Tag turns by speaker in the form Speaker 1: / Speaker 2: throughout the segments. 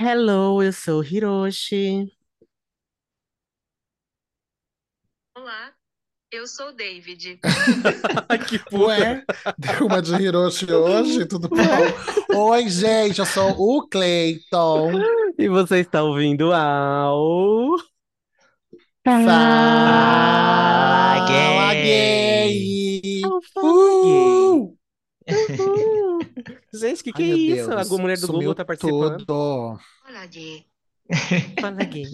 Speaker 1: Hello, eu sou Hiroshi.
Speaker 2: Olá, eu sou o David.
Speaker 1: Que puta!
Speaker 3: Ué, Tipo, é. deu uma de Hiroshi hoje, tudo bom? Oi, gente, eu sou o Clayton.
Speaker 1: E você está ouvindo ao.
Speaker 3: Fala,
Speaker 4: Paguei!
Speaker 3: gay!
Speaker 1: Ao Fala Gay.
Speaker 3: Uh!
Speaker 1: Uhul! Gente, que que
Speaker 3: Ai,
Speaker 1: é
Speaker 3: meu
Speaker 1: isso? A
Speaker 3: Deus,
Speaker 1: mulher do Google
Speaker 3: sumiu
Speaker 1: tá participando.
Speaker 3: tudo.
Speaker 2: Olá, Gui.
Speaker 1: Fala gay.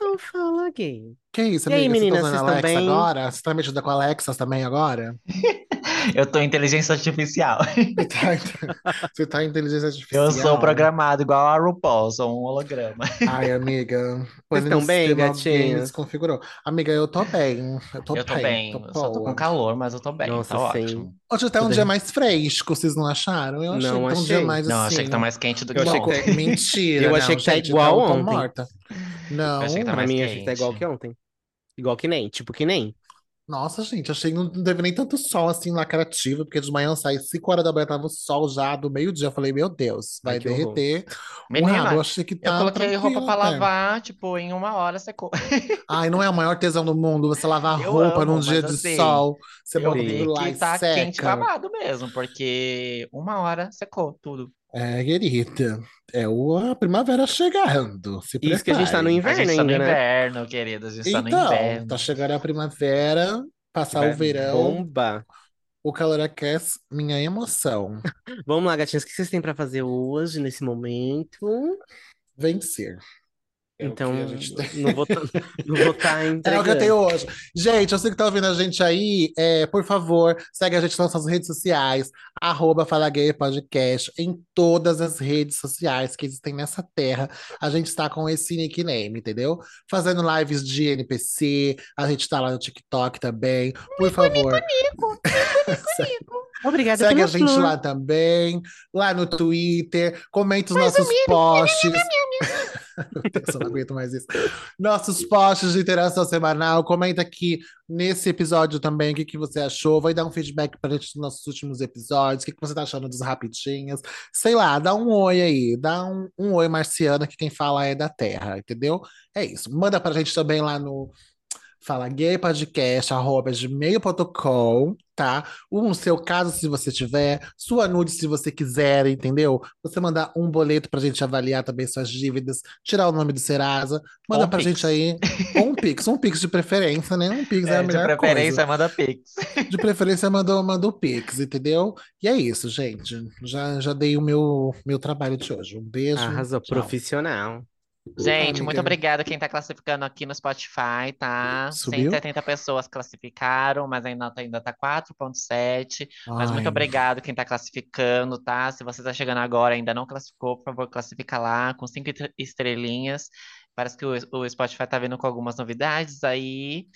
Speaker 1: Ao Fala gay.
Speaker 3: Que isso,
Speaker 1: E aí,
Speaker 3: amiga? Você tá
Speaker 1: meninas,
Speaker 3: usando
Speaker 1: vocês
Speaker 3: a
Speaker 1: estão
Speaker 3: Alexa
Speaker 1: bem?
Speaker 3: agora? Você tá mexendo com a Alexa também agora?
Speaker 4: Eu tô em inteligência artificial.
Speaker 3: Você tá, você tá em inteligência
Speaker 4: Eu sou
Speaker 3: artificial?
Speaker 4: programado igual a RuPaul, sou um holograma.
Speaker 3: Ai, amiga,
Speaker 1: Vocês
Speaker 3: quando no
Speaker 1: estão bem,
Speaker 3: sistema alguém
Speaker 1: gatinhas?
Speaker 3: desconfigurou. Amiga, eu tô bem, eu tô
Speaker 4: Eu tô
Speaker 3: bem, tô
Speaker 4: bem, eu só tô com
Speaker 3: boa.
Speaker 4: calor, mas eu tô bem,
Speaker 1: Nossa,
Speaker 4: tá
Speaker 1: sim.
Speaker 4: ótimo.
Speaker 3: Hoje tá um
Speaker 1: Tudo
Speaker 3: dia
Speaker 1: bem.
Speaker 3: mais fresco, vocês não acharam? Eu achei
Speaker 1: Não
Speaker 3: que tá um dia
Speaker 1: achei.
Speaker 3: mais
Speaker 4: Não, achei que tá
Speaker 3: assim.
Speaker 4: mais quente do que
Speaker 1: Eu achei que
Speaker 4: ontem.
Speaker 1: tá...
Speaker 3: Mentira,
Speaker 1: Eu achei
Speaker 3: não,
Speaker 1: que tá
Speaker 3: gente, então
Speaker 1: igual
Speaker 3: eu tô
Speaker 1: ontem.
Speaker 3: morta.
Speaker 4: Eu achei que tá
Speaker 3: Não,
Speaker 1: Pra
Speaker 4: mais
Speaker 1: mim, achei que tá igual
Speaker 4: quente.
Speaker 1: que ontem. Igual que nem, tipo que nem.
Speaker 3: nossa, gente, achei que não não teve nem tanto sol assim lacrativo, porque de manhã sai 5 horas da manhã, tava o sol já do meio-dia. Eu falei, meu Deus, vai
Speaker 1: Ai, que horror.
Speaker 3: derreter o rabo. Eu
Speaker 4: Menina,
Speaker 3: achei que
Speaker 4: eu
Speaker 3: tá
Speaker 4: coloquei roupa
Speaker 3: tranquilo
Speaker 4: pra
Speaker 3: até.
Speaker 4: lavar, tipo, em uma hora secou.
Speaker 3: Ai, não é o maior tesão do mundo você lavar
Speaker 4: Eu
Speaker 3: roupa num
Speaker 4: amo,
Speaker 3: dia
Speaker 4: mas
Speaker 3: de
Speaker 4: assim,
Speaker 3: sol, você
Speaker 4: eu
Speaker 3: bota tudo
Speaker 4: vi
Speaker 1: Sim.
Speaker 3: lá
Speaker 4: que
Speaker 3: e
Speaker 4: tá quente
Speaker 3: seca.
Speaker 4: babado mesmo, porque uma hora secou tudo.
Speaker 3: É, querida, é o- a primavera chegando, se
Speaker 1: Isso que a gente tá
Speaker 3: preparem.
Speaker 1: no
Speaker 4: A
Speaker 1: inverno
Speaker 4: gente tá no
Speaker 1: ainda, né?
Speaker 4: inverno, querida, a gente tá no
Speaker 3: Então, tá
Speaker 4: inverno. é
Speaker 3: chegando a primavera,
Speaker 1: Que
Speaker 3: passar Tá o
Speaker 1: vai
Speaker 3: verão,
Speaker 1: bombar.
Speaker 3: o calor aquece minha emoção.
Speaker 1: Vamos lá, gatinhas, o que vocês têm pra fazer hoje, nesse momento?
Speaker 3: Vencer. É o que a
Speaker 1: Então,
Speaker 3: gente tem.
Speaker 1: não vou tá, não vou tá
Speaker 3: É o que eu tenho
Speaker 1: entregando.
Speaker 3: hoje. Gente, você que tá ouvindo a gente aí, é, por favor, segue a gente nas nossas redes sociais, arroba Fala Gay Podcast, em todas as redes sociais que existem nessa terra. A gente está com esse nickname, entendeu? Fazendo lives de NPC, a gente tá lá no TikTok também. Por favor, se-
Speaker 1: Obrigada
Speaker 3: segue
Speaker 1: pela
Speaker 3: a gente
Speaker 1: flor.
Speaker 3: lá também, lá no Twitter, comenta os nossos posts. Meu Deus, eu não aguento mais isso. Nossos posts de interação semanal. Comenta aqui nesse episódio também o que que você achou. Vai dar um feedback pra gente dos nossos últimos episódios. O que que você tá achando dos rapidinhas? Sei lá, dá um oi aí. Dá um, um oi, Marciana, que quem fala é da Terra, entendeu? É isso. Manda pra gente também lá no Fala Gay Podcast, arroba gmail.com, tá? Um seu caso, se você tiver, sua nude, se você quiser, entendeu? Você mandar um boleto pra gente avaliar também suas dívidas, tirar o nome do Serasa,
Speaker 4: Ou
Speaker 3: manda
Speaker 4: um
Speaker 3: pra gente
Speaker 4: Pix.
Speaker 3: aí, ou um Pix, um Pix de preferência, né? Um Pix é a
Speaker 4: É, de
Speaker 3: melhor coisa.
Speaker 4: preferência, manda Pix.
Speaker 3: De preferência, manda, manda o Pix, entendeu? E é isso, gente. Já, já dei o meu, meu trabalho de hoje. Um beijo,
Speaker 1: Arrasou,
Speaker 3: tchau.
Speaker 1: profissional.
Speaker 3: Ai,
Speaker 4: Gente, muito
Speaker 3: amiga,
Speaker 4: obrigado quem tá classificando aqui no Spotify, tá?
Speaker 3: subiu?
Speaker 4: 170 pessoas classificaram, mas a nota ainda tá 4.7. Mas muito
Speaker 3: Ai,
Speaker 4: obrigado quem tá classificando, tá? Se você tá chegando agora e ainda não classificou, por favor, classifica lá com cinco estre- estrelinhas. Parece que o, o Spotify tá vindo com algumas novidades aí.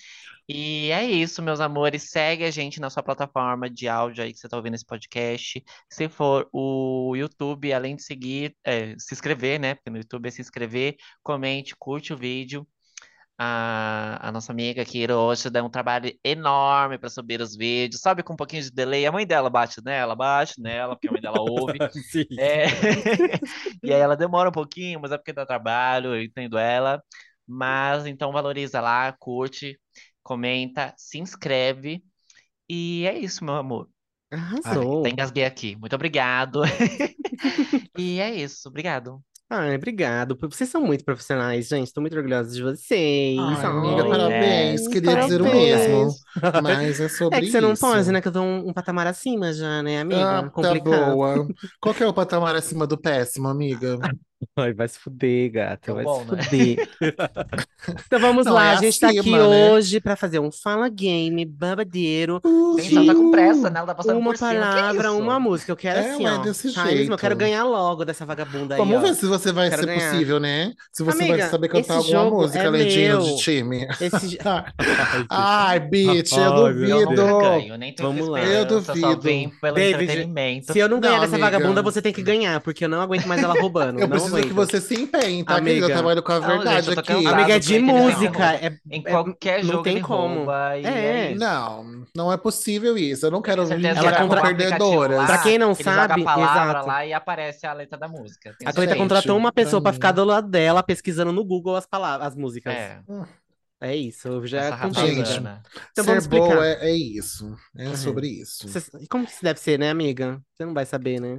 Speaker 4: E é isso, meus amores. Segue a gente na sua plataforma de áudio aí que você está ouvindo esse podcast. Se for o YouTube, além de seguir, é, se inscrever, né? Porque no YouTube é se inscrever, comente, curte o vídeo. A, a nossa amiga aqui hoje dá um trabalho enorme para subir os vídeos, sobe com um pouquinho de delay. A mãe dela bate nela, bate nela, porque a mãe dela ouve.
Speaker 1: Sim.
Speaker 4: É, E aí ela demora um pouquinho, mas é porque dá trabalho, eu entendo ela. Mas então valoriza lá, curte, comenta, se inscreve. E é isso, meu amor. Ai, até
Speaker 1: Arrasou.
Speaker 4: engasguei aqui. Muito obrigado. E é isso, obrigado.
Speaker 1: Ai, obrigado. Vocês são muito profissionais, gente. Estou muito orgulhosa de vocês.
Speaker 3: Ai, amiga,
Speaker 4: Pois é,
Speaker 3: parabéns.
Speaker 1: Ai,
Speaker 3: Queria dizer o
Speaker 1: parabéns.
Speaker 3: mesmo, mas é
Speaker 1: É
Speaker 3: sobre
Speaker 1: que você não pode,
Speaker 3: isso.
Speaker 1: né? Que eu tô um, um patamar acima já, né,
Speaker 3: Ah,
Speaker 1: amiga?
Speaker 3: tá
Speaker 1: Complicado.
Speaker 3: boa. Qual que é o patamar acima do péssimo, amiga?
Speaker 1: Ai, vai se fuder,
Speaker 4: Que
Speaker 1: gata.
Speaker 4: é o
Speaker 1: Vai se
Speaker 4: bom, né?
Speaker 1: fuder. Então vamos
Speaker 3: Tá Não, é
Speaker 1: lá, a gente tá aqui
Speaker 3: acima, né?
Speaker 1: hoje para fazer um fala game babadeiro
Speaker 4: Gente, ela tá
Speaker 1: de
Speaker 4: com pressa,
Speaker 3: Uhul!
Speaker 4: né? Ela tá passando
Speaker 1: uma
Speaker 4: por cima. Que
Speaker 1: palavra, um uma
Speaker 4: isso?
Speaker 1: música. Eu quero
Speaker 3: É,
Speaker 1: assim,
Speaker 3: ué,
Speaker 1: ó.
Speaker 3: desse
Speaker 1: Carisma, eu quero
Speaker 3: jeito.
Speaker 1: ganhar logo dessa vagabunda aí,
Speaker 3: Vamos
Speaker 1: ó.
Speaker 3: ver se você vai
Speaker 1: Quero
Speaker 3: ser
Speaker 1: ganhar.
Speaker 3: possível, né? Se você vai
Speaker 1: Amiga,
Speaker 3: saber cantar
Speaker 1: esse
Speaker 3: alguma
Speaker 1: jogo é
Speaker 3: música, Leidinho de
Speaker 1: meu.
Speaker 3: time.
Speaker 1: Esse. Ai, que...
Speaker 3: Tá. Ai, bitch, eu
Speaker 1: Ai, meu
Speaker 4: Eu nunca
Speaker 1: Deus.
Speaker 3: duvido.
Speaker 4: ganho, nem tenho essa
Speaker 1: Vamos lá.
Speaker 3: Eu
Speaker 4: esperança, só
Speaker 3: duvido.
Speaker 4: vim pelo
Speaker 1: David,
Speaker 4: entretenimento.
Speaker 1: se eu não ganhar
Speaker 3: Não,
Speaker 1: dessa vagabunda,
Speaker 3: amiga.
Speaker 1: você tem que ganhar, porque eu não aguento mais ela roubando.
Speaker 3: Eu
Speaker 1: Não
Speaker 3: preciso que você se empenhe, tá,
Speaker 1: Amiga.
Speaker 3: querida? Eu trabalho com a
Speaker 4: Não,
Speaker 3: verdade
Speaker 4: gente, eu tô
Speaker 3: aqui.
Speaker 4: cansado.
Speaker 1: Amiga, é de
Speaker 4: Ele não
Speaker 1: música.
Speaker 4: rouba.
Speaker 1: É,
Speaker 4: Em
Speaker 1: é-
Speaker 4: qualquer
Speaker 1: não
Speaker 4: jogo
Speaker 1: tem
Speaker 4: ele
Speaker 1: como.
Speaker 4: rouba. E
Speaker 1: É.
Speaker 4: é, isso.
Speaker 3: Não, não é possível isso. Eu não quero
Speaker 4: Certeza
Speaker 3: virar
Speaker 4: que ele
Speaker 1: ela
Speaker 3: como
Speaker 1: compra-
Speaker 4: compra um aplicativo
Speaker 3: perdedora.
Speaker 4: lá,
Speaker 1: Pra quem não
Speaker 4: ele joga
Speaker 1: sabe,
Speaker 4: a palavra
Speaker 1: exato.
Speaker 4: lá e aparece a letra da música. Tem
Speaker 1: A
Speaker 4: isso
Speaker 1: Cleita
Speaker 4: aí.
Speaker 1: contratou uma
Speaker 3: pra
Speaker 1: pessoa pra
Speaker 3: mim.
Speaker 1: ficar do lado dela, pesquisando no Google as palavras, as músicas. É,
Speaker 4: É,
Speaker 1: isso, eu já
Speaker 4: essa né?
Speaker 1: contei.
Speaker 3: é Gente,
Speaker 1: agora.
Speaker 4: rapazana.
Speaker 3: Ser
Speaker 1: Então vamos explicar.
Speaker 3: boa é, é isso. É
Speaker 1: Uhum.
Speaker 3: sobre isso.
Speaker 1: Cê- e como que isso deve ser, né, amiga? Você não vai saber, né?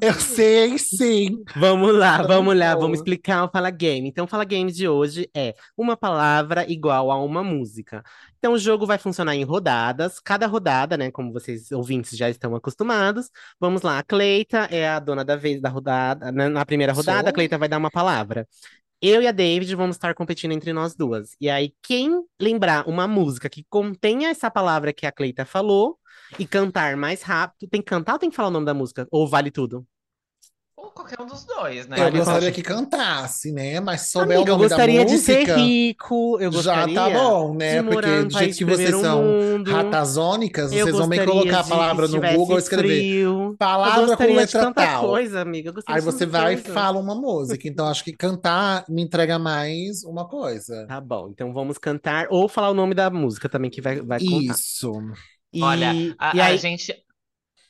Speaker 3: Eu sei, sim.
Speaker 1: Vamos lá,
Speaker 3: Tá
Speaker 1: vamos lá,
Speaker 3: bom.
Speaker 1: vamos explicar o Fala Game. Então, o Fala Game de hoje é uma palavra igual a uma música. Então, o jogo vai funcionar em rodadas. Cada rodada, né, como vocês ouvintes já estão acostumados. Vamos lá, a Cleita é a dona da vez da rodada. Na, na primeira rodada, a
Speaker 3: Sou.
Speaker 1: Cleita vai dar uma palavra. Eu e a David vamos estar competindo entre nós duas. E aí, quem lembrar uma música que contenha essa palavra que a Cleita falou e cantar mais rápido, tem que cantar ou tem que falar o nome da música? Ou vale tudo?
Speaker 4: Ou qualquer um dos dois, né?
Speaker 3: Eu
Speaker 1: Olha,
Speaker 3: gostaria
Speaker 1: eu
Speaker 3: que cantasse, né? Mas souber
Speaker 1: Amiga,
Speaker 3: o
Speaker 1: eu
Speaker 3: nome da
Speaker 1: gostaria de ser
Speaker 3: música,
Speaker 1: rico, eu
Speaker 3: já
Speaker 1: gostaria
Speaker 3: tá bom,
Speaker 1: de
Speaker 3: né? Porque
Speaker 1: morar num
Speaker 3: do
Speaker 1: país
Speaker 3: jeito que
Speaker 1: de
Speaker 3: vocês
Speaker 1: primeiro
Speaker 3: são
Speaker 1: mundo,
Speaker 3: ratazônicas,
Speaker 1: eu
Speaker 3: vocês vão me
Speaker 1: gostaria
Speaker 3: colocar a
Speaker 1: de
Speaker 3: palavra
Speaker 1: que
Speaker 3: no
Speaker 1: estivesse
Speaker 3: Google e escrever
Speaker 1: frio, eu
Speaker 3: palavra com
Speaker 1: gostaria de
Speaker 3: letra
Speaker 1: tanta
Speaker 3: tal.
Speaker 1: coisa, amiga, eu gostaria
Speaker 3: Aí
Speaker 1: de
Speaker 3: você
Speaker 1: tanta
Speaker 3: vai e
Speaker 1: coisa.
Speaker 3: fala uma música. Então acho que cantar me entrega mais uma coisa.
Speaker 1: Tá bom, então vamos cantar ou falar o nome da música também que vai, vai contar.
Speaker 3: Isso.
Speaker 1: E,
Speaker 4: Olha, a,
Speaker 1: e
Speaker 4: a
Speaker 1: aí...
Speaker 4: gente.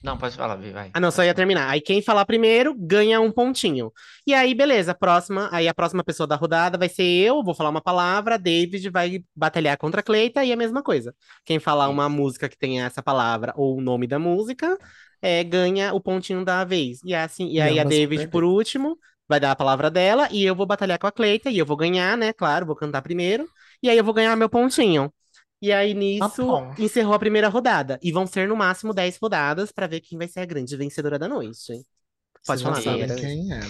Speaker 4: Não, pode falar, Vi, vai.
Speaker 1: Ah, não, só ia terminar. Aí quem falar primeiro ganha um pontinho. E aí, beleza, próxima. Aí a próxima pessoa da rodada vai ser eu, vou falar uma palavra, David vai batalhar contra a Cleita e a mesma coisa. Quem falar uma música que tenha essa palavra ou o nome da música, é, ganha o pontinho da vez. E assim, e
Speaker 3: E
Speaker 1: aí a
Speaker 3: ambas vão
Speaker 1: David,
Speaker 3: perder.
Speaker 1: por último, vai dar a palavra dela e eu vou batalhar com a Cleita e eu vou ganhar, né? Claro, vou cantar primeiro. E aí eu vou ganhar meu pontinho. E
Speaker 4: Ah,
Speaker 1: aí, nisso,
Speaker 3: bom.
Speaker 1: encerrou a primeira rodada. E vão ser, no máximo, 10 rodadas pra ver quem vai ser a grande vencedora da noite.
Speaker 3: Vocês
Speaker 1: Pode falar,
Speaker 3: já sabem
Speaker 1: Bárbara.
Speaker 3: quem é.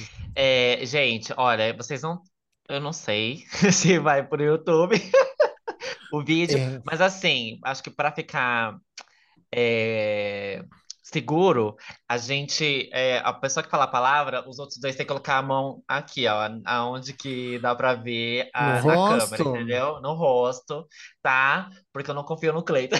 Speaker 4: É, gente, olha, vocês não. Eu não sei se vai pro YouTube o vídeo,
Speaker 3: É.
Speaker 4: mas assim, acho que pra ficar é, seguro, a gente. é, a pessoa que fala a palavra, os outros dois têm que colocar a mão aqui, ó, aonde que dá pra ver a-
Speaker 3: No
Speaker 4: na
Speaker 3: rosto?
Speaker 4: câmera, entendeu? No rosto, tá? Porque eu não confio no Cleiton.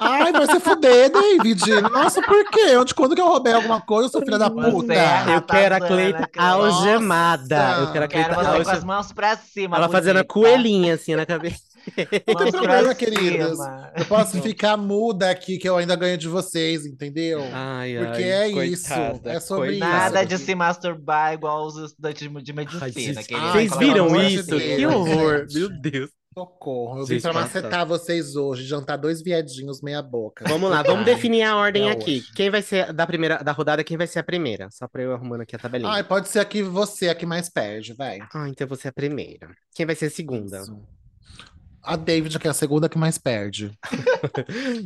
Speaker 3: Ai, vai se fuder, David. Nossa, por quê? Eu, de quando que eu roubei alguma coisa, eu sou filha da
Speaker 4: Você
Speaker 3: puta?
Speaker 4: é
Speaker 1: Eu quero a
Speaker 4: Ratazana,
Speaker 1: Cleita
Speaker 4: Cleita.
Speaker 1: algemada. Eu quero a
Speaker 4: Quero
Speaker 1: Cleita
Speaker 4: você com
Speaker 1: algemada.
Speaker 4: as mãos pra cima,
Speaker 1: Ela fazendo a
Speaker 4: bonita.
Speaker 1: coelhinha, assim, na cabeça.
Speaker 3: Não tem
Speaker 4: Mãos pra
Speaker 3: problema,
Speaker 4: cima.
Speaker 3: queridas. Eu posso
Speaker 1: Então.
Speaker 3: ficar muda aqui, que eu ainda ganho de vocês, entendeu?
Speaker 1: Ai,
Speaker 3: Porque é isso, é sobre isso.
Speaker 4: Nada
Speaker 3: Isso
Speaker 4: de
Speaker 3: aqui.
Speaker 4: se masturbar igual os estudantes de medicina.
Speaker 1: Ai, gente,
Speaker 4: querido.
Speaker 3: Ai,
Speaker 1: Vocês
Speaker 3: pelo
Speaker 1: viram
Speaker 3: amor de
Speaker 1: isso?
Speaker 3: Deus,
Speaker 1: Que horror.
Speaker 3: gente.
Speaker 1: Meu Deus.
Speaker 3: Socorro. Eu vim
Speaker 1: Gente,
Speaker 3: pra
Speaker 1: basta.
Speaker 3: macetar vocês hoje, jantar dois viadinhos meia boca.
Speaker 1: Vamos lá, vamos
Speaker 4: Ai,
Speaker 1: definir a ordem
Speaker 3: é
Speaker 1: aqui.
Speaker 3: hoje.
Speaker 1: Quem vai ser da primeira da rodada, quem vai ser a primeira? Só pra eu arrumando aqui a tabelinha.
Speaker 3: Ai, pode ser aqui você, a que mais perde, vai.
Speaker 1: Ah, então você é a primeira. Quem vai ser a segunda?
Speaker 3: Isso. A David, que é a segunda que mais perde.
Speaker 4: Na
Speaker 1: E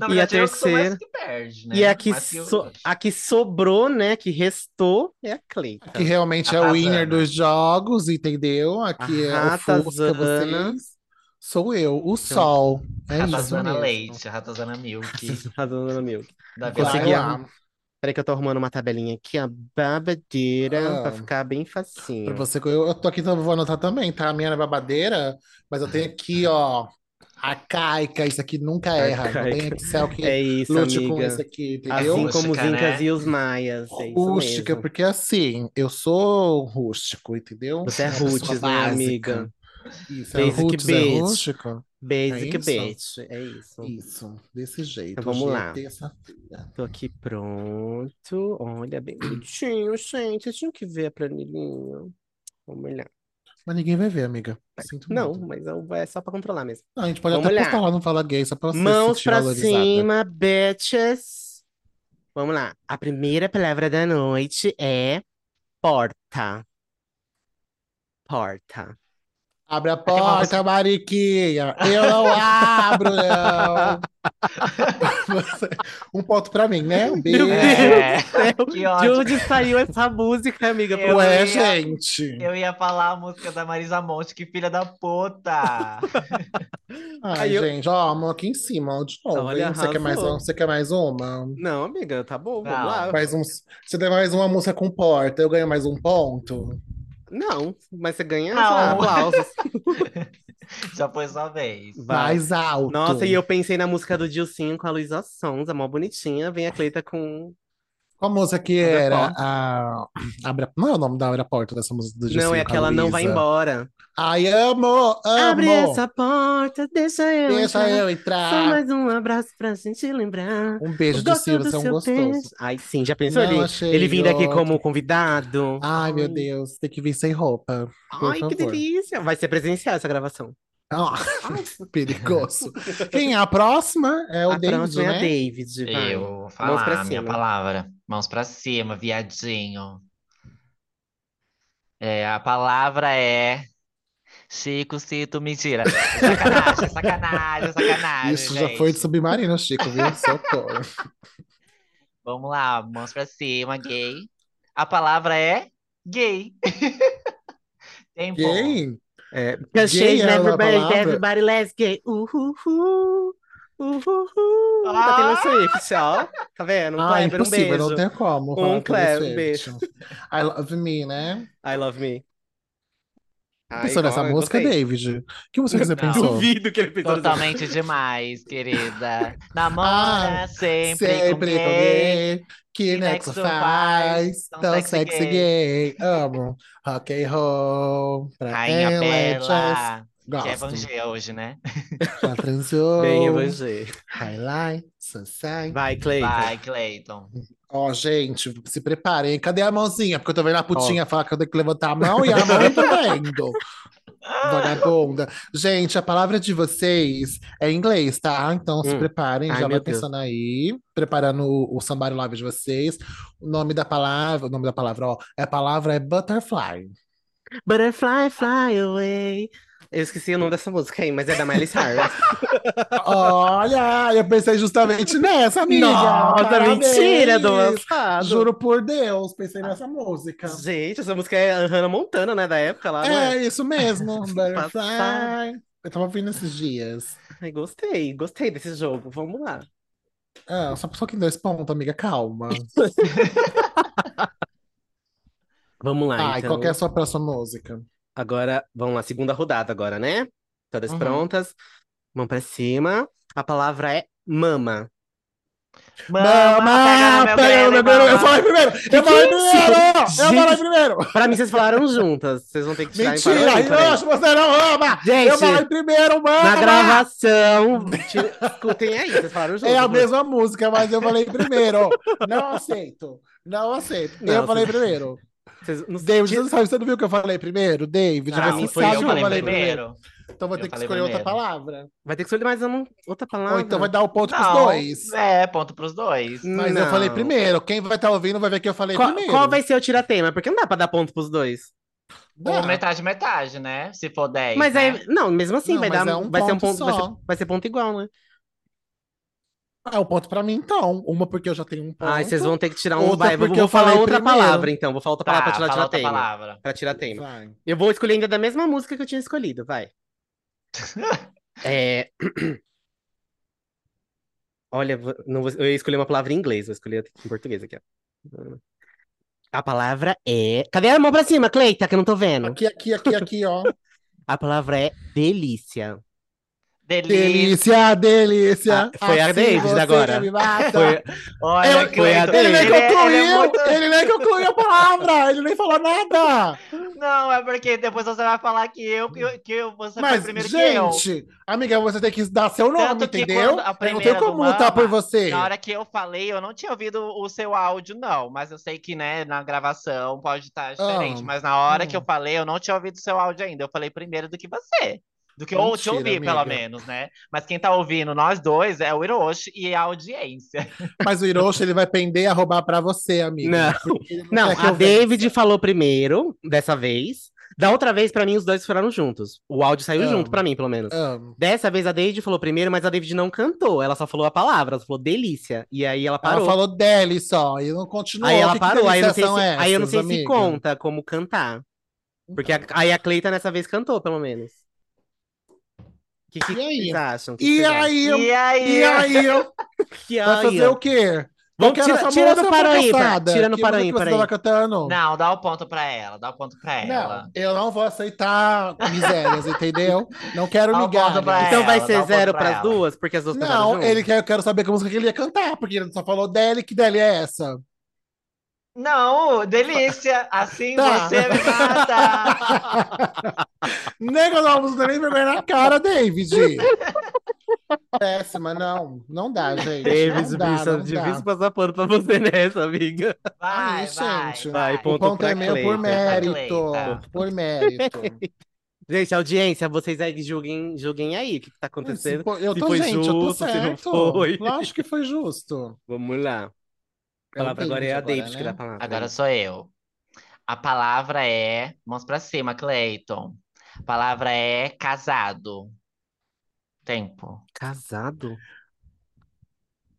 Speaker 1: a
Speaker 4: verdade, eu que sou mais
Speaker 1: terceira?
Speaker 4: que perde, né?
Speaker 1: E a que,
Speaker 4: Mais que eu-
Speaker 1: so- a que sobrou, né? Que restou é a Cleita.
Speaker 3: Que realmente é o
Speaker 4: Arrasando.
Speaker 3: winner dos jogos, entendeu? Aqui é o Fusca,
Speaker 1: Arrasana.
Speaker 3: vocês. Sou eu, o Sol. É isso
Speaker 4: Ratazana
Speaker 3: mesmo.
Speaker 4: Leite, Ratazana Milk,
Speaker 1: A dona Milk.
Speaker 4: da
Speaker 3: Vai
Speaker 1: Vai
Speaker 4: Vila
Speaker 1: tá Consegui.
Speaker 3: lá,
Speaker 1: Peraí que eu tô arrumando uma tabelinha aqui, a babadeira, pra
Speaker 3: Ah.
Speaker 1: ficar bem
Speaker 3: pra
Speaker 1: facinho.
Speaker 3: você. Eu, eu tô aqui, então eu vou anotar também, tá? A minha era babadeira, mas eu tenho aqui, ó, arcaica. Isso aqui nunca erra. Não tem
Speaker 1: Arcaica.
Speaker 3: Excel que
Speaker 1: É isso,
Speaker 3: lute
Speaker 1: amiga.
Speaker 3: com isso aqui, entendeu?
Speaker 1: Assim como os
Speaker 4: Rústica,
Speaker 1: incas
Speaker 4: né?
Speaker 1: e os maias, é isso
Speaker 3: Rústica,
Speaker 1: mesmo.
Speaker 3: porque assim, eu sou rústico, entendeu?
Speaker 1: Você é
Speaker 3: Uma pessoa
Speaker 1: roots, né,
Speaker 3: básica.
Speaker 1: amiga?
Speaker 3: Isso, é
Speaker 1: Basic
Speaker 3: roots, é
Speaker 1: bitch.
Speaker 3: rústico?
Speaker 1: Basic
Speaker 3: É isso?
Speaker 1: bitch, é isso.
Speaker 3: Isso, desse jeito.
Speaker 1: Então vamos
Speaker 3: Hoje é
Speaker 1: lá.
Speaker 3: terça-feira.
Speaker 1: Tô aqui pronto. Olha, bem bonitinho, gente. Eu tinha que ver a planilhinha. Vamos olhar.
Speaker 3: Mas ninguém vai ver, amiga. Sinto
Speaker 1: Não,
Speaker 3: muito.
Speaker 1: mas eu- é só pra controlar mesmo.
Speaker 3: Não, a gente pode
Speaker 1: Vamos
Speaker 3: até
Speaker 1: olhar.
Speaker 3: postar lá no Fala Gay, só pra você se
Speaker 1: Mãos
Speaker 3: sentir
Speaker 1: pra
Speaker 3: valorizada.
Speaker 1: cima, bitches. Vamos lá. A primeira palavra da noite é porta. Porta.
Speaker 3: Abre a
Speaker 4: que vamos-
Speaker 3: porta, Mariquinha! Eu não
Speaker 1: Ah,
Speaker 3: abro, não! Você- Um ponto pra mim, né? Um beijo.
Speaker 1: Meu Deus
Speaker 4: É.
Speaker 1: do céu.
Speaker 4: Que
Speaker 1: De
Speaker 4: ótimo.
Speaker 1: onde saiu essa música, amiga? é-
Speaker 4: Eu
Speaker 3: Ué,
Speaker 4: ia-
Speaker 3: gente!
Speaker 4: Eu ia falar a música da Marisa Monte, que filha da puta!
Speaker 3: Ai,
Speaker 1: Aí eu-
Speaker 3: gente, ó, amor aqui em cima, ó, de novo.
Speaker 1: Olha,
Speaker 3: hein? Você quer mais
Speaker 1: arrasou.
Speaker 3: uma? Você quer mais uma?
Speaker 1: Não, amiga, tá bom, vamos
Speaker 4: Não.
Speaker 1: lá.
Speaker 3: Mais um... Se der mais uma música com porta, eu ganho mais um ponto?
Speaker 1: Não, mas você
Speaker 3: Ah,
Speaker 1: ganha,
Speaker 4: Não.
Speaker 1: sei
Speaker 3: um
Speaker 1: lá, aplausos.
Speaker 4: Já foi sua vez.
Speaker 1: Vai.
Speaker 3: Mais alto.
Speaker 1: Nossa, e eu pensei na música do Dilcinho com a Luísa Sonza, mó bonitinha. Vem a Cleita com
Speaker 3: Qual música que
Speaker 1: Abra a
Speaker 3: era?
Speaker 1: porta.
Speaker 3: A... Abra... Não é o nome da Abra a Porta dessa música do
Speaker 1: Não, é
Speaker 3: Jacinto
Speaker 1: aquela não vai
Speaker 3: Alvisa.
Speaker 1: embora.
Speaker 3: Ai, amo,
Speaker 1: Abre
Speaker 3: amo.
Speaker 1: essa porta, deixa eu
Speaker 3: Deixa
Speaker 1: entrar.
Speaker 3: eu
Speaker 1: Só
Speaker 3: entrar.
Speaker 1: mais um abraço pra gente lembrar.
Speaker 3: Um Ah. beijo de
Speaker 1: Gosto
Speaker 3: Ciro,
Speaker 1: do
Speaker 3: você é um
Speaker 1: seu
Speaker 3: gostoso.
Speaker 1: beijo. Ai, sim, já pensou
Speaker 3: Não
Speaker 1: ele,
Speaker 3: achei
Speaker 1: ele vindo aqui
Speaker 3: outro.
Speaker 1: como convidado?
Speaker 3: Ai, meu Deus, tem que vir sem roupa. por
Speaker 1: Ai, que
Speaker 3: favor.
Speaker 1: delícia! Vai ser presencial essa gravação.
Speaker 3: Ó, perigoso. Quem é a próxima? É o
Speaker 1: a
Speaker 3: David,
Speaker 1: próxima é a
Speaker 3: né?
Speaker 1: David. vai.
Speaker 4: Eu vou falar,
Speaker 1: pra
Speaker 4: minha
Speaker 1: cima.
Speaker 4: palavra. Mãos pra cima, viadinho. É, a palavra é. Chico, se tu mentira. Sacanagem, é sacanagem, sacanagem,
Speaker 3: Isso já foi de
Speaker 4: gente.
Speaker 3: submarino, Chico, viu? Socorro.
Speaker 4: Vamos lá, mãos pra cima, gay. A palavra é gay. Tempo.
Speaker 3: Quem?
Speaker 1: É, Cause
Speaker 3: Gay
Speaker 1: she's
Speaker 3: é uma
Speaker 1: everybody,
Speaker 3: palavra?
Speaker 1: everybody, let's gay. Uhuhu. Uhuhu. Da
Speaker 4: Ah!
Speaker 1: Taylor Swift, ó. Tá vendo?
Speaker 3: Ah,
Speaker 1: Kleber, um
Speaker 3: impossível, não
Speaker 1: beijo.
Speaker 3: tem como
Speaker 1: Um
Speaker 3: falar Taylor
Speaker 1: Kleber, um
Speaker 3: Swift. I love me, né?
Speaker 1: I love me.
Speaker 3: Pensou nessa música, é David? Que música que você
Speaker 4: Não.
Speaker 3: pensou?
Speaker 1: Duvido que ele pensou nessa-
Speaker 4: Totalmente demais, querida. Namora sempre com
Speaker 3: Ah, Sempre com gay, que
Speaker 4: que
Speaker 3: Nexo
Speaker 4: Nexo
Speaker 3: faz,
Speaker 4: faz,
Speaker 3: tão sexy gay. Amo rock and roll, pra
Speaker 4: Rainha
Speaker 3: Electrons.
Speaker 4: Bela, que é
Speaker 3: Gosto,
Speaker 4: Evangelho hoje, né?
Speaker 3: já transou,
Speaker 1: Bem, evangelho.
Speaker 3: highlight, sunshine.
Speaker 1: Vai, Cleiton.
Speaker 4: Vai, Cleiton.
Speaker 3: Ó, gente, se preparem. Cadê a mãozinha? Porque eu tô vendo a putinha falar que eu tenho que levantar a mão e a mão eu tô vendo. Vagabunda. Gente, a palavra de vocês é em inglês, tá? Então se
Speaker 1: Hum.
Speaker 3: preparem,
Speaker 1: Ai,
Speaker 3: já vai
Speaker 1: meu Deus.
Speaker 3: pensando aí, preparando o, o Somebody Love de vocês. O nome da palavra, o nome da palavra, ó, é, a palavra é butterfly. Ah.
Speaker 1: Butterfly, fly away. Eu esqueci o nome dessa música aí, mas é da Miley Cyrus.
Speaker 3: Olha, eu pensei justamente nessa, amiga.
Speaker 1: Nossa,
Speaker 3: Parabéns.
Speaker 1: mentira do lançado.
Speaker 3: Juro por Deus, pensei nessa música.
Speaker 1: Gente, essa música é a Hannah Montana, né? Da época lá, não é?
Speaker 3: É, isso mesmo. Butterfly.
Speaker 1: Passar.
Speaker 3: Eu tava ouvindo esses dias.
Speaker 1: Ai, gostei, gostei desse jogo. Vamos lá.
Speaker 3: Ah, só, só que dois pontos, amiga, calma.
Speaker 1: Vamos lá,
Speaker 3: Ai,
Speaker 1: então.
Speaker 3: qual que é a sua próxima música?
Speaker 1: Agora, vamos lá, segunda rodada agora, né? Todas
Speaker 4: Uhum.
Speaker 1: prontas. Mão pra cima. A palavra é mama.
Speaker 3: Mama, pega no meu
Speaker 4: grelo,
Speaker 3: primeiro. Eu falei primeiro! Eu falei
Speaker 1: que é isso?
Speaker 3: primeiro! Eu falei
Speaker 1: Gente.
Speaker 3: primeiro!
Speaker 1: Pra mim, vocês falaram juntas. Vocês vão ter que tirar em
Speaker 3: Mentira!
Speaker 1: paralelo,
Speaker 3: Hiroshi, você não ama!
Speaker 1: peraí.
Speaker 3: Eu falei
Speaker 1: Gente,
Speaker 3: primeiro,
Speaker 1: na
Speaker 3: mama!
Speaker 1: gravação. te- Escutem aí, vocês falaram juntas.
Speaker 3: É a mesma música, mas eu falei primeiro. Não aceito. Não aceito.
Speaker 1: Não,
Speaker 3: eu falei
Speaker 1: você-
Speaker 3: primeiro.
Speaker 1: Vocês- não-
Speaker 3: David, você não sabe, você não viu que eu falei primeiro? David,
Speaker 1: Não,
Speaker 3: você
Speaker 1: foi
Speaker 3: sabe
Speaker 1: eu
Speaker 3: que
Speaker 1: falei
Speaker 3: Então vou
Speaker 4: Eu
Speaker 3: ter que
Speaker 4: falei
Speaker 3: escolher outra
Speaker 4: primeiro.
Speaker 3: palavra.
Speaker 1: Vai ter que escolher mais uma, outra palavra.
Speaker 3: Ou então vai dar o ponto pros
Speaker 4: Não,
Speaker 3: dois.
Speaker 4: É, ponto pros dois.
Speaker 3: Mas eu
Speaker 1: Não.
Speaker 3: falei primeiro. Quem vai estar ouvindo vai ver que eu falei
Speaker 1: Qual,
Speaker 3: primeiro.
Speaker 1: qual vai ser o tiratema? Porque não dá pra dar ponto pros dois.
Speaker 3: Dá.
Speaker 4: Ou metade, metade, né? Se for 10,
Speaker 1: Mas
Speaker 4: né?
Speaker 1: aí, não, mesmo assim,
Speaker 3: Não,
Speaker 1: vai
Speaker 3: mas
Speaker 1: dar,
Speaker 3: é um
Speaker 1: vai ser um
Speaker 3: ponto
Speaker 1: ponto, vai
Speaker 3: só.
Speaker 1: ser, vai ser ponto igual, né?
Speaker 3: É o ponto pra mim, então. Uma porque eu já tenho um ponto.
Speaker 1: Ai, vocês vão ter que tirar um.
Speaker 3: Outra
Speaker 1: vai, vou,
Speaker 3: porque
Speaker 1: vou
Speaker 3: eu
Speaker 1: falar
Speaker 3: falei
Speaker 1: outra
Speaker 3: primeiro.
Speaker 1: palavra, então. Vou falar outra palavra
Speaker 4: Tá,
Speaker 1: pra tirar
Speaker 4: fala outra
Speaker 1: tema.
Speaker 4: palavra.
Speaker 1: Pra tirar tema.
Speaker 3: Vai.
Speaker 1: Eu vou escolher ainda da mesma música que eu tinha escolhido, vai. É. Olha, vou- não vou- eu ia escolher uma palavra em inglês, vou escolher em português aqui, ó. A palavra é. Cadê a mão pra cima, Cleita, que eu não tô vendo?
Speaker 3: Aqui, aqui, aqui, aqui, ó.
Speaker 1: A palavra é delícia.
Speaker 3: delícia,
Speaker 4: Delícia.
Speaker 3: delícia. Assim
Speaker 1: Ah, foi a Davis
Speaker 3: você
Speaker 1: agora.
Speaker 3: me mata.
Speaker 1: Foi-
Speaker 4: Olha,
Speaker 3: Ele-
Speaker 1: foi a
Speaker 3: Ele
Speaker 4: Cleiton,
Speaker 3: é nem
Speaker 1: Ele- é
Speaker 3: concluiu!
Speaker 4: é muito-
Speaker 3: Ele nem concluiu a palavra! Ele nem falou nada!
Speaker 4: Não, é porque depois você vai falar que eu, que eu, que eu- você foi
Speaker 3: Mas,
Speaker 4: primeiro que eu.
Speaker 3: gente, amiga, você tem que dar seu nome,
Speaker 4: Tanto que
Speaker 3: entendeu?
Speaker 4: quando a
Speaker 3: Eu não
Speaker 4: primeira
Speaker 3: tenho
Speaker 4: do
Speaker 3: como lutar por
Speaker 4: Mama,
Speaker 3: você.
Speaker 4: Na hora que eu falei, eu não tinha ouvido o seu áudio, não. Mas eu sei que, né, na gravação pode estar diferente.
Speaker 3: Ah,
Speaker 4: mas na hora que
Speaker 3: hum.
Speaker 4: eu falei, eu não tinha ouvido o seu áudio ainda. Eu falei primeiro do que você. Do que eu te
Speaker 3: Mentira,
Speaker 4: ouvi, pelo
Speaker 3: amiga.
Speaker 4: menos, né? Mas quem tá ouvindo nós dois é o Hiroshi e a audiência.
Speaker 3: Mas o Hiroshi, ele vai pender a roubar pra você, amiga. Porque ele
Speaker 1: Não,
Speaker 3: quer que
Speaker 1: a
Speaker 3: eu venha.
Speaker 1: David falou primeiro, dessa vez. Da outra vez, pra mim, os dois foram juntos. O áudio saiu
Speaker 3: Amo.
Speaker 1: junto, pra mim, pelo menos.
Speaker 3: Amo.
Speaker 1: Dessa vez a David falou primeiro, mas a David não cantou. Ela só falou a palavra, ela só falou delícia. E aí ela
Speaker 3: Ela
Speaker 1: parou.
Speaker 3: falou dele só, e não continuou.
Speaker 1: Aí ela
Speaker 3: Que
Speaker 1: parou. Aí eu não sei, se,
Speaker 3: deliciação é
Speaker 1: aí eu não
Speaker 3: essas,
Speaker 1: sei se
Speaker 3: amiga?
Speaker 1: conta como cantar. Porque a-
Speaker 3: Então.
Speaker 1: aí a Cleita nessa vez cantou, pelo menos. O que, que
Speaker 3: E aí?
Speaker 1: vocês acham? Que que
Speaker 3: E
Speaker 1: vocês acham?
Speaker 3: aí,
Speaker 4: E aí?
Speaker 3: e aí,
Speaker 1: E
Speaker 3: vai
Speaker 1: aí,
Speaker 3: fazer
Speaker 1: ó.
Speaker 3: o quê?
Speaker 1: Vamos
Speaker 3: Eu quero
Speaker 1: tirar
Speaker 3: essa
Speaker 1: tira
Speaker 3: moça
Speaker 1: no para aí,
Speaker 3: fracassada.
Speaker 1: Tira no
Speaker 3: Que
Speaker 1: para
Speaker 3: música
Speaker 1: aí,
Speaker 3: que você
Speaker 1: para
Speaker 3: tava
Speaker 1: aí.
Speaker 3: cantando?
Speaker 4: Não, dá o ponto pra ela, dá o ponto pra ela.
Speaker 3: Não, eu não vou aceitar misérias, entendeu? Não quero
Speaker 4: Dá um
Speaker 3: migalhas.
Speaker 4: voto pra ela.
Speaker 1: Então vai
Speaker 4: dá
Speaker 1: ser
Speaker 4: um
Speaker 1: zero
Speaker 4: ponto pra
Speaker 1: pras
Speaker 4: ela.
Speaker 1: duas, porque as duas cantaram
Speaker 3: Não,
Speaker 1: junto?
Speaker 3: ele quer, eu quero saber que música que ele ia cantar, porque ele só falou dele, que dele é essa?
Speaker 4: Não, delícia. Assim
Speaker 3: Tá.
Speaker 4: você me mata.
Speaker 3: Nego, não, não tem nem vergonha na cara, David. Péssima, não. Não dá, gente.
Speaker 1: Davis,
Speaker 3: não dá,
Speaker 1: bicha,
Speaker 3: não dá.
Speaker 1: difícil passar pano pra você nessa, amiga.
Speaker 4: Vai,
Speaker 3: Aí,
Speaker 4: vai,
Speaker 3: gente.
Speaker 1: Vai,
Speaker 3: O
Speaker 1: ponto
Speaker 3: ponto
Speaker 1: pra
Speaker 3: é meu por
Speaker 1: Cleita.
Speaker 3: mérito.
Speaker 4: Cleita.
Speaker 3: Por mérito.
Speaker 1: Gente, audiência, vocês aí julguem, julguem aí o que, que tá acontecendo.
Speaker 3: Se for- Eu
Speaker 1: se
Speaker 3: tô,
Speaker 1: foi
Speaker 3: gente, eu tô
Speaker 1: justo, se não
Speaker 3: certo.
Speaker 1: foi.
Speaker 3: Lógico que foi justo.
Speaker 1: Vamos lá. A
Speaker 3: É o
Speaker 1: palavra agora é a David que dá a
Speaker 3: né?
Speaker 1: palavra.
Speaker 5: Agora sou eu. A palavra é. Mãos pra cima, Cleiton. A palavra é casado. Tempo.
Speaker 1: Casado?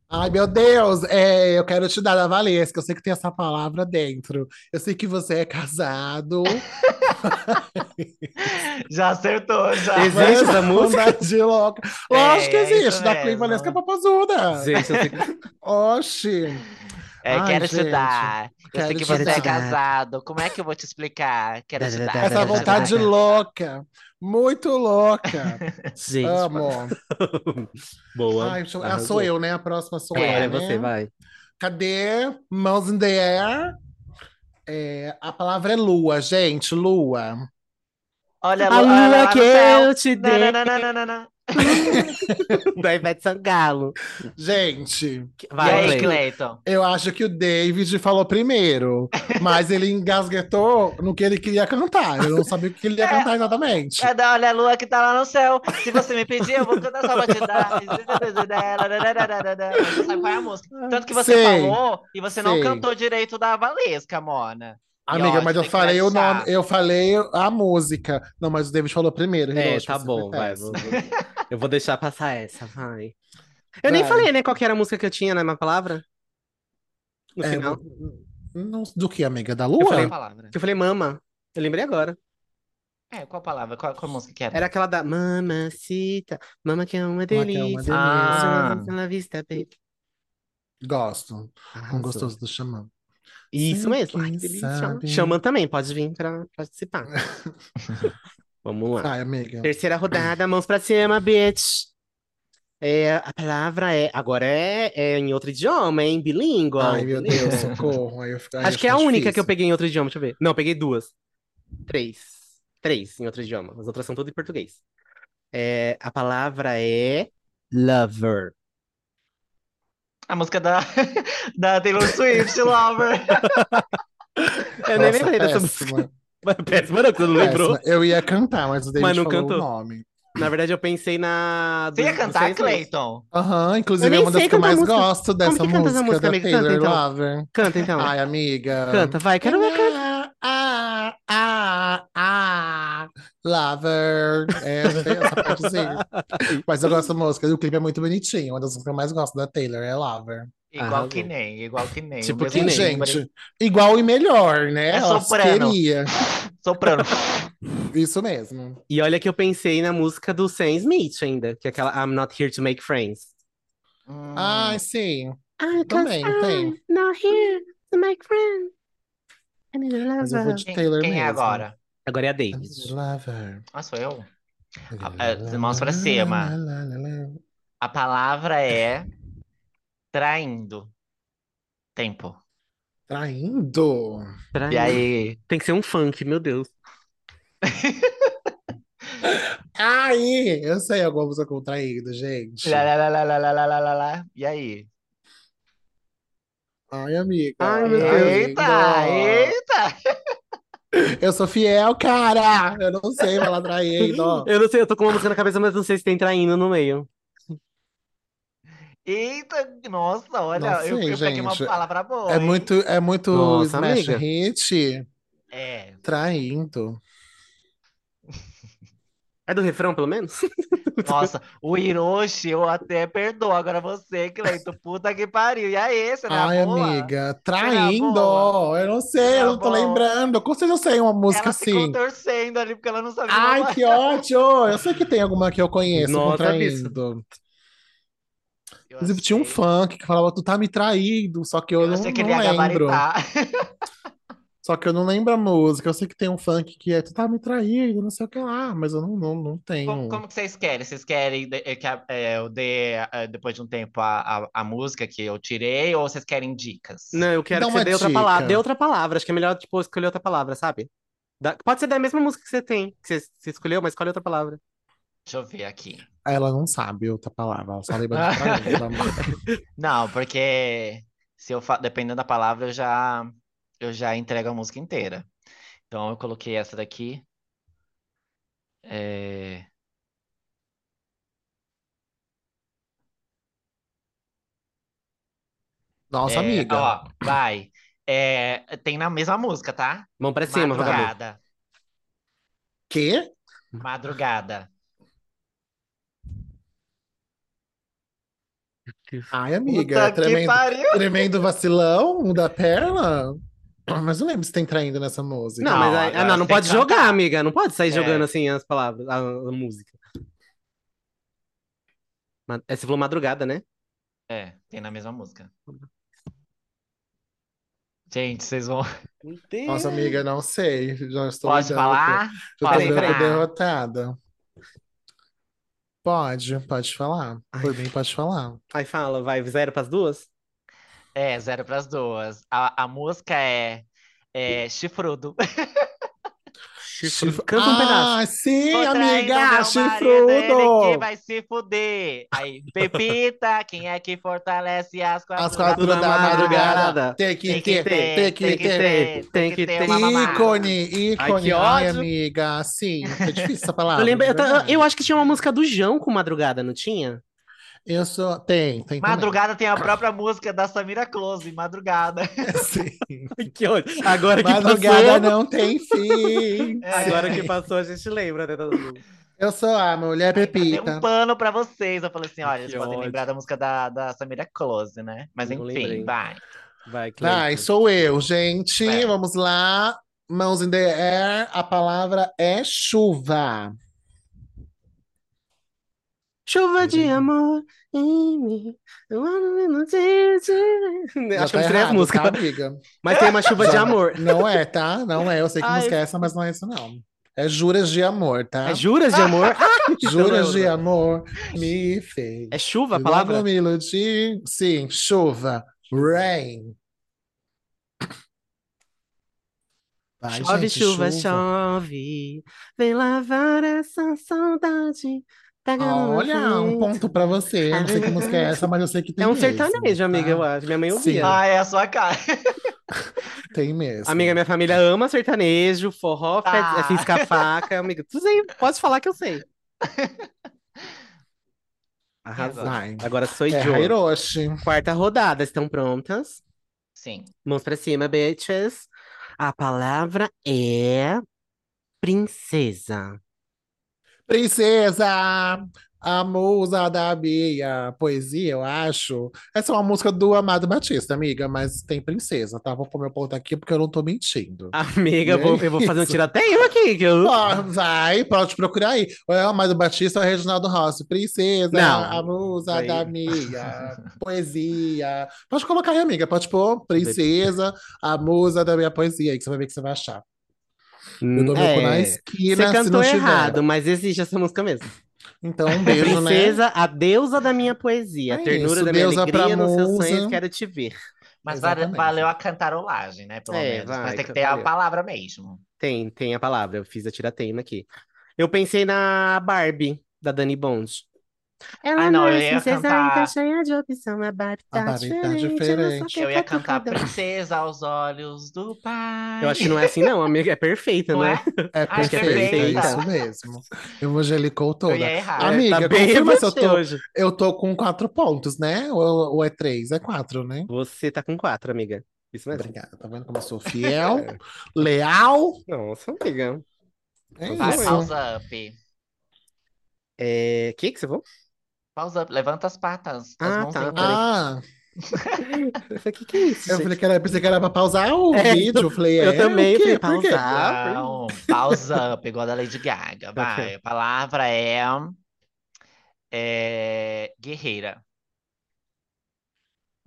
Speaker 3: Ai, meu Deus, é, eu quero te dar da Valesca. Eu sei que tem essa palavra dentro. Eu sei que você é casado.
Speaker 4: Já acertou, já.
Speaker 1: Existe
Speaker 3: Mas
Speaker 1: essa
Speaker 3: não
Speaker 1: música?
Speaker 3: dá de louca. Lógico que
Speaker 4: é isso
Speaker 3: existe. Da
Speaker 4: mesmo.
Speaker 3: Clean Valesca Papazuda.
Speaker 1: Gente, eu sei que...
Speaker 3: Oxi.
Speaker 5: É,
Speaker 3: Ai,
Speaker 5: quero
Speaker 3: gente,
Speaker 5: te dar. Eu sei
Speaker 3: quero
Speaker 5: que
Speaker 3: te
Speaker 5: você é
Speaker 1: dar.
Speaker 5: casado. Como é que eu vou te explicar? Quero te dar.
Speaker 3: Essa
Speaker 5: quero te dar.
Speaker 3: vontade louca. Muito louca.
Speaker 1: Gente,
Speaker 3: Amo.
Speaker 1: boa.
Speaker 3: Ai, deixa eu- ah,
Speaker 1: Arrasou.
Speaker 3: sou eu, né? A próxima sou eu.
Speaker 1: Agora é
Speaker 3: né?
Speaker 1: você, vai.
Speaker 3: Cadê? Mãos in the air. É, a palavra é lua, gente. Lua.
Speaker 4: Olha
Speaker 1: A
Speaker 4: lu- olha lá
Speaker 1: lua
Speaker 4: no
Speaker 1: que
Speaker 4: céu.
Speaker 1: eu te
Speaker 4: Não, não,
Speaker 1: dei
Speaker 4: não, não, não, não, não.
Speaker 1: da Ivete Sangalo.
Speaker 3: Gente,
Speaker 4: e
Speaker 1: Vai,
Speaker 4: aí,
Speaker 1: Cleiton.
Speaker 4: Cleiton?
Speaker 3: eu acho que o David falou primeiro, mas ele engasguetou no que ele queria cantar. Eu não sabia o que ele ia cantar exatamente.
Speaker 4: É da olha a lua que tá lá no céu. Se você me pedir, eu vou cantar só pra te dar. Você sabe qual é a música. Tanto que você
Speaker 3: Sei,
Speaker 4: falou e você não
Speaker 3: sei.
Speaker 4: cantou direito da Valesca, Mona.
Speaker 3: Amiga, mas eu
Speaker 4: tem que
Speaker 3: falei o
Speaker 4: baixar.
Speaker 3: nome, eu falei a música. Não, mas o David falou primeiro.
Speaker 1: É,
Speaker 3: relaxa,
Speaker 1: tá
Speaker 3: você
Speaker 1: bom, vai.
Speaker 3: confessa.
Speaker 1: vou- vou- Eu vou deixar passar essa, vai. Eu nem
Speaker 3: Vai.
Speaker 1: falei, né, qual que era a música que eu tinha na minha palavra? No
Speaker 3: É,
Speaker 1: final.
Speaker 3: não- do que, amiga? Da
Speaker 1: Eu
Speaker 3: lua?
Speaker 4: Qual é
Speaker 1: falei-
Speaker 4: a palavra?
Speaker 1: Que eu falei, mama. Eu lembrei agora.
Speaker 4: É, qual a palavra? Qual, qual a música que é? era?
Speaker 1: Era aquela da Mamacita, mama que é uma
Speaker 3: que é uma
Speaker 1: delícia.
Speaker 3: delícia.
Speaker 1: Ah. Na vista, baby.
Speaker 3: Gosto. Um
Speaker 1: Arrasou.
Speaker 3: gostoso do xamã.
Speaker 1: Isso
Speaker 3: Sim,
Speaker 1: mesmo. Ai,
Speaker 3: quem
Speaker 1: que delícia.
Speaker 3: sabe?
Speaker 1: Xamã também, pode vir pra participar. Vamos lá.
Speaker 3: Ai, amiga.
Speaker 1: Terceira rodada, mãos pra cima, bitch. É, a palavra é. Agora é, é em outro idioma, é em bilíngue.
Speaker 3: Ai, meu Deus, socorro. Aí eu fico- aí
Speaker 1: Acho
Speaker 3: eu
Speaker 1: que é a
Speaker 3: fico
Speaker 1: única que eu
Speaker 3: difícil.
Speaker 1: peguei em outro idioma, deixa eu ver. Não, eu peguei duas. Três. Três em outro idioma. As outras são todas em português. É, a palavra é lover.
Speaker 4: A música da, da Taylor Swift, Lover.
Speaker 1: Eu nem
Speaker 3: Nossa,
Speaker 1: lembrei dessa música.
Speaker 3: péssima,
Speaker 1: Péssima, não, que você não lembrou.
Speaker 3: péssima. Eu ia cantar, mas o David
Speaker 1: Mas não
Speaker 3: falou
Speaker 1: cantou.
Speaker 3: o nome.
Speaker 1: Na verdade, eu pensei na.
Speaker 4: Você ia
Speaker 1: dos- dos
Speaker 4: cantar,
Speaker 1: seis
Speaker 3: é
Speaker 1: meses.
Speaker 4: Cleiton?
Speaker 3: Aham,
Speaker 1: Eu
Speaker 3: inclusive
Speaker 1: nem
Speaker 3: é uma das
Speaker 1: sei
Speaker 3: que eu
Speaker 1: cantar
Speaker 3: mais
Speaker 1: música.
Speaker 3: gosto dessa
Speaker 1: que canta
Speaker 3: música,
Speaker 1: essa música,
Speaker 3: da
Speaker 1: amiga? Canta,
Speaker 3: Taylor
Speaker 1: então.
Speaker 3: Lover.
Speaker 1: Canta então.
Speaker 3: Ai, amiga.
Speaker 1: Canta, vai, quero ver.
Speaker 3: Ah, ah, ah, ah, lover. É, já tem essa partezinha. Mas eu gosto da música. O clipe é muito bonitinho. Uma das músicas que eu mais gosto da Taylor é Lover.
Speaker 4: Igual
Speaker 3: Ah,
Speaker 1: Arrasou.
Speaker 4: que nem, igual que nem.
Speaker 1: Tipo
Speaker 4: O mesmo
Speaker 1: que nem.
Speaker 4: timbre.
Speaker 3: Gente, igual e melhor, né?
Speaker 4: É
Speaker 3: Ela
Speaker 4: soprano.
Speaker 3: queria.
Speaker 4: Soprano.
Speaker 3: Isso mesmo.
Speaker 1: E olha que eu pensei na música do Sam Smith ainda, que é aquela I'm Not Here to Make Friends.
Speaker 4: Hum.
Speaker 3: Ai, Ah, sim.
Speaker 1: I'm
Speaker 3: Também, tem.
Speaker 1: Ah, not here to make friends. I need a
Speaker 3: Mas eu vou de
Speaker 4: quem,
Speaker 3: Taylor
Speaker 4: quem é
Speaker 3: mesmo.
Speaker 4: agora?
Speaker 1: Agora é a David.
Speaker 3: Lover.
Speaker 4: Ah, sou eu? Ah, mãos pra cima. A palavra é traindo. Tempo.
Speaker 3: Traindo.
Speaker 1: Pra
Speaker 4: E
Speaker 1: mim,
Speaker 4: aí?
Speaker 1: Tem que ser um funk, meu Deus.
Speaker 3: Aí, eu sei alguma música com traído, gente.
Speaker 4: Lá, lá, lá, lá, lá, lá, lá, lá, lá, lá. E aí?
Speaker 3: Ai, amiga.
Speaker 1: Ai, meu Deus.
Speaker 4: Eita, eita!
Speaker 3: Eu sou fiel, cara. Eu não sei falar traído.
Speaker 1: Eu não sei, eu tô com uma música na cabeça, mas não sei se tem traindo no meio.
Speaker 4: Eita, nossa, olha,
Speaker 3: Não
Speaker 4: eu,
Speaker 3: sei,
Speaker 4: eu peguei uma
Speaker 3: gente.
Speaker 4: palavra boa.
Speaker 3: É
Speaker 4: hein?
Speaker 3: muito, é muito
Speaker 1: Nossa,
Speaker 3: smash
Speaker 1: amiga.
Speaker 3: hit
Speaker 4: É.
Speaker 3: traindo.
Speaker 1: É do refrão, pelo menos?
Speaker 4: Nossa, o Hiroshi, eu até perdoo. Agora você, Cleito, puta que pariu. E aí, você não é
Speaker 3: Ai,
Speaker 4: boa?
Speaker 3: amiga,
Speaker 4: Será
Speaker 3: traindo.
Speaker 4: boa?
Speaker 3: Eu não sei,
Speaker 4: Será
Speaker 3: eu não tô
Speaker 4: boa?
Speaker 3: lembrando. Com certeza eu sei uma música
Speaker 4: Ela ficou
Speaker 3: assim.
Speaker 4: torcendo ali porque ela não sabia.
Speaker 3: Ai, que ótimo! Eu sei que tem alguma que eu conheço com
Speaker 1: Nossa,
Speaker 3: traindo.
Speaker 4: Eu
Speaker 3: Inclusive, tinha um
Speaker 4: achei-
Speaker 3: funk que falava, tu tá me traindo, só que eu,
Speaker 4: Eu
Speaker 3: não,
Speaker 4: achei que
Speaker 3: não
Speaker 4: ele ia
Speaker 3: lembro.
Speaker 4: gabaritar.
Speaker 3: Só que eu não lembro a música. Eu sei que tem um funk que é Tu tá me traindo, não sei o que lá, mas eu não, não, não tenho.
Speaker 4: Como, como que vocês querem? Vocês querem de- eh, que a- eh, eu dê, eh, depois de um tempo, a, a, a música que eu tirei, ou vocês querem dicas?
Speaker 1: Não, eu quero
Speaker 3: Dá
Speaker 1: que você
Speaker 3: uma
Speaker 1: dê outra
Speaker 3: dica.
Speaker 1: palavra. Dê outra palavra. Acho que é melhor, tipo, escolher outra palavra, sabe? Da- Pode ser da mesma música que você tem, que você, você escolheu, mas escolhe outra palavra.
Speaker 4: Deixa eu ver aqui.
Speaker 3: Ela não sabe outra palavra, ela só lembra de traindo. ela não-
Speaker 4: Não, porque se eu fa... dependendo da palavra, eu já eu já entrego a música inteira. Então eu coloquei essa daqui. É,
Speaker 3: Nossa,
Speaker 4: é,
Speaker 3: amiga.
Speaker 4: ó, vai. É, tem na mesma música, tá?
Speaker 1: Mão pra cima, vagabundo.
Speaker 4: Madrugada.
Speaker 3: Quê?
Speaker 4: Madrugada.
Speaker 3: Ai, amiga, é
Speaker 6: Puta que
Speaker 3: tremendo,
Speaker 6: pariu.
Speaker 3: tremendo vacilão um da perna. Mas eu lembro se tem traindo nessa música.
Speaker 1: Não, mas aí-
Speaker 4: agora
Speaker 1: ah, não,
Speaker 4: você
Speaker 1: não
Speaker 4: tem
Speaker 1: pode
Speaker 4: que cantar.
Speaker 1: jogar, amiga. Não pode sair
Speaker 4: É.
Speaker 1: jogando assim as palavras, a, a música. Ma- é, Você falou madrugada, né?
Speaker 4: É, tem na mesma música.
Speaker 3: Uhum.
Speaker 4: Gente, vocês vão.
Speaker 3: Nossa, amiga, não sei. Já estou
Speaker 4: Pode
Speaker 3: lidando
Speaker 4: falar?
Speaker 3: com- Já
Speaker 4: Pode
Speaker 3: estou
Speaker 4: falar.
Speaker 3: dando derrotada. Pode, pode falar. Por mim, pode falar.
Speaker 1: Aí fala, vai zero pras duas?
Speaker 4: É, zero pras duas. A, a música é, é Chifrudo.
Speaker 1: Chifre.
Speaker 3: Chif-
Speaker 1: Canta um pedaço.
Speaker 3: Ah, sim,
Speaker 4: Tô traindo
Speaker 3: amiga!
Speaker 4: meu marido, né, ele que
Speaker 3: Chifrudo!
Speaker 4: vai se fuder. Aí, Pepita, quem é que fortalece as quatro
Speaker 3: Às quatro da
Speaker 1: da madrugada.
Speaker 3: madrugada. Tem que ter, tem que ter.
Speaker 1: tem que ter.
Speaker 3: Ícone,
Speaker 1: Ai, que
Speaker 3: ícone. Ai,
Speaker 1: ódio.
Speaker 3: amiga, sim. É difícil essa palavra.
Speaker 1: Eu lembro,
Speaker 3: de
Speaker 1: eu, ta-
Speaker 3: verdade.
Speaker 1: eu acho que tinha uma música do Jão com madrugada, não tinha?
Speaker 3: Eu sou. Tem, tem. também.
Speaker 4: Madrugada tem a própria música da Samira Close, Madrugada.
Speaker 3: Sim.
Speaker 1: Que ódio. Agora que
Speaker 3: Madrugada né?
Speaker 1: passou,
Speaker 3: não é. tem fim.
Speaker 4: É.
Speaker 1: agora
Speaker 3: Sim.
Speaker 1: que passou a gente lembra, né? todo mundo.
Speaker 3: Eu sou a mulher
Speaker 4: Tem um
Speaker 3: Pepita.
Speaker 4: pano pra vocês. Eu falei assim, olha,
Speaker 1: Que
Speaker 4: vocês podem
Speaker 1: ódio.
Speaker 4: lembrar da música da, da Samira Close, né? Mas
Speaker 1: Não lembrei.
Speaker 4: enfim, vai.
Speaker 1: Vai, Cleiton.
Speaker 3: Vai, sou eu, gente.
Speaker 4: É.
Speaker 3: Vamos lá. Mãos in the air. A palavra é chuva.
Speaker 1: Chuva de
Speaker 3: Uhum.
Speaker 1: amor em mim. Eu amo no dia de-
Speaker 3: Já
Speaker 1: Acho que
Speaker 3: tá
Speaker 1: eu misturei as
Speaker 3: errado,
Speaker 1: músicas.
Speaker 3: tá, amiga?
Speaker 1: Mas tem uma chuva de
Speaker 3: Já-
Speaker 1: amor.
Speaker 3: Não é, tá? Não é. Eu sei que
Speaker 1: Ai.
Speaker 3: música é essa, mas não é isso, não. É juras de amor, tá?
Speaker 1: É juras de amor?
Speaker 3: Juras de
Speaker 1: Não,
Speaker 3: amor me fez.
Speaker 1: É chuva a palavra?
Speaker 3: Logo me iludi. Sim, chuva. Rain. Vai,
Speaker 1: chove,
Speaker 3: gente,
Speaker 1: chuva, chove. Vem lavar essa saudade. Pega no
Speaker 3: Olha, um
Speaker 1: jeito.
Speaker 3: ponto pra você. Eu não sei que música é essa, mas eu sei que tem
Speaker 1: É um
Speaker 3: mesmo,
Speaker 1: sertanejo, amiga,
Speaker 3: tá?
Speaker 1: eu acho. Minha mãe
Speaker 3: Sim.
Speaker 1: ouvia.
Speaker 4: Ah, é a sua cara.
Speaker 3: Tem mesmo.
Speaker 1: Amiga, minha família ama sertanejo, forró,
Speaker 4: Tá.
Speaker 1: fe- fisca faca, amiga. Tu sei, pode falar que eu sei. Arrasou.
Speaker 3: Vai.
Speaker 1: Agora sou
Speaker 3: É
Speaker 1: idiota.
Speaker 3: Hiroshi.
Speaker 1: Quarta rodada, estão prontas?
Speaker 4: Sim.
Speaker 1: Mãos pra cima, bitches. A palavra é princesa.
Speaker 3: Princesa, a musa da Bia. Poesia, eu acho. Essa é uma música do Amado Batista, amiga, mas tem princesa, tá? Vou pôr meu ponto aqui porque eu não tô mentindo.
Speaker 1: Amiga, eu
Speaker 3: É
Speaker 1: vou, eu vou fazer um
Speaker 3: isso.
Speaker 1: tiroteio aqui. Que eu...
Speaker 3: Ó, vai, pode procurar aí. Ou é o Amado Batista ou é Reginaldo Rossi. Princesa,
Speaker 1: Não.
Speaker 3: a musa
Speaker 1: Aí.
Speaker 3: da minha poesia. Pode colocar aí, amiga. Pode pôr Princesa, a musa da minha poesia. Aí que você vai ver que você vai achar. Eu dou meu cu na
Speaker 1: É.
Speaker 3: esquina
Speaker 1: Você
Speaker 3: né, se não
Speaker 1: cantou
Speaker 3: tiver.
Speaker 1: errado, mas existe essa música mesmo.
Speaker 3: Então, um beijo, né?
Speaker 1: Princesa, a deusa da minha poesia, a
Speaker 3: É
Speaker 1: ternura
Speaker 3: isso,
Speaker 1: da minha
Speaker 3: deusa pra
Speaker 1: alegria, nos seus
Speaker 3: musa.
Speaker 1: sonhos, quero te ver.
Speaker 4: Mas vale-
Speaker 3: Exatamente.
Speaker 4: valeu a cantarolagem, né? Pelo
Speaker 1: É,
Speaker 4: menos. Mas
Speaker 1: vai,
Speaker 4: tem que ter a
Speaker 1: valeu.
Speaker 4: palavra mesmo.
Speaker 1: Tem, tem a palavra. Eu fiz a tirateima aqui. Eu pensei na Barbie, da Dani Bond. Ela
Speaker 4: Ah, não, eu ia
Speaker 1: princesa
Speaker 4: cantar-
Speaker 1: um tá cheia de opção, a Barbie
Speaker 3: A
Speaker 1: tá
Speaker 3: Barbie tá
Speaker 1: diferente. ela só
Speaker 3: diferente.
Speaker 1: quer
Speaker 4: Eu ia cantar
Speaker 1: catucada.
Speaker 4: Princesa aos Olhos do Pai.
Speaker 1: Eu acho que não é assim, não, amiga. É perfeita,
Speaker 4: Não
Speaker 1: né?
Speaker 4: é?
Speaker 3: É
Speaker 4: Ai,
Speaker 3: perfeita, é
Speaker 4: perfeita.
Speaker 3: isso mesmo. Evangelicou
Speaker 4: Eu
Speaker 3: toda.
Speaker 4: ia errar.
Speaker 3: Amiga,
Speaker 1: tá bem
Speaker 3: confirma se eu
Speaker 1: você
Speaker 3: tô-
Speaker 1: hoje.
Speaker 3: Eu tô com quatro pontos, né? Ou, ou é três? É quatro, né?
Speaker 1: Você tá com quatro, amiga. Isso mesmo.
Speaker 3: Obrigada. Tá vendo como eu sou fiel, leal?
Speaker 1: Nossa, amiga.
Speaker 3: É
Speaker 4: Vai,
Speaker 3: isso.
Speaker 4: pausa up.
Speaker 1: É... Que que você falou?
Speaker 4: Pausa up. Levanta as patas.
Speaker 1: Ah,
Speaker 4: as
Speaker 1: tá.
Speaker 4: mãozinhas.
Speaker 1: Ah,
Speaker 3: Ah,
Speaker 1: Eu falei, que que é isso,
Speaker 3: eu
Speaker 1: gente?
Speaker 3: falei que era, pensei que era pra pausar o
Speaker 1: É,
Speaker 3: vídeo. Eu falei,
Speaker 1: eu
Speaker 3: é,
Speaker 1: também
Speaker 3: o quê?
Speaker 1: falei,
Speaker 3: Por quê?
Speaker 1: pausar. Ah, Tá
Speaker 4: Não, pausa up, igual a da Lady Gaga. Vai.
Speaker 1: Ok.
Speaker 4: A palavra é, é, guerreira.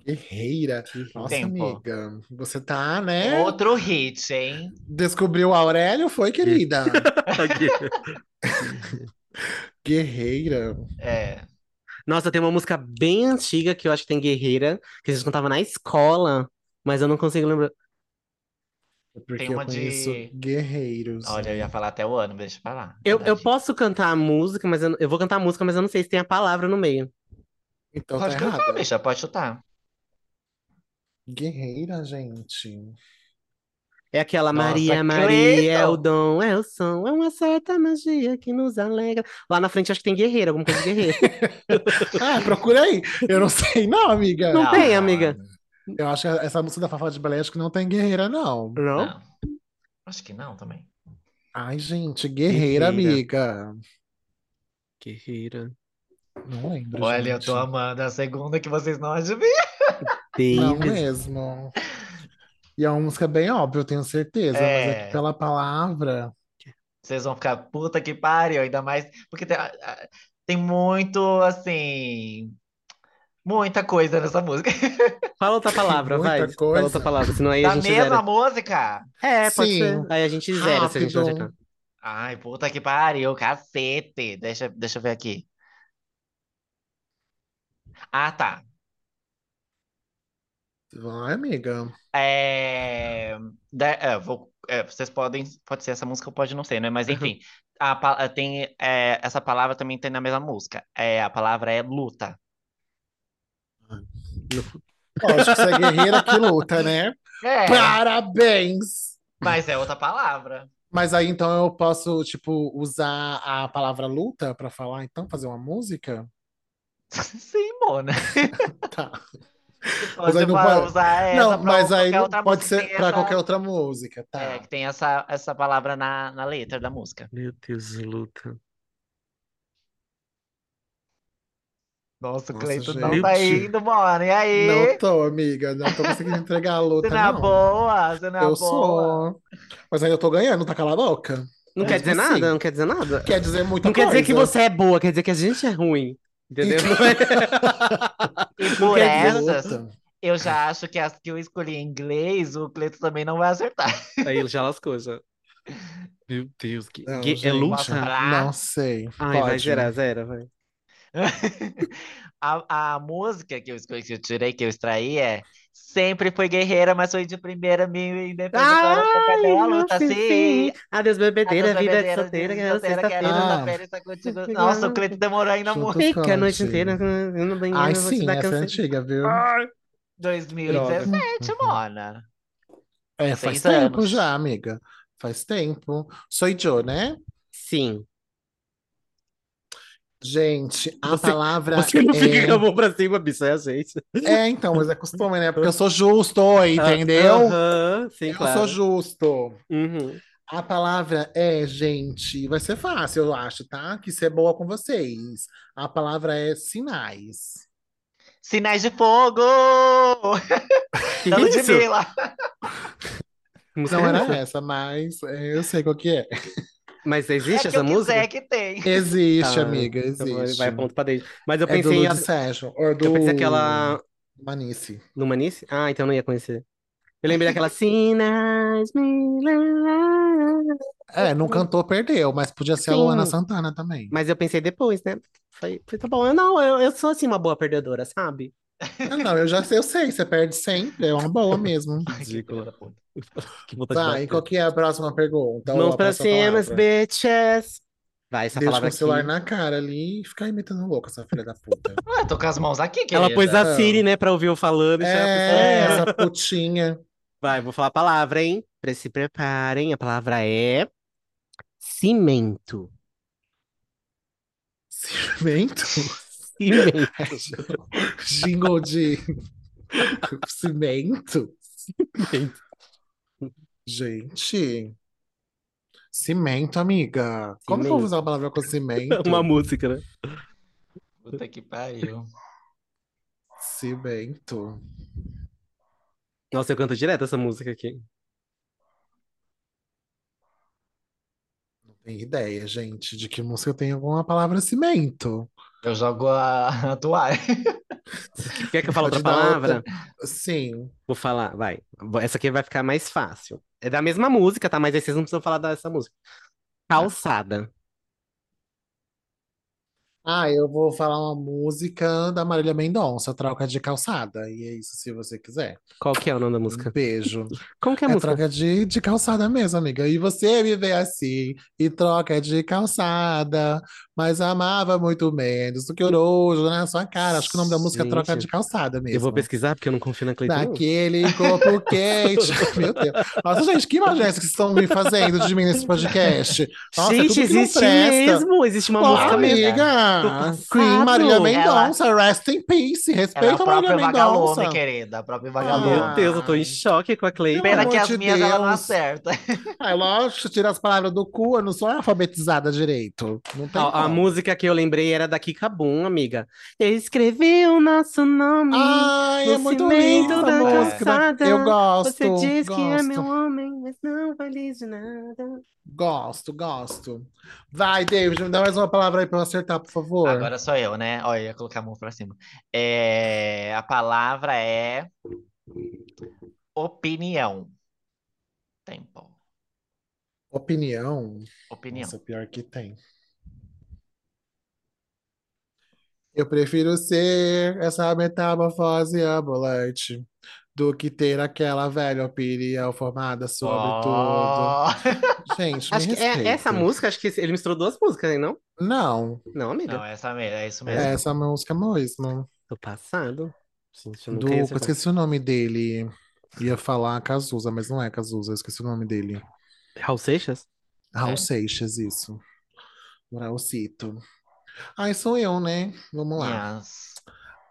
Speaker 3: Guerreira. Nossa,
Speaker 7: tempo.
Speaker 3: amiga. Você tá, né?
Speaker 4: É Outro hit, hein?
Speaker 3: Descobriu o Aurélio? Foi, querida? Ah, Guerreira.
Speaker 4: É.
Speaker 1: Nossa, tem uma música bem antiga que eu acho que tem Guerreira, que a gente cantava na escola, mas eu não consigo lembrar.
Speaker 3: É Porque
Speaker 4: Tem uma
Speaker 3: eu conheço
Speaker 4: de-
Speaker 3: guerreiros.
Speaker 4: Olha, eu ia falar até o ano, deixa pra lá.
Speaker 1: Eu, eu
Speaker 4: Verdade.
Speaker 1: posso cantar a música, mas eu, não- eu vou cantar a música, mas eu não sei se tem a palavra no meio.
Speaker 3: Então
Speaker 4: Pode
Speaker 3: tá
Speaker 4: cantar,
Speaker 3: errada.
Speaker 4: bicha, pode chutar.
Speaker 3: Guerreira, gente.
Speaker 1: É aquela
Speaker 4: Nossa,
Speaker 1: Maria, Maria, é o
Speaker 4: Cleiton!
Speaker 1: dom, é o som, é uma certa magia que nos alegra. Lá na frente acho que tem guerreira, alguma coisa de guerreira.
Speaker 3: Ah, procura aí. Eu não sei, não, amiga.
Speaker 1: Não
Speaker 4: Não,
Speaker 1: tem,
Speaker 4: não,
Speaker 1: amiga.
Speaker 3: Eu acho que essa música da Fafá de Belém acho que não tem guerreira, não.
Speaker 1: Não?
Speaker 4: Não. Acho que não também.
Speaker 3: Ai, gente, guerreira,
Speaker 1: Guerreira.
Speaker 3: amiga.
Speaker 1: Guerreira.
Speaker 3: Não lembro,
Speaker 4: Olha, eu
Speaker 3: gente.
Speaker 4: tô amando a segunda que vocês não adivinham.
Speaker 3: Não é.
Speaker 1: Davis.
Speaker 3: mesmo. E é uma música bem óbvia, eu tenho certeza, mas é
Speaker 4: É.
Speaker 3: que pela palavra.
Speaker 4: Vocês vão ficar, puta que pariu, ainda mais. Porque tem, ah, tem muito, assim. Muita coisa nessa música.
Speaker 1: Fala outra palavra,
Speaker 3: Muita
Speaker 1: vai. Fala
Speaker 3: coisa.
Speaker 1: outra palavra, senão aí a
Speaker 4: da
Speaker 1: gente
Speaker 4: mesma
Speaker 1: zera.
Speaker 4: música?
Speaker 1: É, pode
Speaker 3: Sim.
Speaker 1: ser. Aí a gente zera se a gente não
Speaker 3: Rápido.
Speaker 1: acertar.
Speaker 4: Ai, puta que pariu, cacete. Deixa, deixa eu ver aqui. Ah, tá.
Speaker 3: Vai, amiga.
Speaker 4: É, da- é, vou- é, vocês podem. Pode ser essa música ou pode não ser, né? Mas
Speaker 1: Uhum.
Speaker 4: enfim, a pa- tem, é, essa palavra também tem na mesma música. É, a palavra é luta.
Speaker 3: Lógico, você é guerreira que luta, né?
Speaker 4: É,
Speaker 3: Parabéns!
Speaker 4: mas é outra palavra.
Speaker 3: Mas aí então eu posso, tipo, usar a palavra luta pra falar, então, fazer uma música?
Speaker 4: Sim, Mona.
Speaker 3: Tá. Mas aí
Speaker 4: Você
Speaker 3: não
Speaker 4: pode
Speaker 3: pode-
Speaker 4: usar essa
Speaker 3: Não,
Speaker 4: É, pra
Speaker 3: mas aí
Speaker 4: qualquer outra
Speaker 3: pode
Speaker 4: música que
Speaker 3: ser pra
Speaker 4: tem essa-
Speaker 3: qualquer outra música, tá?
Speaker 4: É, que tem essa, essa palavra na, na letra da música.
Speaker 1: Meu Deus, luta.
Speaker 4: Nossa,
Speaker 3: Nossa,
Speaker 4: o Cleiton não
Speaker 3: gente.
Speaker 4: tá indo, Mona. E aí?
Speaker 3: Não tô, amiga, não tô conseguindo entregar a luta,
Speaker 4: Você não é
Speaker 3: não.
Speaker 4: boa, você não é
Speaker 3: Eu
Speaker 4: boa.
Speaker 3: sou. Mas aí eu tô ganhando, tá cala a boca.
Speaker 1: Não
Speaker 3: É,
Speaker 1: quer
Speaker 3: tipo
Speaker 1: dizer nada?
Speaker 3: assim.
Speaker 1: Não quer dizer nada?
Speaker 3: Quer dizer muita
Speaker 1: Não quer dizer que
Speaker 3: coisa.
Speaker 1: você é boa, quer dizer que a gente é ruim. Entendeu? Não é-
Speaker 4: E por
Speaker 1: quer
Speaker 3: dizer
Speaker 4: essas,
Speaker 3: luta.
Speaker 4: eu já acho que as que eu escolhi em inglês, o Cleiton também não vai acertar.
Speaker 1: Aí ele já lascou, já. Meu Deus, que,
Speaker 3: Não,
Speaker 1: que- é
Speaker 3: gente,
Speaker 4: Posso
Speaker 1: luta?
Speaker 4: falar?
Speaker 3: Não sei.
Speaker 1: Ai, vai
Speaker 3: Pode.
Speaker 1: zerar, zera, vai.
Speaker 4: A, a música que eu escolhi, que eu tirei, que eu extraí é Sempre fui guerreira, mas fui de primeira, me independo para tocar
Speaker 1: Ai,
Speaker 4: pela
Speaker 1: nossa,
Speaker 4: luta,
Speaker 1: sim,
Speaker 4: sim.
Speaker 1: sim. Adeus, bebedeira,
Speaker 4: Adeus,
Speaker 1: vida de
Speaker 4: bebedeira,
Speaker 1: solteira, Ah. que
Speaker 4: de
Speaker 1: era
Speaker 4: solteira, quero
Speaker 1: sexta-feira.
Speaker 3: sexta-feira.
Speaker 4: sexta-feira, está contigo. Nossa, o Cleiton demorou ainda
Speaker 3: Juntos
Speaker 4: muito.
Speaker 1: Fica a é noite
Speaker 3: Cante.
Speaker 1: inteira no banheiro,
Speaker 3: Ai,
Speaker 1: vou te
Speaker 3: sim,
Speaker 1: dar
Speaker 3: essa é
Speaker 1: canseira.
Speaker 3: antiga, viu?
Speaker 1: Ah,
Speaker 4: 2017,
Speaker 1: Uhum.
Speaker 3: Droga.
Speaker 4: Mona.
Speaker 3: É, faz
Speaker 4: seis
Speaker 3: tempo
Speaker 4: anos.
Speaker 3: já, amiga. Faz tempo. Sou Joe, né?
Speaker 1: Sim.
Speaker 3: Gente, a
Speaker 1: Você-
Speaker 3: palavra
Speaker 1: Você não fica
Speaker 3: é...
Speaker 1: com a mão pra cima, bicho, é a gente.
Speaker 3: É, então, mas é costume, né? Porque eu sou justo, entendeu?
Speaker 1: Ah, Aham, sim,
Speaker 3: Eu
Speaker 1: claro.
Speaker 3: sou justo.
Speaker 1: Uhum.
Speaker 3: A palavra é, gente, vai ser fácil, eu acho, tá? Que ser boa com vocês. A palavra é sinais.
Speaker 4: Sinais de fogo!
Speaker 1: Que
Speaker 4: Da
Speaker 1: isso?
Speaker 4: Ludmilla.
Speaker 1: Música
Speaker 3: Não
Speaker 1: é
Speaker 3: era
Speaker 1: essa?
Speaker 3: essa, mas é, eu sei qual que é.
Speaker 1: Mas
Speaker 4: É
Speaker 1: existe
Speaker 4: que
Speaker 1: essa
Speaker 4: eu quiser
Speaker 1: música?
Speaker 4: que tem.
Speaker 3: Existe,
Speaker 1: Ah,
Speaker 3: amiga,
Speaker 1: Então vai-
Speaker 3: existe.
Speaker 1: Vai ponto pra dentro. Mas eu
Speaker 3: é do
Speaker 1: pensei em.
Speaker 3: Lud Sérgio, ou
Speaker 1: Eu
Speaker 3: do
Speaker 1: pensei aquela.
Speaker 3: Manice.
Speaker 1: Lumanice? Ah, então eu não ia conhecer. Eu lembrei daquela. Sinais me levaram.
Speaker 3: É, não cantou, perdeu, mas podia ser a
Speaker 1: Sim.
Speaker 3: Luana Santana também.
Speaker 1: Mas eu pensei depois, né? Falei, falei, tá bom. Eu não, eu, eu sou assim uma boa perdedora, sabe?
Speaker 3: Não, Ah, não, eu já sei, eu sei, você perde sempre, é uma boa mesmo.
Speaker 1: Ridícula. Que vontade de
Speaker 3: Tá, e
Speaker 1: bater.
Speaker 3: qual que é a próxima pergunta? Ou
Speaker 1: Mãos
Speaker 3: a
Speaker 1: pra
Speaker 3: próxima
Speaker 1: cima,
Speaker 3: palavra?
Speaker 1: bitches. Vai, essa
Speaker 3: Deixa
Speaker 1: palavra
Speaker 3: o celular
Speaker 1: aqui.
Speaker 3: na cara ali e fica imitando louco essa filha da puta.
Speaker 4: Ah, eu tô com as mãos aqui,
Speaker 1: Ela
Speaker 4: querida.
Speaker 1: pôs a
Speaker 3: Não.
Speaker 1: Siri, né, pra ouvir eu falando. e já-
Speaker 3: É,
Speaker 1: É.
Speaker 3: essa putinha.
Speaker 1: Vai, vou falar a palavra, hein? Pra se preparem, a palavra é cimento.
Speaker 3: Cimento?
Speaker 1: Cimento.
Speaker 3: Jingle de cimento? Gente. Cimento, amiga. Como que eu vou usar a palavra com cimento?
Speaker 1: Uma música, né?
Speaker 4: Puta que pariu.
Speaker 3: Cimento.
Speaker 1: Nossa, eu canto direto essa música aqui.
Speaker 3: Não tenho ideia, gente, de que música tem alguma palavra cimento.
Speaker 4: Eu jogo a, a toalha.
Speaker 1: Quer que eu fale outra
Speaker 3: Pode dar outra.
Speaker 1: palavra?
Speaker 3: Sim.
Speaker 1: Vou falar, vai. Essa aqui vai ficar mais fácil. É da mesma música, tá? Mas aí vocês não precisam falar dessa música. Calçada.
Speaker 3: Ah, eu vou falar uma música da Marília Mendonça, Troca de Calçada. E é isso, se você quiser.
Speaker 1: Qual que é o nome da
Speaker 3: Um
Speaker 1: música?
Speaker 3: beijo.
Speaker 1: Como que é a
Speaker 3: É
Speaker 1: música?
Speaker 3: troca de, de calçada mesmo, amiga. E você me vê assim, e troca de calçada. Mas amava muito menos do que o nojo na sua cara. Acho que o nome da música é Troca
Speaker 1: Gente,
Speaker 3: de Calçada mesmo.
Speaker 1: Eu vou pesquisar porque eu não confio na Cleiton. não.
Speaker 3: Daquele corpo quente. Meu Deus. Nossa, gente, que imagem é essa que vocês estão me fazendo de mim nesse podcast? Nossa, é
Speaker 1: Gente,
Speaker 3: tudo que não
Speaker 1: existe
Speaker 3: presta.
Speaker 1: mesmo, existe uma
Speaker 3: Ó,
Speaker 1: música mesmo.
Speaker 3: amiga,
Speaker 1: Do
Speaker 3: Queen
Speaker 1: passado.
Speaker 3: Marília Mendonça, rest in peace.
Speaker 6: Ela é
Speaker 3: Respeita
Speaker 6: a
Speaker 3: a Marília
Speaker 6: própria
Speaker 3: Mendonça.
Speaker 6: vagalume, querida. A
Speaker 3: Ah.
Speaker 6: própria
Speaker 1: Meu
Speaker 6: vagalume.
Speaker 1: Deus, eu tô em choque com a Cleiton.
Speaker 3: Pelo
Speaker 6: Pena
Speaker 3: amor
Speaker 6: que as
Speaker 3: de
Speaker 6: minhas ela não
Speaker 3: Deus.
Speaker 6: acerta.
Speaker 3: Ah, é lógico, tira as palavras do cu, eu não sou alfabetizada direito. Não tem
Speaker 1: A, a
Speaker 3: como.
Speaker 1: música que eu lembrei era da Kika Boom, amiga. Eu escrevi o nosso nome
Speaker 3: Ai, é
Speaker 1: no
Speaker 3: muito
Speaker 1: cimento
Speaker 3: linda essa
Speaker 1: da
Speaker 3: música. né?
Speaker 1: calçada.
Speaker 3: Eu gosto,
Speaker 1: Você diz que é
Speaker 3: gosto,
Speaker 1: meu homem, mas não vale de nada.
Speaker 3: gosto, gosto. Vai, David, me dá mais uma palavra aí pra eu acertar, por favor.
Speaker 6: Agora sou eu, né? Olha, eu ia colocar a mão pra cima. É, a palavra é opinião. Tempo.
Speaker 3: Opinião.
Speaker 6: Opinião.
Speaker 3: Nossa, pior que tem. Eu prefiro ser essa metamorfose ambulante do que ter aquela velha opinião formada sobre tudo.
Speaker 6: Ó.
Speaker 3: Gente, me
Speaker 1: Acho que é,
Speaker 3: respeita.
Speaker 1: essa música, acho que ele misturou duas músicas, hein, não?
Speaker 3: Não,
Speaker 1: Não, amiga.
Speaker 6: Não, essa mesmo, é isso
Speaker 3: é
Speaker 6: mesmo.
Speaker 3: essa música mesmo.
Speaker 1: Do passado. Gente, eu nunca ia
Speaker 3: Do,
Speaker 1: acertar.
Speaker 3: esqueci o nome dele. Ia falar Cazuza, mas não é Cazuza, eu esqueci o nome dele.
Speaker 1: Raul Seixas?
Speaker 3: Raul Seixas, isso. Raulcito. Ai, sou eu, né? Vamos
Speaker 4: É.
Speaker 3: lá.
Speaker 6: Minhas.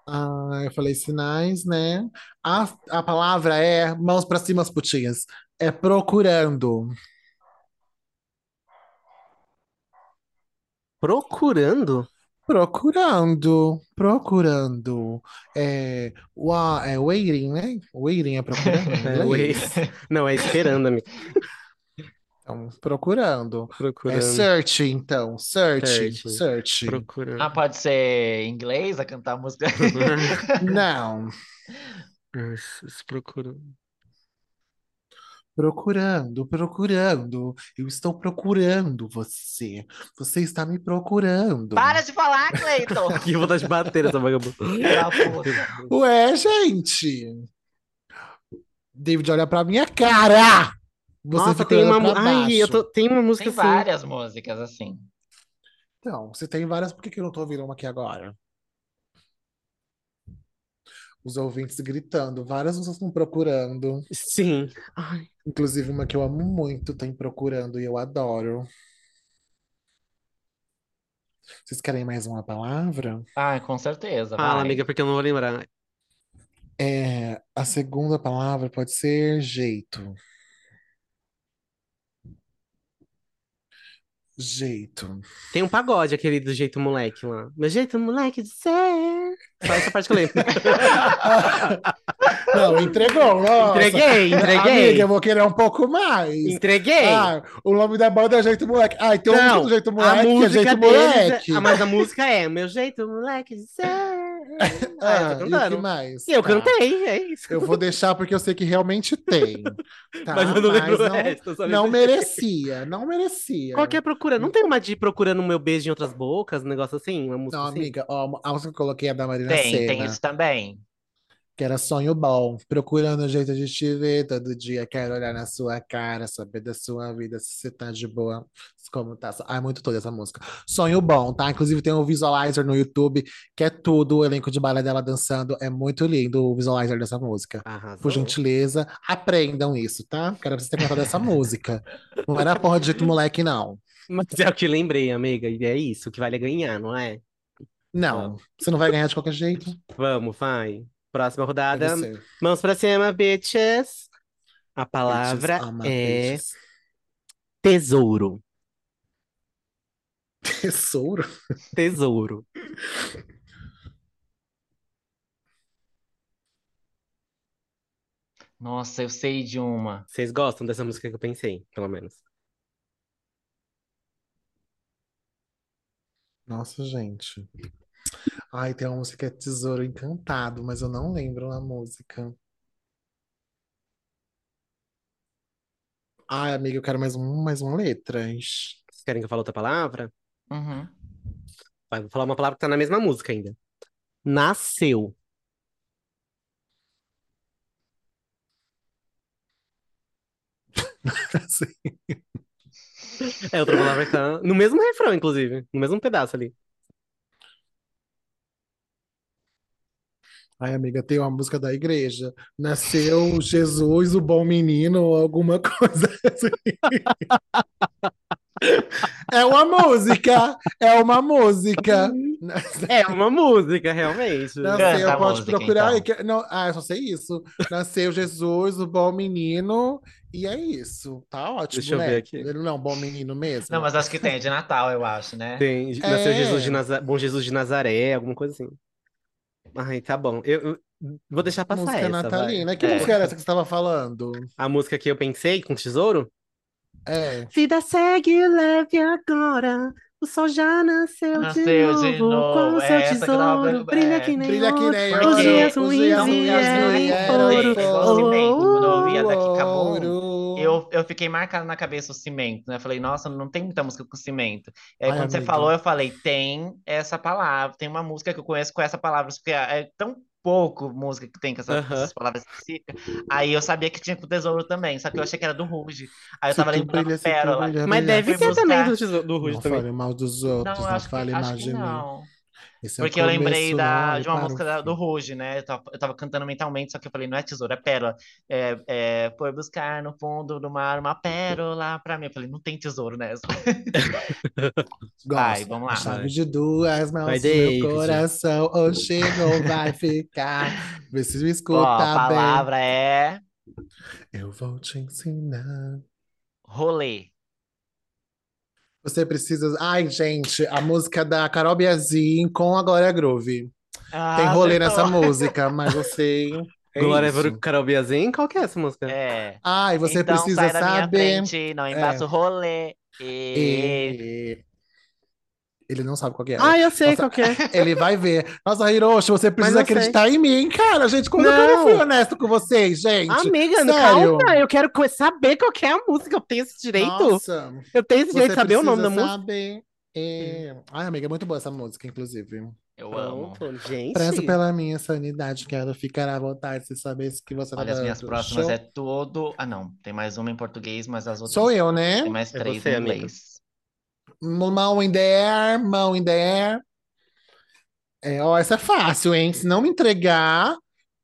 Speaker 3: Ah, eu falei sinais, né? A, a palavra é mãos pra cima, as putinhas. É procurando.
Speaker 1: Procurando?
Speaker 3: Procurando, procurando. É, wa, é waiting, né? Waiting é procurando. em
Speaker 1: É,
Speaker 3: inglês.
Speaker 1: wait. Não, é esperando, amiga.
Speaker 3: Então, procurando. É
Speaker 1: Procurando.
Speaker 3: search, então. Search,
Speaker 1: Search.
Speaker 3: search.
Speaker 1: Procurando.
Speaker 6: Ah, pode ser em inglês a cantar a música?
Speaker 3: Não,
Speaker 1: Procurando.
Speaker 3: procurando, procurando. Eu estou procurando você. Você está me procurando.
Speaker 6: Para de falar, Cleiton!
Speaker 1: Que vontade de bater essa vagabunda.
Speaker 6: Da puta.
Speaker 3: Ué, gente! David, olha pra minha cara! Você
Speaker 1: Nossa,
Speaker 3: fica
Speaker 1: tem uma,
Speaker 3: olhando
Speaker 1: mu-
Speaker 3: pra
Speaker 1: ai, eu
Speaker 3: baixo.
Speaker 1: tô- tem uma música
Speaker 6: Tem
Speaker 1: assim.
Speaker 6: várias músicas assim.
Speaker 3: Então, se tem várias, por que que eu não tô ouvindo uma aqui agora? Os ouvintes gritando, várias pessoas estão procurando.
Speaker 1: Sim. Ai,
Speaker 3: Inclusive, uma que eu amo muito tem procurando e eu adoro. Vocês querem mais uma palavra?
Speaker 6: Ah, com certeza,
Speaker 1: fala,
Speaker 6: vai.
Speaker 1: amiga, porque eu não vou lembrar.
Speaker 3: É, a segunda palavra pode ser jeito. Jeito.
Speaker 1: Tem um pagode, aquele do jeito moleque lá. Meu jeito moleque de ser. Só essa parte que eu lembro.
Speaker 3: Não, entregou, nossa.
Speaker 1: Entreguei, entreguei.
Speaker 3: Amiga, eu vou querer um pouco mais.
Speaker 1: Entreguei.
Speaker 3: Ah, o nome da banda é Jeito Moleque. Ah, então
Speaker 1: Não,
Speaker 3: do Jeito
Speaker 1: a
Speaker 3: Moleque, que é
Speaker 1: música
Speaker 3: Jeito
Speaker 1: deles,
Speaker 3: Moleque.
Speaker 1: é- ah, mas a música é Meu jeito moleque de ser. Ah, eu
Speaker 3: Ah, e
Speaker 1: tô
Speaker 3: o que
Speaker 1: cantando.
Speaker 3: mais?
Speaker 1: E eu
Speaker 3: Tá.
Speaker 1: cantei, é isso.
Speaker 3: Eu vou deixar porque eu sei que realmente tem. Tá?
Speaker 1: mas eu não lembro o
Speaker 3: não,
Speaker 1: resto. eu só
Speaker 3: não
Speaker 1: lembro-
Speaker 3: merecia, não merecia.
Speaker 1: Qual que é a procura? Não tem uma de procurando meu beijo em outras bocas, um negócio assim? Uma música
Speaker 3: Não,
Speaker 1: assim?
Speaker 3: amiga, ó, a música que eu coloquei é da Marina
Speaker 6: Tem, tem
Speaker 3: Sena,
Speaker 6: isso também.
Speaker 3: que era Sonho Bom. Procurando o jeito de te ver todo dia, quero olhar na sua cara, saber da sua vida, se você tá de boa, se como tá. Ai, muito toda essa música. Sonho Bom, tá? Inclusive tem um visualizer no YouTube, que é tudo, o elenco de balé dela dançando. É muito lindo o visualizer dessa música.
Speaker 1: Arrasou.
Speaker 3: Por gentileza, aprendam isso, tá? Porque era pra você ter cantado essa música. Não era porra de jeito moleque, não.
Speaker 1: Mas é o que lembrei, amiga. E é isso que vale é ganhar, não é?
Speaker 3: Não, você não vai ganhar de qualquer jeito.
Speaker 1: Vamos, vai. Próxima
Speaker 3: É
Speaker 1: rodada.
Speaker 3: você.
Speaker 1: Mãos pra cima, bitches. A palavra
Speaker 3: Bitches, ama,
Speaker 1: é
Speaker 3: bitches.
Speaker 1: tesouro.
Speaker 3: Tesouro?
Speaker 1: Tesouro.
Speaker 6: Nossa, eu sei de uma.
Speaker 1: Vocês gostam dessa música que eu pensei, pelo menos.
Speaker 3: Nossa, gente. Ai, tem uma música que é Tesouro Encantado, mas eu não lembro a música. Ai, amiga, eu quero mais um, mais uma letra. Ixi.
Speaker 1: Vocês querem que eu fale outra palavra?
Speaker 8: Uhum.
Speaker 1: Vai, vou falar uma palavra que tá na mesma música ainda. Nasceu.
Speaker 3: Assim.
Speaker 1: É outra palavra que tá no mesmo refrão, inclusive. No mesmo pedaço ali.
Speaker 3: Ai, amiga, tem uma música da igreja. Nasceu Jesus, o bom menino, ou alguma coisa assim. É uma música, é uma música.
Speaker 1: É uma música, realmente.
Speaker 3: Nasceu,
Speaker 4: Canta a
Speaker 3: pode
Speaker 4: música,
Speaker 3: procurar. aí,
Speaker 4: então.
Speaker 3: que- Não, ah, eu só sei isso. Nasceu Jesus, o bom menino, e é isso. Tá ótimo,
Speaker 1: Deixa eu
Speaker 3: né?
Speaker 1: ver aqui.
Speaker 3: Ele não é um bom menino mesmo.
Speaker 4: Não, mas acho que tem, é de Natal, eu acho, né?
Speaker 1: Tem, nasceu
Speaker 3: É.
Speaker 1: Jesus de Nazaré, Bom Jesus de Nazaré, alguma coisa assim. Ai, tá bom. Eu, eu vou deixar passar
Speaker 3: Música
Speaker 1: essa, vai.
Speaker 3: natalina. Que
Speaker 4: É.
Speaker 3: música era essa que você estava falando?
Speaker 1: A música que eu pensei com tesouro?
Speaker 3: É.
Speaker 1: Vida segue leve agora. O sol já nasceu,
Speaker 4: Nasceu
Speaker 1: de, novo,
Speaker 4: de
Speaker 1: Com
Speaker 4: novo.
Speaker 1: o seu
Speaker 4: É essa que eu
Speaker 1: tesouro,
Speaker 4: tava pensando,
Speaker 1: brilha
Speaker 4: é.
Speaker 1: que nem
Speaker 3: Brilha que
Speaker 1: ouro.
Speaker 3: nem
Speaker 4: Os
Speaker 3: ouro,
Speaker 4: dias
Speaker 1: ruins
Speaker 3: ruins
Speaker 6: é.
Speaker 1: vieram em
Speaker 3: vieram em
Speaker 1: ouro.
Speaker 4: Igual cimento, quando eu ouvi a daqui Cabum,
Speaker 3: ouro.
Speaker 4: Eu, eu fiquei marcado na cabeça o cimento, né? Eu falei, nossa, não tem muita música com cimento. E aí,
Speaker 3: Ai,
Speaker 4: quando você
Speaker 3: amiga.
Speaker 4: falou, eu falei, tem essa palavra, tem uma música que eu conheço com essa palavra, porque é é tão pouco música que tem com essa-
Speaker 1: Aham.
Speaker 4: essas palavras específicas. Aí eu sabia que tinha com o tesouro também, só que eu achei que era do Ruge. Aí eu
Speaker 3: Se
Speaker 4: tava
Speaker 3: tu
Speaker 4: lembrando
Speaker 3: brilha,
Speaker 4: da
Speaker 3: se tu
Speaker 4: Pérola.
Speaker 3: brilha,
Speaker 1: Mas
Speaker 3: brilha.
Speaker 1: deve
Speaker 4: Fui
Speaker 1: ser também do,
Speaker 4: buscar.
Speaker 1: tesouro, do Ruge
Speaker 3: Não
Speaker 1: também.
Speaker 3: fale mal dos
Speaker 4: Não,
Speaker 3: outros,
Speaker 4: eu
Speaker 3: não
Speaker 4: acho que,
Speaker 3: fale
Speaker 4: acho
Speaker 3: mal
Speaker 4: que
Speaker 3: de mim.
Speaker 4: não.
Speaker 3: Esse é o
Speaker 4: Porque eu
Speaker 3: começo,
Speaker 4: lembrei
Speaker 3: não
Speaker 4: da,
Speaker 3: olhe
Speaker 4: de uma
Speaker 3: para o
Speaker 4: música da- do
Speaker 3: fim.
Speaker 4: Ruge, né? Eu tava, eu tava cantando mentalmente, só que eu falei, não é tesoura, é pérola. É, é, foi buscar no fundo do mar uma pérola pra mim. Eu falei, não tem tesouro nessa. Vai,
Speaker 3: Gosto.
Speaker 4: vamos
Speaker 3: A
Speaker 4: lá.
Speaker 3: chave
Speaker 1: Vai.
Speaker 3: de duas
Speaker 1: Vai,
Speaker 3: mãos do meu
Speaker 1: David.
Speaker 3: coração hoje não vai ficar. Vê se me
Speaker 4: Ó, a
Speaker 3: escuta bem.
Speaker 4: palavra é
Speaker 3: Eu vou te ensinar.
Speaker 4: rolê.
Speaker 3: Você precisa. Ai, gente, a música da Carol Biazin com a Glória Groove. Tem
Speaker 4: Ah,
Speaker 3: rolê
Speaker 4: acertou.
Speaker 3: nessa música, mas eu sei. É
Speaker 1: Glória
Speaker 3: isso.
Speaker 1: pro Carol Biazin? Qual que é essa música?
Speaker 4: É.
Speaker 3: Ai, você
Speaker 4: então
Speaker 3: precisa
Speaker 4: sai da minha
Speaker 3: saber.
Speaker 4: frente, não
Speaker 3: É.
Speaker 4: embaça o rolê. E...
Speaker 3: E- Ele não sabe qual que é.
Speaker 1: Ah, eu sei
Speaker 3: Nossa,
Speaker 1: qual que é.
Speaker 3: Ele vai ver. Nossa, Hiroshi, você precisa
Speaker 1: eu sei.
Speaker 3: acreditar em mim, cara. Gente, quando
Speaker 1: Não.
Speaker 3: que eu não fui honesto com vocês, gente?
Speaker 1: Amiga,
Speaker 3: Sério?
Speaker 1: calma, eu quero co- saber qual que é a música. Eu tenho esse direito?
Speaker 3: Nossa,
Speaker 1: Eu tenho esse direito de saber o nome da
Speaker 3: precisa
Speaker 1: música? Hum.
Speaker 3: saber. É. Ai, amiga, é muito boa essa música, inclusive.
Speaker 4: Eu amo.
Speaker 1: Pronto, gente.
Speaker 3: Prezo pela minha sanidade, quero ficar à vontade se saber que você tá
Speaker 4: Olha, as minhas
Speaker 3: dando.
Speaker 4: próximas
Speaker 3: Show.
Speaker 4: é todo... Ah, não. Tem mais uma em português, mas as outras...
Speaker 3: Sou eu, né? Hum,
Speaker 4: Tem mais
Speaker 1: É
Speaker 4: três
Speaker 1: você,
Speaker 4: em
Speaker 1: amiga.
Speaker 4: inglês.
Speaker 3: Mão in the air, mão in the air. É, ó, essa é fácil, hein? Se não me entregar,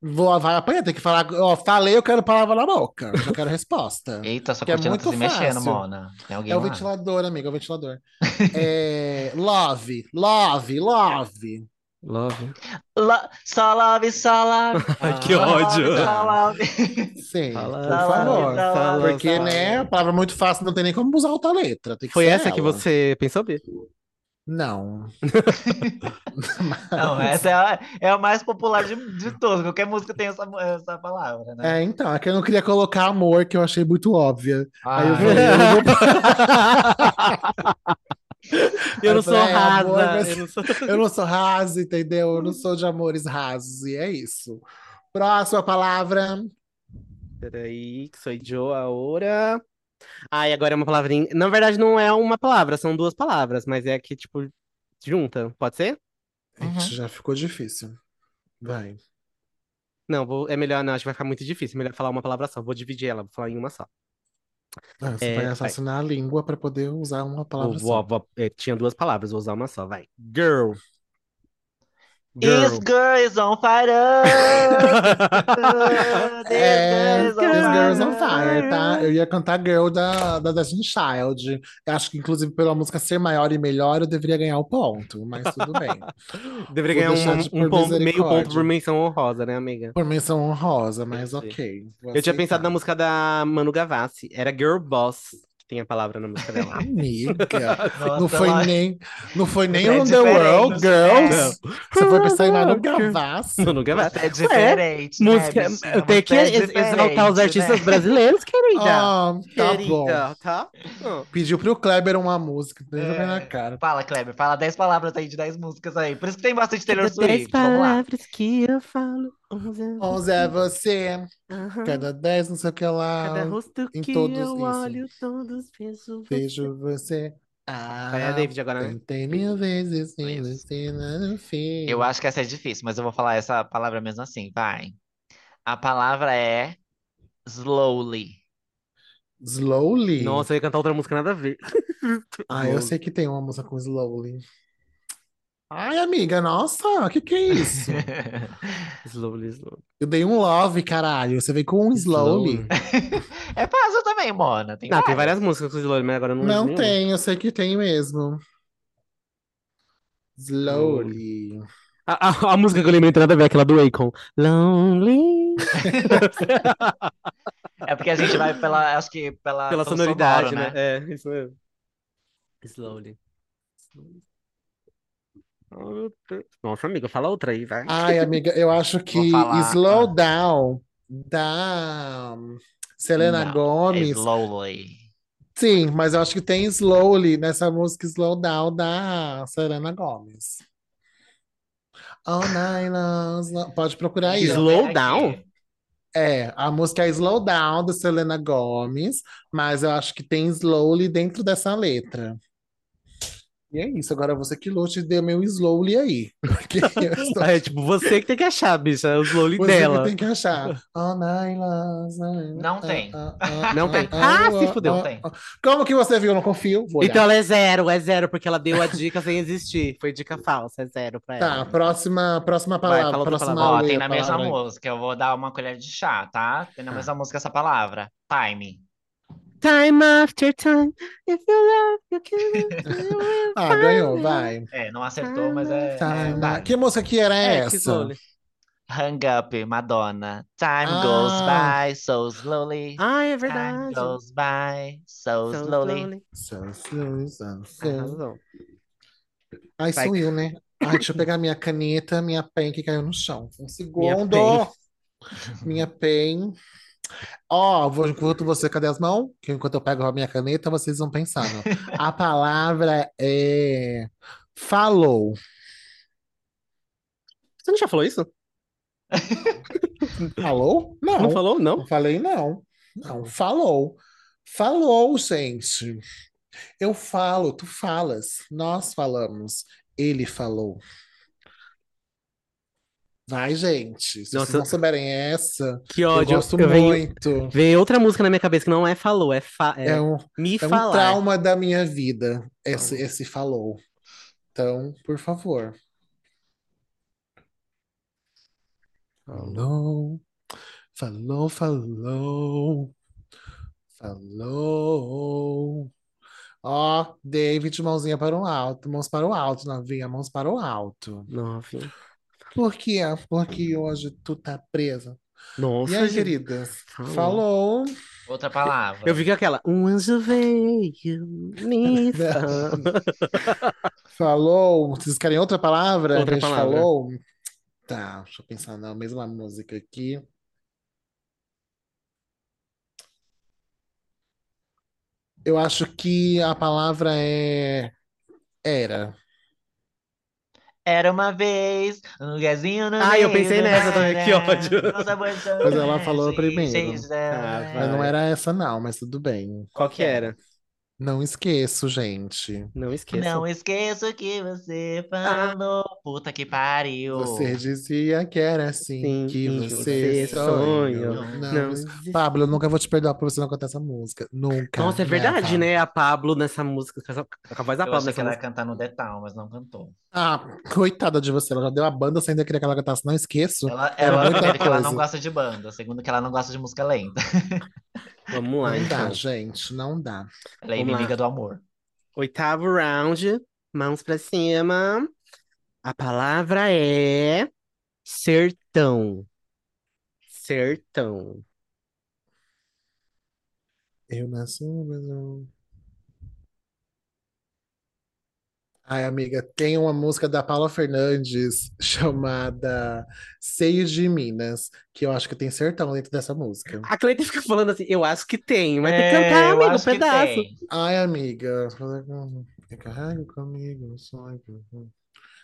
Speaker 3: vou, vai apanhar. Tem que falar, ó, falei, eu quero palavra na boca. Eu quero resposta.
Speaker 4: Eita, sua
Speaker 3: Que é
Speaker 4: cortina tá
Speaker 3: muito
Speaker 4: se mexendo,
Speaker 3: fácil.
Speaker 4: Mona. Tem alguém
Speaker 3: É o
Speaker 4: lá?
Speaker 3: ventilador, amigo, é o ventilador. É, love, love, love.
Speaker 1: Love.
Speaker 4: Lo- Só love, só love.
Speaker 1: Ai, que
Speaker 4: Só love,
Speaker 1: ódio.
Speaker 4: Só love.
Speaker 3: Sim,
Speaker 1: Fala-
Speaker 3: por
Speaker 4: Só
Speaker 3: favor.
Speaker 4: love, só love.
Speaker 3: Porque, né, a palavra muito fácil, não tem nem como usar outra letra. Tem que
Speaker 1: Foi
Speaker 3: ser
Speaker 1: essa que
Speaker 3: ela.
Speaker 1: você pensou, Bi?
Speaker 3: Não.
Speaker 4: Não, essa é a, é a mais popular de, de todas. Qualquer música tem essa, essa palavra, né?
Speaker 3: É, então, é que eu não queria colocar amor, que eu achei muito óbvia.
Speaker 1: Ah,
Speaker 3: Aí
Speaker 1: é.
Speaker 3: eu
Speaker 4: Ai,
Speaker 3: falei, eu não vou Aí
Speaker 1: Eu não
Speaker 3: eu
Speaker 1: sou
Speaker 3: falei, é,
Speaker 1: rasa.
Speaker 3: amor, mas-
Speaker 1: Eu não sou...
Speaker 3: Eu não sou raso, entendeu? Eu não sou de amores rasos, e é isso. Próxima palavra.
Speaker 1: Peraí, que sou eu agora. Ai, agora é uma palavrinha. Na verdade, não é uma palavra, são duas palavras, mas é que, tipo, junta. Pode ser?
Speaker 3: Gente,
Speaker 4: Uhum.
Speaker 3: já ficou difícil. Vai.
Speaker 1: Não, vou- é melhor, não, acho que vai ficar muito difícil. Melhor falar uma palavra só. Vou dividir ela, vou falar em uma só.
Speaker 3: Ah, você
Speaker 1: É,
Speaker 3: vai
Speaker 1: vai.
Speaker 3: assassinar a língua para poder usar uma
Speaker 1: Vou-
Speaker 3: palavra
Speaker 1: vou-
Speaker 3: só.
Speaker 1: vou- é, tinha duas palavras, vou usar uma só, vai. Girl.
Speaker 3: É,
Speaker 4: This girl is on fire. This
Speaker 3: É,
Speaker 4: girl
Speaker 3: This
Speaker 4: is on
Speaker 3: Girls on
Speaker 4: fire.
Speaker 3: Fire, tá? Eu ia cantar Girl da, da Destiny Child. Eu acho que, inclusive, pela música ser maior e melhor, eu deveria ganhar o ponto, mas tudo bem.
Speaker 1: Deveria
Speaker 3: Vou
Speaker 1: ganhar
Speaker 3: deixar
Speaker 1: um,
Speaker 3: de- por
Speaker 1: um ponto- meio ponto
Speaker 3: misericórdia.
Speaker 1: por menção honrosa, né, amiga?
Speaker 3: Por menção honrosa, mas
Speaker 1: Entendi.
Speaker 3: ok. tá vou
Speaker 1: Eu tinha pensado
Speaker 3: aceitar.
Speaker 1: na música da Manu Gavassi, era Girl Boss. tem a palavra na música dela.
Speaker 3: Amiga. não,
Speaker 6: Nossa,
Speaker 3: foi
Speaker 6: ela-
Speaker 3: nem, não foi nem
Speaker 6: É
Speaker 3: On The
Speaker 1: né?
Speaker 3: World,
Speaker 6: diferente,
Speaker 3: Girls. Você foi pensar em Manu
Speaker 1: Girls.
Speaker 3: Gavassi.
Speaker 1: Eu nunca vai.
Speaker 6: Você é diferente, né,
Speaker 1: Música,
Speaker 6: bichinha?
Speaker 1: eu tenho que
Speaker 6: Você é
Speaker 1: ex- exaltar os
Speaker 6: diferente,
Speaker 1: artistas
Speaker 6: né?
Speaker 1: brasileiros, querida.
Speaker 3: Ah, tá bom.
Speaker 1: querida, tá? Hum.
Speaker 3: Pediu pro Kleber uma música, deu
Speaker 6: É.
Speaker 3: na cara.
Speaker 6: Fala, Kleber, fala 10 palavras aí de 10 músicas aí. Por isso que tem bastante Taylor
Speaker 1: Cada dez
Speaker 6: Swift. Vamos lá.
Speaker 1: palavras que eu falo, onze é
Speaker 3: 11 é você,
Speaker 1: Aham.
Speaker 3: cada 10 não sei o que lá.
Speaker 1: Cada rosto
Speaker 3: em
Speaker 1: que
Speaker 3: todos,
Speaker 1: eu
Speaker 3: isso.
Speaker 1: olho, todos penso você.
Speaker 3: Vejo você. Ah,
Speaker 1: Vai a David agora, né?
Speaker 3: tentei mil vezes sem
Speaker 4: Isso.
Speaker 3: você, não fiz.
Speaker 4: Eu acho que essa é difícil, mas eu vou falar essa palavra mesmo assim, vai. A palavra é slowly.
Speaker 3: Slowly?
Speaker 1: Nossa, eu ia cantar outra música nada a ver.
Speaker 3: Ah, eu sei que tem uma música com Slowly. Ai, amiga, nossa, o que que é isso?
Speaker 1: Slowly, slowly.
Speaker 3: Eu dei um love, caralho. Você veio com um Slowly?
Speaker 4: É puzzle também, Mona. Tem
Speaker 1: Não, tem várias músicas com slowly, mas agora eu não lembro
Speaker 3: Não
Speaker 1: nenhuma.
Speaker 3: tem, eu sei que tem mesmo. Slowly.
Speaker 1: A, a- a música que eu lembrei tem nada a ver, é aquela do Akon. Lonely.
Speaker 4: É porque a gente vai pela, acho que pela,
Speaker 1: Pela
Speaker 4: pelo
Speaker 1: sonoridade,
Speaker 4: sonoro,
Speaker 1: né? É, isso mesmo. Slowly. Nossa, amiga, fala outra aí, vai.
Speaker 3: Ai, amiga, eu acho que
Speaker 4: falar, tá.
Speaker 3: Slow Down da Selena
Speaker 4: Não, É
Speaker 3: Gomez.
Speaker 4: slowly.
Speaker 3: Sim, mas eu acho que tem Slowly nessa música Slow Down da Selena Gomez. All night long, slow- Pode procurar aí.
Speaker 4: Deixa eu
Speaker 1: Slow
Speaker 4: ver
Speaker 1: down?
Speaker 4: é aqui.
Speaker 3: É, a música é Slow Down, da Selena Gomez, mas eu acho que tem Slowly dentro dessa letra. E é isso, agora você que lute, deu meu Slowly aí. Porque eu estou...
Speaker 1: É tipo, você que tem que achar, bicha, é o slowly
Speaker 3: Você que
Speaker 1: dela.
Speaker 3: tem que achar. Oh, All night long, slow-
Speaker 4: Não tem.
Speaker 3: Ah, ah, ah,
Speaker 1: Não tem.
Speaker 3: ah,
Speaker 1: Ah, se
Speaker 3: ah,
Speaker 1: fudeu.
Speaker 3: ah,
Speaker 4: Não tem.
Speaker 3: ah. Como que você viu? Eu não confio. Vou olhar.
Speaker 1: Então ela é zero, é zero, porque ela deu a dica sem existir. Foi dica falsa, é zero pra
Speaker 3: Tá,
Speaker 1: ela.
Speaker 3: próxima, próxima palavra,
Speaker 1: fala outra
Speaker 3: próxima
Speaker 1: é palavra. Ah.
Speaker 4: Ó,
Speaker 3: lê
Speaker 4: tem
Speaker 3: a
Speaker 4: na mesma
Speaker 3: palavra aí.
Speaker 4: música. Eu vou dar uma colher de chá, tá? Tem na mesma música essa palavra. Time.
Speaker 1: Time after time, if you love, you can love.
Speaker 3: Ah, ganhou, vai.
Speaker 4: É, não acertou, mas é. é
Speaker 3: Time.
Speaker 4: vale.
Speaker 3: Que música que era
Speaker 1: É, que
Speaker 3: essa?
Speaker 1: slowly.
Speaker 4: Hang up, Madonna. Time
Speaker 3: Ah.
Speaker 4: goes by so slowly.
Speaker 1: Ah, é
Speaker 4: Time
Speaker 1: verdade.
Speaker 4: goes by so,
Speaker 1: So
Speaker 4: slowly.
Speaker 1: slowly.
Speaker 3: So slow, so slow.
Speaker 1: Arrasou.
Speaker 3: Ai,
Speaker 1: Vai.
Speaker 3: sou eu, né? Ai, deixa eu pegar minha caneta, minha pen que caiu no chão. Um segundo. Minha pen. Ó, vou enquanto você, cadê as mãos? Que enquanto eu pego a minha caneta, vocês vão pensando. A palavra é falou.
Speaker 1: Você não já falou isso?
Speaker 3: Falou?
Speaker 1: Não falou, não?
Speaker 3: Não falei, não. Não, falou. Falou, gente. Eu falo, tu falas, nós falamos, ele falou. Vai, gente. Se vocês
Speaker 1: Nossa.
Speaker 3: não souberem essa,
Speaker 1: Que
Speaker 3: eu
Speaker 1: ódio.
Speaker 3: gosto
Speaker 1: eu venho-
Speaker 3: muito.
Speaker 1: Veio outra música na minha cabeça que não é falou, é, fa... é,
Speaker 3: É um,
Speaker 1: me
Speaker 3: é um
Speaker 1: falar.
Speaker 3: trauma da minha vida, esse, esse falou. Então, por favor. Falou, falou, falou, falou. Ó, David, mãozinha para o alto, mãos para o alto, novinha, mãos para o alto.
Speaker 1: Nove.
Speaker 3: Por quê? Porque hoje tu tá presa.
Speaker 1: Nossa,
Speaker 3: E aí,
Speaker 1: gente.
Speaker 3: querida?
Speaker 1: Falou.
Speaker 3: Falou.
Speaker 4: Outra palavra.
Speaker 1: Eu vi que aquela. Um anjo veio me falar.
Speaker 3: Né? Falou. Vocês querem outra palavra?
Speaker 1: Outra
Speaker 3: que a gente
Speaker 1: palavra.
Speaker 3: falou? Tá, deixa eu pensar na mesma música aqui. Eu acho que a palavra é era.
Speaker 6: Era uma vez, um lugarzinho no
Speaker 1: Ah, eu
Speaker 6: meio
Speaker 1: pensei
Speaker 6: do
Speaker 1: nessa também,
Speaker 6: nada,
Speaker 1: que ódio.
Speaker 6: com sabor de
Speaker 3: Mas ela
Speaker 6: saudade,
Speaker 3: falou primeiro.
Speaker 6: cheios da-
Speaker 1: Ah, vai.
Speaker 3: Mas não era essa, não, mas tudo bem.
Speaker 1: Qual que era?
Speaker 3: Não esqueço, gente.
Speaker 1: Não esqueça.
Speaker 6: Não esqueço que você falou. Puta que pariu.
Speaker 3: Você dizia que era assim
Speaker 1: Sim,
Speaker 3: que
Speaker 1: que
Speaker 3: você
Speaker 1: você
Speaker 3: sonhou.
Speaker 1: sonhou.
Speaker 3: Não,
Speaker 1: Não
Speaker 3: isso-
Speaker 1: existe.
Speaker 3: Pablo, eu nunca vou te perdoar por você não cantar essa música. Nunca.
Speaker 1: Nossa, é verdade,
Speaker 3: never.
Speaker 1: né? A Pablo nessa música. com essa- com A voz da
Speaker 4: Eu
Speaker 1: Pablo
Speaker 4: achei que
Speaker 1: nessa
Speaker 4: ela ia
Speaker 1: música.
Speaker 4: cantar no detal, mas não cantou.
Speaker 3: Ah, coitada de você. Ela já deu a banda sem ainda queria que ela cantasse. Não esqueço.
Speaker 4: Ela,
Speaker 1: é
Speaker 4: ela
Speaker 3: muita
Speaker 4: primeiro que ela não
Speaker 3: coisa.
Speaker 4: gosta de banda, segundo que ela não gosta de música lenta.
Speaker 1: Vamos lá,
Speaker 3: Não dá,
Speaker 1: então.
Speaker 3: gente. Não dá.
Speaker 4: Ela é
Speaker 1: Vamos lá.
Speaker 4: inimiga do amor.
Speaker 1: Oitavo round. Mãos pra cima. A palavra é. Sertão. Sertão.
Speaker 3: Eu nasci no Brasil. Ai, amiga, tem uma música da Paula Fernandes chamada Seios de Minas, que eu acho que tem sertão dentro dessa música.
Speaker 1: A Cleita fica falando assim, eu acho que tem, mas tem que
Speaker 4: É,
Speaker 1: cantar,
Speaker 4: eu
Speaker 1: amigo, um
Speaker 4: acho que
Speaker 1: pedaço.
Speaker 4: tem.
Speaker 3: Ai, amiga, carrego comigo o sonho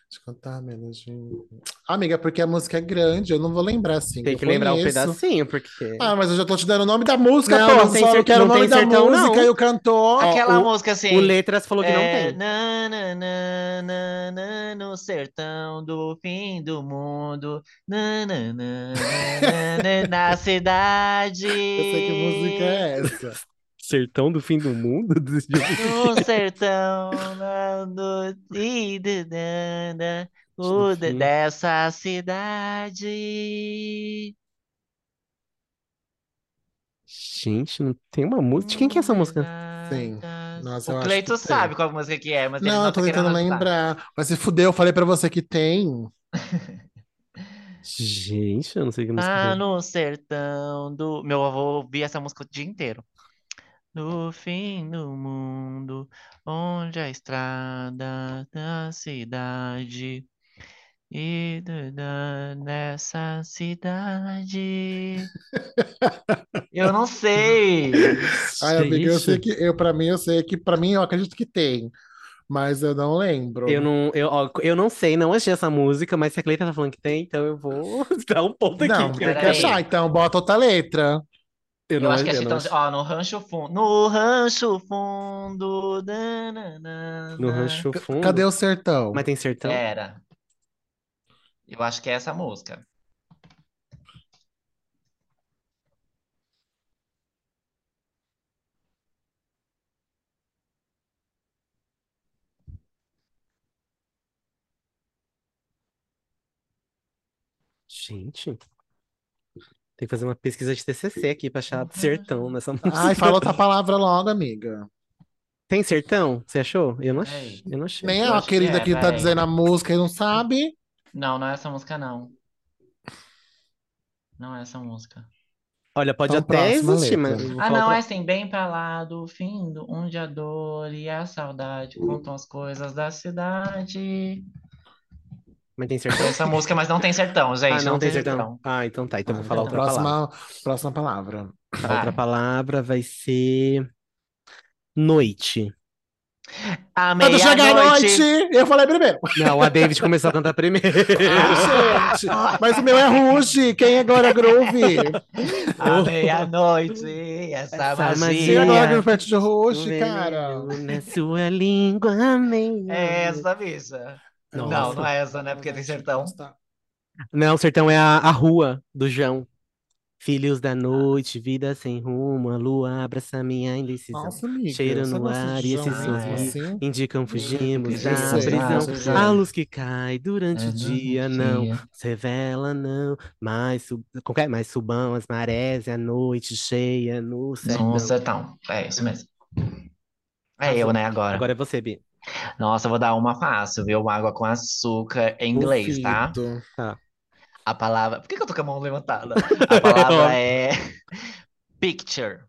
Speaker 3: de cantar menos de... Amiga, porque a música é grande, eu não vou lembrar assim.
Speaker 1: Tem
Speaker 3: eu
Speaker 1: que lembrar um
Speaker 3: conheço.
Speaker 1: pedacinho, porque.
Speaker 3: Ah, mas eu já tô te dando o nome da música,
Speaker 1: Não,
Speaker 3: porra,
Speaker 1: não tem
Speaker 3: só eu
Speaker 1: cer-
Speaker 3: quero o
Speaker 1: não
Speaker 3: nome
Speaker 1: tem
Speaker 3: da
Speaker 1: sertão, não.
Speaker 3: música e o cantor.
Speaker 1: Ó,
Speaker 4: Aquela
Speaker 1: o-
Speaker 4: música assim.
Speaker 1: o Letras falou que não
Speaker 4: É,
Speaker 1: tem.
Speaker 4: na, na, na, na, na, no sertão do fim do mundo, na, na, na, na, na, na, na cidade,
Speaker 3: Eu sei que música é essa.
Speaker 1: Sertão do fim do mundo? tipo.
Speaker 4: no sertão lá do e de- da- da- o de-
Speaker 1: Enfim.
Speaker 4: dessa cidade.
Speaker 1: Gente, não tem uma música. Quem que é essa música?
Speaker 3: Sim. Nossa,
Speaker 4: Hum, tá. o
Speaker 3: eu acho
Speaker 4: Cleito
Speaker 3: que tem.
Speaker 4: sabe qual música que é, mas ele
Speaker 3: Não,
Speaker 4: não
Speaker 3: eu tô
Speaker 4: tá querendo
Speaker 3: tentando
Speaker 4: ajudar.
Speaker 3: lembrar. Mas se fudeu, eu falei pra você que tem.
Speaker 1: Gente, eu não sei que música.
Speaker 4: Lá
Speaker 1: é.
Speaker 4: Ah, no sertão do. Meu avô ouvia essa música o dia inteiro. No fim do mundo, onde a estrada da cidade e do- da- nessa cidade. Eu não sei.
Speaker 3: Ai, amiga, eu sei
Speaker 1: Gente,
Speaker 3: que eu para mim eu sei que para mim eu acredito que tem, mas eu não lembro.
Speaker 1: eu não, eu, ó, eu não sei, não achei essa música, mas se a Cleita tá falando que tem, então eu vou dar um ponto aqui.
Speaker 3: Não,
Speaker 1: que
Speaker 3: tem
Speaker 1: eu
Speaker 3: que
Speaker 4: peraí.
Speaker 3: achar, então bota outra letra.
Speaker 1: Eu
Speaker 4: Eu
Speaker 1: não,
Speaker 4: acho que é
Speaker 1: eu não
Speaker 4: Chitãozinho.
Speaker 1: achei.
Speaker 4: Ó, no rancho fundo. No rancho fundo. dananana.
Speaker 1: No Rancho então? Fundo.
Speaker 3: Cadê o sertão?
Speaker 1: Mas tem sertão?
Speaker 4: Era. Eu acho que é essa música.
Speaker 1: Gente. Tem que fazer uma pesquisa de TCC aqui pra
Speaker 4: Uhum.
Speaker 1: achar sertão nessa música.
Speaker 3: Ai, fala outra palavra logo, amiga.
Speaker 1: Tem sertão? Você achou? Eu não, ach-
Speaker 4: Peraí.
Speaker 1: eu não achei.
Speaker 3: Nem
Speaker 4: Eu
Speaker 3: a
Speaker 4: acho que
Speaker 3: querida
Speaker 4: é,
Speaker 3: que tá
Speaker 4: peraí.
Speaker 3: dizendo a música e não sabe.
Speaker 4: Não, não é essa música, não. Não é essa música.
Speaker 1: Olha, pode
Speaker 3: Então,
Speaker 1: até
Speaker 3: próxima
Speaker 1: existir,
Speaker 3: letra.
Speaker 1: mas eu vou
Speaker 4: Ah,
Speaker 1: falar
Speaker 4: não,
Speaker 1: outra-
Speaker 4: é assim, bem pra lá do fim, do, onde a dor e a
Speaker 1: Uh.
Speaker 4: saudade contam as coisas da cidade.
Speaker 1: Mas tem sertão?
Speaker 4: Essa música, mas não tem sertão, gente,
Speaker 1: Ah, não, tem sertão. Ah, então tá. Então eu
Speaker 3: Ah,
Speaker 1: vou falar
Speaker 3: então,
Speaker 1: outra palavra.
Speaker 3: próxima, próxima palavra.
Speaker 1: A Tá, outra
Speaker 4: Vai.
Speaker 1: palavra vai ser noite.
Speaker 4: À
Speaker 3: Quando chegar a noite,
Speaker 4: meia-noite.
Speaker 3: eu falei primeiro.
Speaker 1: Não, a David começou a cantar primeiro.
Speaker 3: Gente, mas o meu é Ruge, quem agora é Groove?
Speaker 4: À meia-noite, essa
Speaker 1: Uh. Essa
Speaker 3: Quem
Speaker 1: magia.
Speaker 4: magia.
Speaker 3: agora é Groove perto de Ruge, cara?
Speaker 1: Veneno Na sua língua, amém.
Speaker 4: É essa, bicha.
Speaker 1: Nossa.
Speaker 4: Não, não é essa, né? Porque tem sertão.
Speaker 1: Não, o sertão é a, a rua do João. Filhos
Speaker 3: Ah.
Speaker 1: da noite, vida sem rumo, a lua abraça minha indecisão.
Speaker 3: Nossa, amiga,
Speaker 1: Cheiro
Speaker 3: você
Speaker 1: no
Speaker 3: gosta
Speaker 1: ar
Speaker 3: de
Speaker 1: e
Speaker 3: João
Speaker 1: esse
Speaker 3: mesmo
Speaker 4: Ah, é.
Speaker 1: sorriso
Speaker 3: assim?
Speaker 1: indicam fugimos
Speaker 3: Eu
Speaker 1: da
Speaker 3: sei,
Speaker 1: prisão.
Speaker 3: eu sei.
Speaker 1: A luz que cai durante o
Speaker 4: É
Speaker 1: dia
Speaker 4: durante o
Speaker 1: não
Speaker 4: dia.
Speaker 1: se revela, não. Mas, sub... qualquer- mas subam as marés e a noite cheia no
Speaker 4: No
Speaker 1: sertão.
Speaker 4: sertão. É isso mesmo. É eu,
Speaker 1: Arrasou.
Speaker 4: né, agora.
Speaker 1: Agora é você, Bi.
Speaker 4: Nossa, eu vou dar uma fácil, viu? Água com açúcar em inglês, tá?
Speaker 3: Duvido.
Speaker 4: A palavra. Por que que eu tô com a mão levantada? A palavra é. Picture.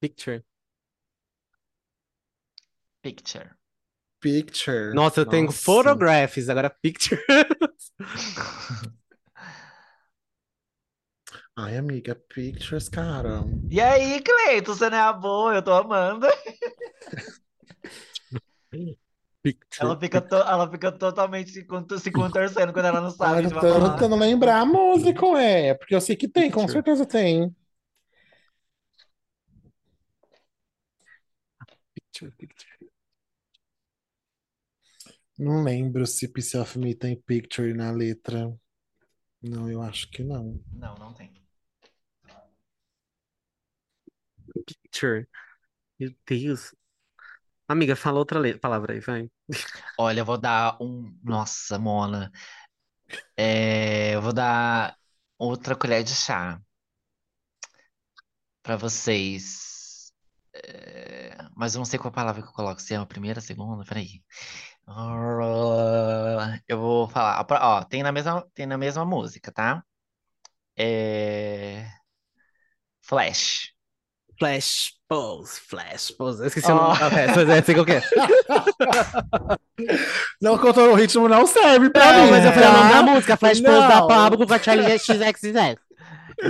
Speaker 1: Picture.
Speaker 4: Picture.
Speaker 3: Picture.
Speaker 1: Nossa, eu tenho
Speaker 3: Nossa.
Speaker 1: photographs, agora picture.
Speaker 3: Ai, amiga, pictures, cara.
Speaker 4: E aí, Cleito, você não é a boa, eu tô amando.
Speaker 1: Picture.
Speaker 4: Ela fica, to- ela fica totalmente se, contor- se contorcendo quando ela não
Speaker 3: Ai,
Speaker 4: sabe
Speaker 3: eu
Speaker 4: de
Speaker 3: tô
Speaker 4: uma
Speaker 3: tentando
Speaker 4: palavra.
Speaker 3: lembrar a música, é. Porque eu sei que tem, com
Speaker 1: Picture.
Speaker 3: certeza tem.
Speaker 1: Picture, picture.
Speaker 3: Não lembro se Piece of Me tem picture na letra. Não, eu acho que não.
Speaker 4: Não, não tem.
Speaker 1: Picture. Meu Deus. Amiga, fala outra le- palavra aí, vai.
Speaker 4: Olha, eu vou dar um. Nossa, Mona. É, eu vou dar outra colher de chá pra vocês. É, mas eu não sei qual palavra que eu coloco. Se é a primeira, a segunda, peraí. Ah, Eu vou falar. a pro- Ó, tem na mesma, tem na mesma música, tá? É, Flash.
Speaker 1: Flash Pose, Flash Pose. Eu esqueci o nome. Ok, pois é, sei qual que é.
Speaker 3: Não contou o ritmo, não serve pra
Speaker 1: Não,
Speaker 3: mim.
Speaker 1: mas eu falei o nome da
Speaker 3: tá?
Speaker 1: música, Flash Pose da
Speaker 3: Não.
Speaker 1: Pablo com a Charlie XXX.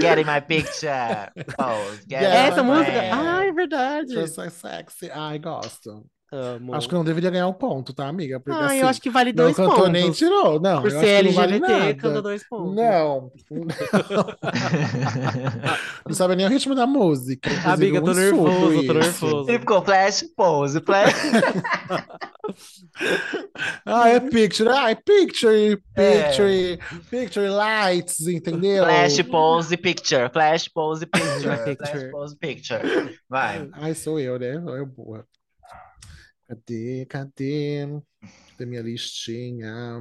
Speaker 4: Get in my picture. Pose. Get
Speaker 3: Yeah,
Speaker 4: in
Speaker 1: Essa
Speaker 4: my
Speaker 1: música?
Speaker 4: picture.
Speaker 1: Ah, é verdade.
Speaker 3: Just so sexy. Ai, gosto.
Speaker 1: Amo.
Speaker 3: Acho que não deveria ganhar um ponto, tá, amiga? Porque
Speaker 1: Ah,
Speaker 3: assim,
Speaker 1: eu acho que vale
Speaker 3: não
Speaker 1: dois
Speaker 3: cantou
Speaker 1: pontos.
Speaker 3: nem tirou. Não,
Speaker 1: Por
Speaker 3: eu
Speaker 1: ser
Speaker 3: acho que não vale
Speaker 1: LGBT, canta
Speaker 3: nada.
Speaker 1: dois pontos.
Speaker 3: Não, não sabe nem o ritmo da música. inclusive
Speaker 1: Amiga,
Speaker 3: um
Speaker 1: tô
Speaker 3: insulto
Speaker 1: nervoso, tô
Speaker 3: isso.
Speaker 1: nervoso.
Speaker 4: Ele ficou flash pose, flash.
Speaker 3: Ah, é picture, ai, picture,
Speaker 4: É.
Speaker 3: picture, picture lights, entendeu?
Speaker 4: Flash pose picture. Flash pose picture.
Speaker 1: Picture.
Speaker 4: Flash pose picture. Vai.
Speaker 3: Ai, sou eu, né? Eu boa. Cadê, cadê? Cadê minha listinha?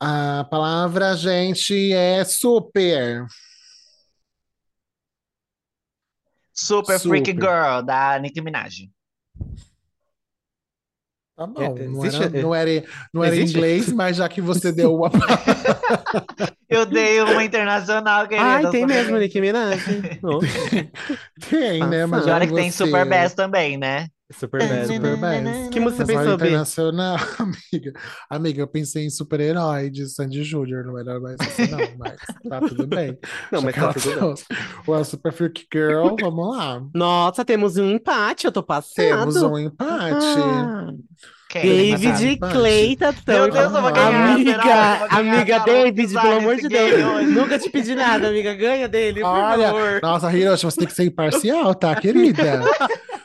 Speaker 3: A palavra, gente, é super.
Speaker 4: Super, Freak
Speaker 3: Super.
Speaker 4: Girl, da Nicki Minaj.
Speaker 3: Tá bom,
Speaker 1: É,
Speaker 3: não
Speaker 1: existe-
Speaker 3: era, não era, não era em
Speaker 1: existe?
Speaker 3: inglês, mas já que você deu uma palavra.
Speaker 4: Eu dei uma internacional, querida.
Speaker 1: Ai, Ah, tem
Speaker 4: super
Speaker 1: mesmo,
Speaker 4: bem.
Speaker 1: Nicki Minaj. Oh,
Speaker 3: Tem, né? Mas
Speaker 1: Passada.
Speaker 4: E
Speaker 3: já
Speaker 4: olha que tem
Speaker 3: você-
Speaker 4: Super Bass também, né?
Speaker 1: super bad.
Speaker 3: Super Bass.
Speaker 1: Que música você
Speaker 3: Mas olha,
Speaker 1: pensou, B?
Speaker 3: internacional, amiga. Amiga, eu pensei em super-herói de Sandy Júnior, não era mais essa, não, mas tá tudo bem.
Speaker 1: Não, mas tá tudo bem.
Speaker 3: Well, Super Freak Girl, vamos lá.
Speaker 1: Nossa, temos um empate, eu tô passado.
Speaker 3: Temos um empate.
Speaker 1: Ah,
Speaker 4: Quem?
Speaker 1: David e
Speaker 3: empate.
Speaker 1: Cleita
Speaker 4: Meu
Speaker 1: estão.
Speaker 4: Deus, eu vou ganhar.
Speaker 1: Amiga,
Speaker 4: será que eu vou ganhar? tá
Speaker 1: amiga
Speaker 4: Fala,
Speaker 1: David,
Speaker 4: design
Speaker 1: pelo amor de
Speaker 4: desse game
Speaker 1: Deus.
Speaker 4: hoje.
Speaker 1: Nunca te pedi nada, amiga. Ganha dele, por
Speaker 3: Olha,
Speaker 1: favor.
Speaker 3: Nossa, Hiroshi, você tem que ser imparcial, tá, querida?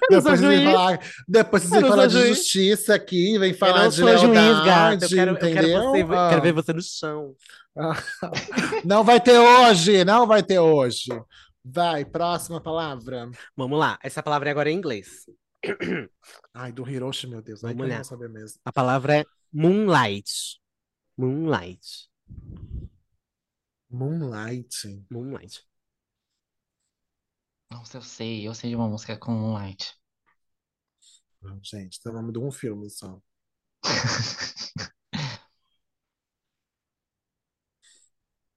Speaker 3: Depois
Speaker 1: sou
Speaker 3: vocês vêm
Speaker 1: juiz.
Speaker 3: falar, depois vocês vêm
Speaker 1: Eu não
Speaker 3: falar
Speaker 1: sou
Speaker 3: de
Speaker 1: juiz.
Speaker 3: justiça aqui, vem
Speaker 1: Eu
Speaker 3: falar
Speaker 1: não
Speaker 3: de
Speaker 1: sou juiz, gata. Eu
Speaker 3: lealdade,
Speaker 1: quero, eu quero
Speaker 3: entendeu?
Speaker 1: você,
Speaker 3: Ah,
Speaker 1: quero ver você no chão.
Speaker 3: Não vai ter hoje, não vai ter hoje. Vai, próxima palavra.
Speaker 1: Vamos lá, essa palavra agora é em inglês.
Speaker 3: Ai, do Hiroshi, meu Deus, aí que
Speaker 1: Vamos
Speaker 3: eu não vou
Speaker 1: lá.
Speaker 3: saber mesmo.
Speaker 1: A palavra é moonlight. Moonlight.
Speaker 3: Moonlight.
Speaker 1: Moonlight.
Speaker 4: Nossa, eu sei, eu sei de uma música com um light.
Speaker 3: Não, Gente, tá o nome de um filme só.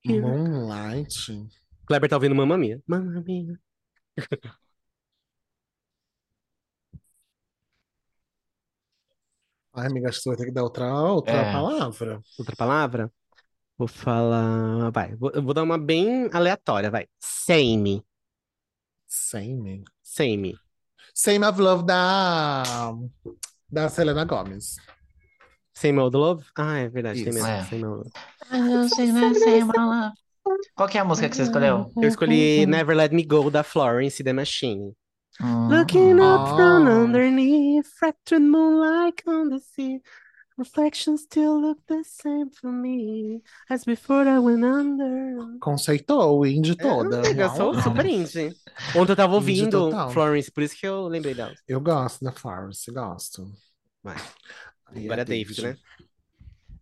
Speaker 1: Here we go.
Speaker 3: Moonlight.
Speaker 1: Kleber tá ouvindo Mamma Mia. Mamma Mia.
Speaker 3: Ai, amiga, acho que você vai ter que dar outra, outra
Speaker 4: É.
Speaker 3: palavra.
Speaker 1: Outra palavra? Vou falar. Vai, vou, eu vou dar uma bem aleatória, vai. Same.
Speaker 3: Same.
Speaker 1: Same.
Speaker 3: Same of Love da, da Selena Gomez.
Speaker 1: Same old love? Ah, é verdade, tem
Speaker 3: Isso.
Speaker 1: mesmo.
Speaker 4: É.
Speaker 1: Same old love.
Speaker 4: Qual que é a música que você escolheu?
Speaker 1: Eu escolhi Never Let Me Go da Florence and the Machine.
Speaker 4: Hum.
Speaker 1: Looking up from
Speaker 3: Ah.
Speaker 1: underneath, fractured moonlight on the sea. Reflections still look the same for me as before I went under.
Speaker 3: Conceitou, indie
Speaker 1: É,
Speaker 3: toda.
Speaker 1: amiga, eu sou
Speaker 3: Uau,
Speaker 1: super indie. Ontem eu
Speaker 3: Indie
Speaker 1: tava ouvindo
Speaker 3: total.
Speaker 1: Florence, por isso que eu lembrei dela.
Speaker 3: Eu gosto da Florence, gosto.
Speaker 1: Vai.
Speaker 3: Aí
Speaker 1: Agora é David, né?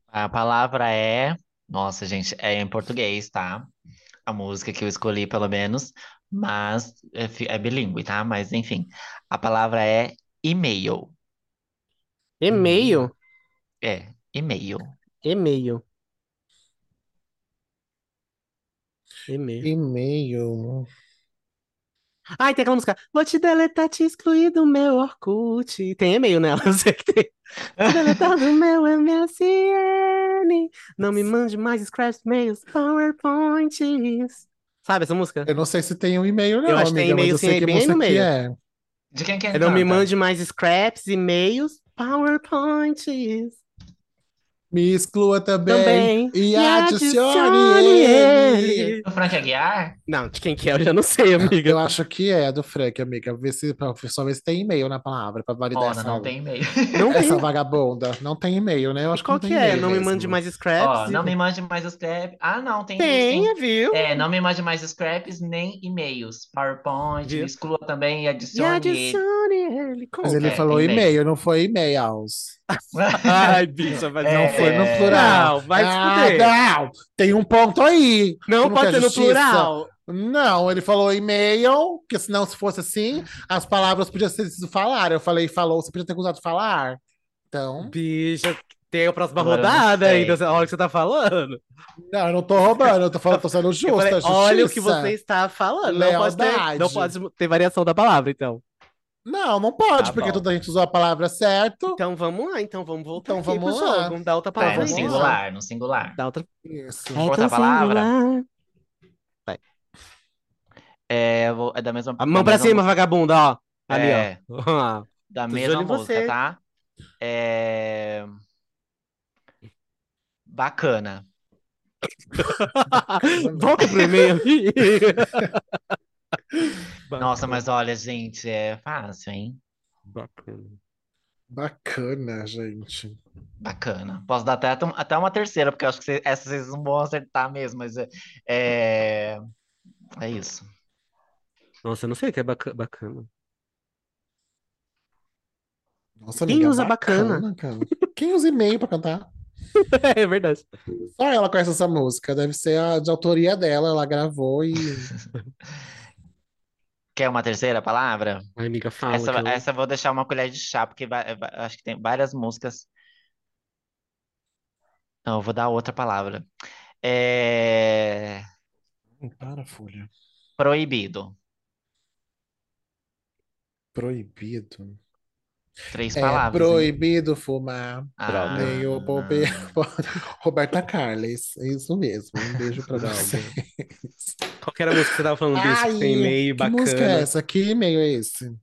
Speaker 4: A palavra é. Nossa, gente, é em português, tá? A música que eu escolhi, pelo menos. Mas é, fi- é bilíngue, tá? Mas enfim. A palavra é e-mail.
Speaker 3: Hum.
Speaker 1: E-mail?
Speaker 4: É, e-mail.
Speaker 1: E-mail. E-mail.
Speaker 3: E-mail.
Speaker 1: Ai, tem aquela música. Vou te deletar, te excluir do meu Orkut. Tem e-mail nela, eu sei que tem. Te deletar do meu MSN. Não me mande mais scraps, mails, PowerPoints. Sabe essa música?
Speaker 3: Eu não sei se tem um e-mail, não,
Speaker 1: Eu acho que
Speaker 3: amiga, mas
Speaker 1: tem e-mail,
Speaker 3: eu sei
Speaker 1: sim,
Speaker 3: que
Speaker 1: é bem
Speaker 3: música
Speaker 1: no
Speaker 3: que
Speaker 1: meio.
Speaker 3: é.
Speaker 4: De quem que é
Speaker 1: É, Não
Speaker 3: então,
Speaker 1: me
Speaker 3: tá.
Speaker 4: canta?
Speaker 1: mande mais scraps, e-mails, PowerPoints.
Speaker 3: Me exclua também.
Speaker 1: Também.
Speaker 3: E,
Speaker 1: E
Speaker 3: adicione,
Speaker 1: adicione
Speaker 3: ele. Ah,
Speaker 1: ele.
Speaker 4: Do Frank Aguiar?
Speaker 1: Não, de quem que é, eu já não sei, amiga.
Speaker 3: Eu acho que é do Frank, amiga. Vê se, pra- só ver se tem e-mail na palavra pra validar
Speaker 4: Ora,
Speaker 3: essa,
Speaker 4: não tem e-mail.
Speaker 1: Não tem.
Speaker 3: essa vagabunda. Não tem e-mail, né? Eu acho
Speaker 1: Qual
Speaker 3: que
Speaker 1: que,
Speaker 3: não tem
Speaker 1: é?
Speaker 3: e-mail
Speaker 1: Não me
Speaker 3: mesmo.
Speaker 1: mande mais
Speaker 4: Ó,
Speaker 1: scraps?
Speaker 4: não me mande mais scraps. Ah, não, tem sim.
Speaker 1: É Tem, viu?
Speaker 4: É, não me mande mais scraps nem e-mails. PowerPoint,
Speaker 1: Viu?
Speaker 4: me exclua também e
Speaker 1: E
Speaker 4: adicione ele.
Speaker 1: adicione ele.
Speaker 3: Mas ele
Speaker 4: É,
Speaker 3: falou
Speaker 4: tem e-mail.
Speaker 3: e-mail, não foi e-mails.
Speaker 1: Ai, bicha, mas
Speaker 4: É.
Speaker 1: não
Speaker 3: Foi
Speaker 1: foi.
Speaker 3: no
Speaker 4: É.
Speaker 3: plural.
Speaker 1: Não, vai se
Speaker 3: Ah,
Speaker 1: fuder.
Speaker 3: não! Tem um ponto aí.
Speaker 1: Não
Speaker 3: Você
Speaker 1: pode
Speaker 3: quer
Speaker 1: ser no
Speaker 3: justiça?
Speaker 1: plural.
Speaker 3: Não, ele falou e-mail, que senão se fosse assim, as palavras podiam ter sido falar. Eu falei falou, você podia ter usado falar. Então,
Speaker 1: Bicha, Tem a próxima
Speaker 4: Agora eu não
Speaker 1: rodada
Speaker 4: sei.
Speaker 1: ainda. Olha o que você tá falando.
Speaker 3: Não, eu não tô roubando, eu tô falando, tô sendo
Speaker 1: Eu
Speaker 3: justa.
Speaker 1: falei,
Speaker 3: justiça.
Speaker 1: olha o que você está falando. Não pode, ter, não
Speaker 3: Lealdade.
Speaker 1: pode ter variação da palavra, então.
Speaker 3: Não, não pode,
Speaker 4: Tá
Speaker 3: porque
Speaker 4: bom.
Speaker 3: toda a gente usou a palavra certo.
Speaker 1: Então vamos lá, então vamos voltar
Speaker 3: Então
Speaker 1: aqui pro
Speaker 3: vamos lá.
Speaker 1: jogo. Vamos dar outra
Speaker 4: Tá, é
Speaker 1: palavra
Speaker 4: no
Speaker 3: vamos
Speaker 1: aí.
Speaker 3: lá.
Speaker 4: singular, no singular.
Speaker 1: Dá outra...
Speaker 3: Isso.
Speaker 1: É
Speaker 4: Outra
Speaker 1: tão
Speaker 4: palavra?
Speaker 1: singular.
Speaker 4: É, eu vou- é da mesma.
Speaker 1: A
Speaker 4: da
Speaker 1: mão pra
Speaker 4: mesma
Speaker 1: cima, vagabunda, ó. Ali, ó.
Speaker 4: É,
Speaker 1: ó.
Speaker 4: da
Speaker 1: Tô de
Speaker 4: mesma
Speaker 1: olho em
Speaker 4: música,
Speaker 1: você.
Speaker 4: tá? É... Bacana.
Speaker 1: Volta pro e-mail.
Speaker 4: Nossa, mas olha, gente, é fácil, hein?
Speaker 1: Bacana.
Speaker 3: Bacana, gente.
Speaker 4: Bacana. Posso dar até, um, até uma terceira, porque eu acho que cê- essa vocês não vão acertar mesmo, mas é. É, é isso.
Speaker 1: Nossa, eu não sei o que é baca- bacana.
Speaker 3: Nossa,
Speaker 1: Quem
Speaker 3: amiga,
Speaker 1: usa bacana?
Speaker 3: cara. Quem usa e-mail pra cantar?
Speaker 1: é verdade.
Speaker 3: Só ela conhece essa música. Deve ser a de autoria dela. Ela gravou e.
Speaker 4: Quer uma terceira palavra?
Speaker 1: Ai, amiga, fala.
Speaker 4: Essa, é
Speaker 1: que eu-
Speaker 4: essa eu vou deixar uma colher de chá, porque vai- vai- acho que tem várias músicas. Não, eu vou dar outra palavra. É,
Speaker 3: Para, Um Folha.
Speaker 4: Proibido.
Speaker 3: Proibido.
Speaker 4: Três
Speaker 3: É
Speaker 4: palavras. hein?
Speaker 3: proibido fumar.
Speaker 4: Ah,
Speaker 3: Meio bobe... Roberta Carles. É isso mesmo. Um beijo pra
Speaker 1: Droga.
Speaker 3: você.
Speaker 1: Qual que era a música que você tava falando, bicho? que tem e-mail
Speaker 3: que
Speaker 1: bacana.
Speaker 3: música é essa? Que e-mail é esse?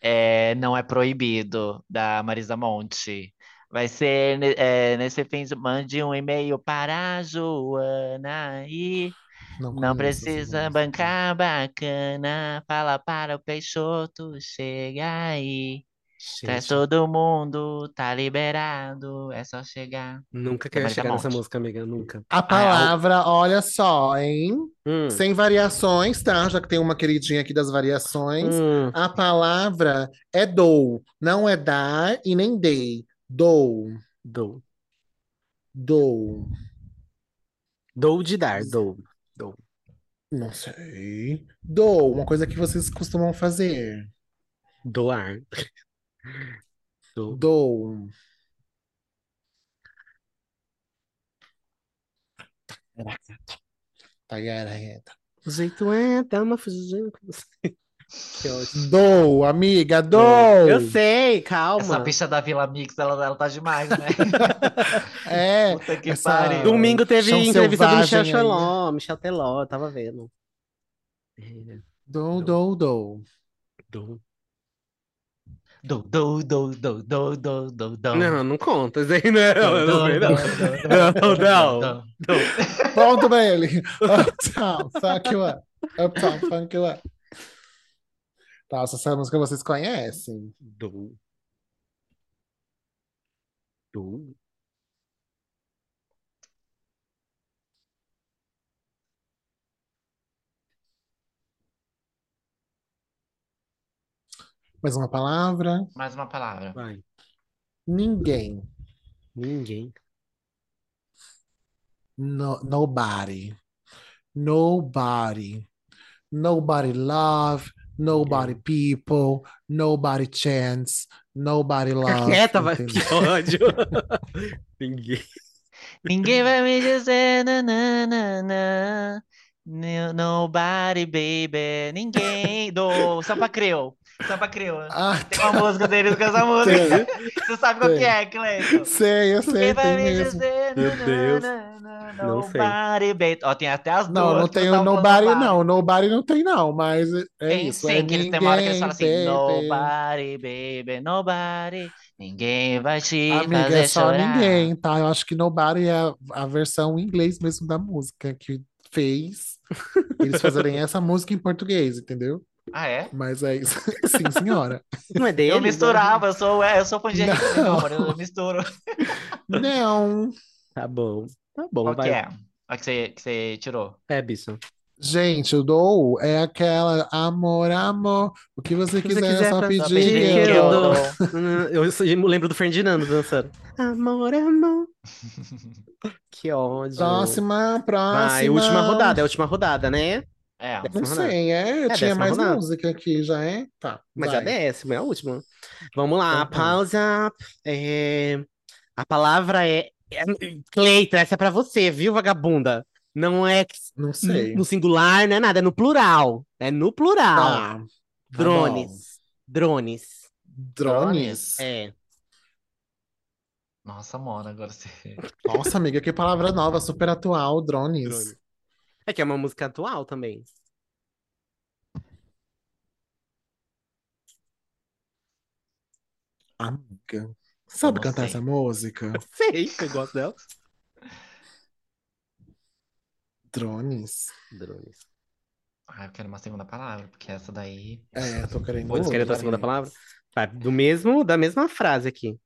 Speaker 4: É, não é proibido, da Marisa Monte. Vai ser ne- é, nesse fim de mande um e-mail para a Joana e não
Speaker 3: conheço essa
Speaker 4: precisa
Speaker 3: música.
Speaker 4: bancar
Speaker 3: né?
Speaker 4: bacana. Fala para o Peixoto, chega aí. Traz
Speaker 3: Gente,
Speaker 4: todo mundo, tá liberado, é só chegar.
Speaker 1: Nunca
Speaker 4: Da
Speaker 1: quero
Speaker 4: Marisa
Speaker 1: chegar nessa
Speaker 4: Monte.
Speaker 1: música, amiga. Nunca.
Speaker 4: Ah, é
Speaker 3: A palavra, olha só, hein?
Speaker 1: Hum,
Speaker 3: Sem variações, tá? Já que tem uma queridinha aqui das variações.
Speaker 1: hum.
Speaker 3: A palavra é dou, não é dar e nem dei. Dou,
Speaker 1: Dou.
Speaker 3: dou.
Speaker 1: Dou de dar, dou.
Speaker 3: Não sei. Dou, uma coisa que vocês costumam fazer.
Speaker 1: Doar. Dou.
Speaker 3: Dou. Tagareta.
Speaker 1: O jeito é dar uma fugidinha com você. Que ótimo.
Speaker 3: Dou, amiga, dou.
Speaker 1: É, Eu sei,
Speaker 4: Essa
Speaker 1: calma.
Speaker 4: bicha da Vila Mix, ela, ela tá demais, né?
Speaker 3: É,
Speaker 4: Puta que
Speaker 3: essa-
Speaker 4: pariu.
Speaker 1: Domingo teve
Speaker 3: Chão
Speaker 1: entrevista do Michel
Speaker 3: Selvagem aí.
Speaker 1: Teló, Michel Teló, eu tava vendo. É,
Speaker 3: dou, dou, dou.
Speaker 1: dou.
Speaker 4: Do, do, do, do, do, do, do, do.
Speaker 1: Não, não conta, isso aí não, eu não sei, não. Não, não.
Speaker 3: Ponto pra ele. Uptown, Ah, fuck you up. Uptown, fuck you up. Nossa, essa é música vocês conhecem?
Speaker 1: Dou. Dou.
Speaker 3: Mais uma palavra?
Speaker 4: Mais uma palavra.
Speaker 1: Vai.
Speaker 3: Ninguém.
Speaker 1: Ninguém.
Speaker 3: No- nobody. Nobody. Nobody love. Nobody people. Nobody chance. Nobody
Speaker 1: Fica
Speaker 3: love.
Speaker 1: quieta, vai. Que
Speaker 3: entendeu?
Speaker 1: ódio. Ninguém.
Speaker 4: Ninguém vai me dizer nananana. Nobody, baby. Ninguém. Do Sampa Creu. Sampa Creu.
Speaker 3: Ah,
Speaker 4: Tem uma música deles com essa música.
Speaker 3: tem.
Speaker 4: Você sabe qual que
Speaker 3: Tem.
Speaker 4: é, Cleiton?
Speaker 3: Sei, eu sei,
Speaker 4: Ninguém vai
Speaker 3: tem
Speaker 4: me
Speaker 3: mesmo.
Speaker 4: dizer
Speaker 1: Meu Deus.
Speaker 4: nananana.
Speaker 1: Não sei.
Speaker 4: Nobody, baby. Ó, tem até as
Speaker 3: Não,
Speaker 4: duas
Speaker 3: não
Speaker 4: que
Speaker 3: tem
Speaker 4: vocês
Speaker 3: o
Speaker 4: estavam
Speaker 3: nobody,
Speaker 4: falando
Speaker 3: não. Nobody não tem, não, mas é
Speaker 4: um Tem
Speaker 3: isso.
Speaker 4: sim,
Speaker 3: é
Speaker 4: que eles têm uma hora que eles
Speaker 3: ninguém,
Speaker 4: falam
Speaker 3: baby.
Speaker 4: assim, nobody, baby, nobody, ninguém vai te
Speaker 3: Amiga,
Speaker 4: fazer
Speaker 3: é só
Speaker 4: chorar.
Speaker 3: ninguém, tá? Eu acho que Nobody é a, a versão em inglês mesmo da música que fez eles fazerem essa música em português, entendeu?
Speaker 4: Ah, é?
Speaker 3: Mas é isso. Sim, senhora.
Speaker 1: Não é dele?
Speaker 4: eu misturava, eu sou, é, eu sou fã de
Speaker 3: Não.
Speaker 4: Henrique meu amor, eu misturo.
Speaker 3: Não.
Speaker 1: Tá bom. Tá bom,
Speaker 4: Qual que
Speaker 1: vai.
Speaker 4: é? A que você, que você tirou.
Speaker 1: É, bicho.
Speaker 3: Gente, o dou é aquela amor, amor, o que você
Speaker 1: que você
Speaker 3: quiser, é
Speaker 1: quiser
Speaker 3: só
Speaker 1: pra-
Speaker 3: pedir
Speaker 1: só pedir
Speaker 3: que
Speaker 1: que
Speaker 3: eu
Speaker 1: eu
Speaker 3: dou.
Speaker 1: dou. Eu só lembro do Ferdinando dançando. Amor, amor. Que ódio.
Speaker 3: Próxima,
Speaker 1: Vai,
Speaker 3: próxima.
Speaker 1: última rodada, é a última rodada, né?
Speaker 4: É,
Speaker 3: Não
Speaker 1: Décima rodada.
Speaker 3: sei, é? Eu
Speaker 1: É,
Speaker 3: tinha
Speaker 1: décima
Speaker 3: mais
Speaker 1: rodada.
Speaker 3: música aqui, já é? Tá,
Speaker 1: Mas é a
Speaker 3: vai. tá.
Speaker 1: décima, é a última. Vamos lá,
Speaker 3: Então vai.
Speaker 1: pausa. É, A palavra é. é- Cleita, essa é pra você, viu, vagabunda? Não é
Speaker 3: Não sei.
Speaker 1: no singular, não é nada, é no plural. É no plural.
Speaker 3: Tá. Tá bom.
Speaker 1: Drones. Drones.
Speaker 3: Drones?
Speaker 1: É.
Speaker 4: Nossa, Mona, agora você.
Speaker 3: Nossa, amiga, que palavra nova, super atual, drones.
Speaker 1: Drones. É que é uma música atual também.
Speaker 3: Amiga. Você sabe
Speaker 4: não
Speaker 3: cantar
Speaker 4: sei.
Speaker 3: essa música?
Speaker 1: Sei que eu gosto dela.
Speaker 3: Drones?
Speaker 1: Drones.
Speaker 4: Ah, eu quero uma segunda palavra, porque essa daí.
Speaker 3: É, tô querendo.
Speaker 1: Vocês querem a tua
Speaker 3: outra.
Speaker 1: segunda palavra? Tá, do mesmo, da mesma frase aqui.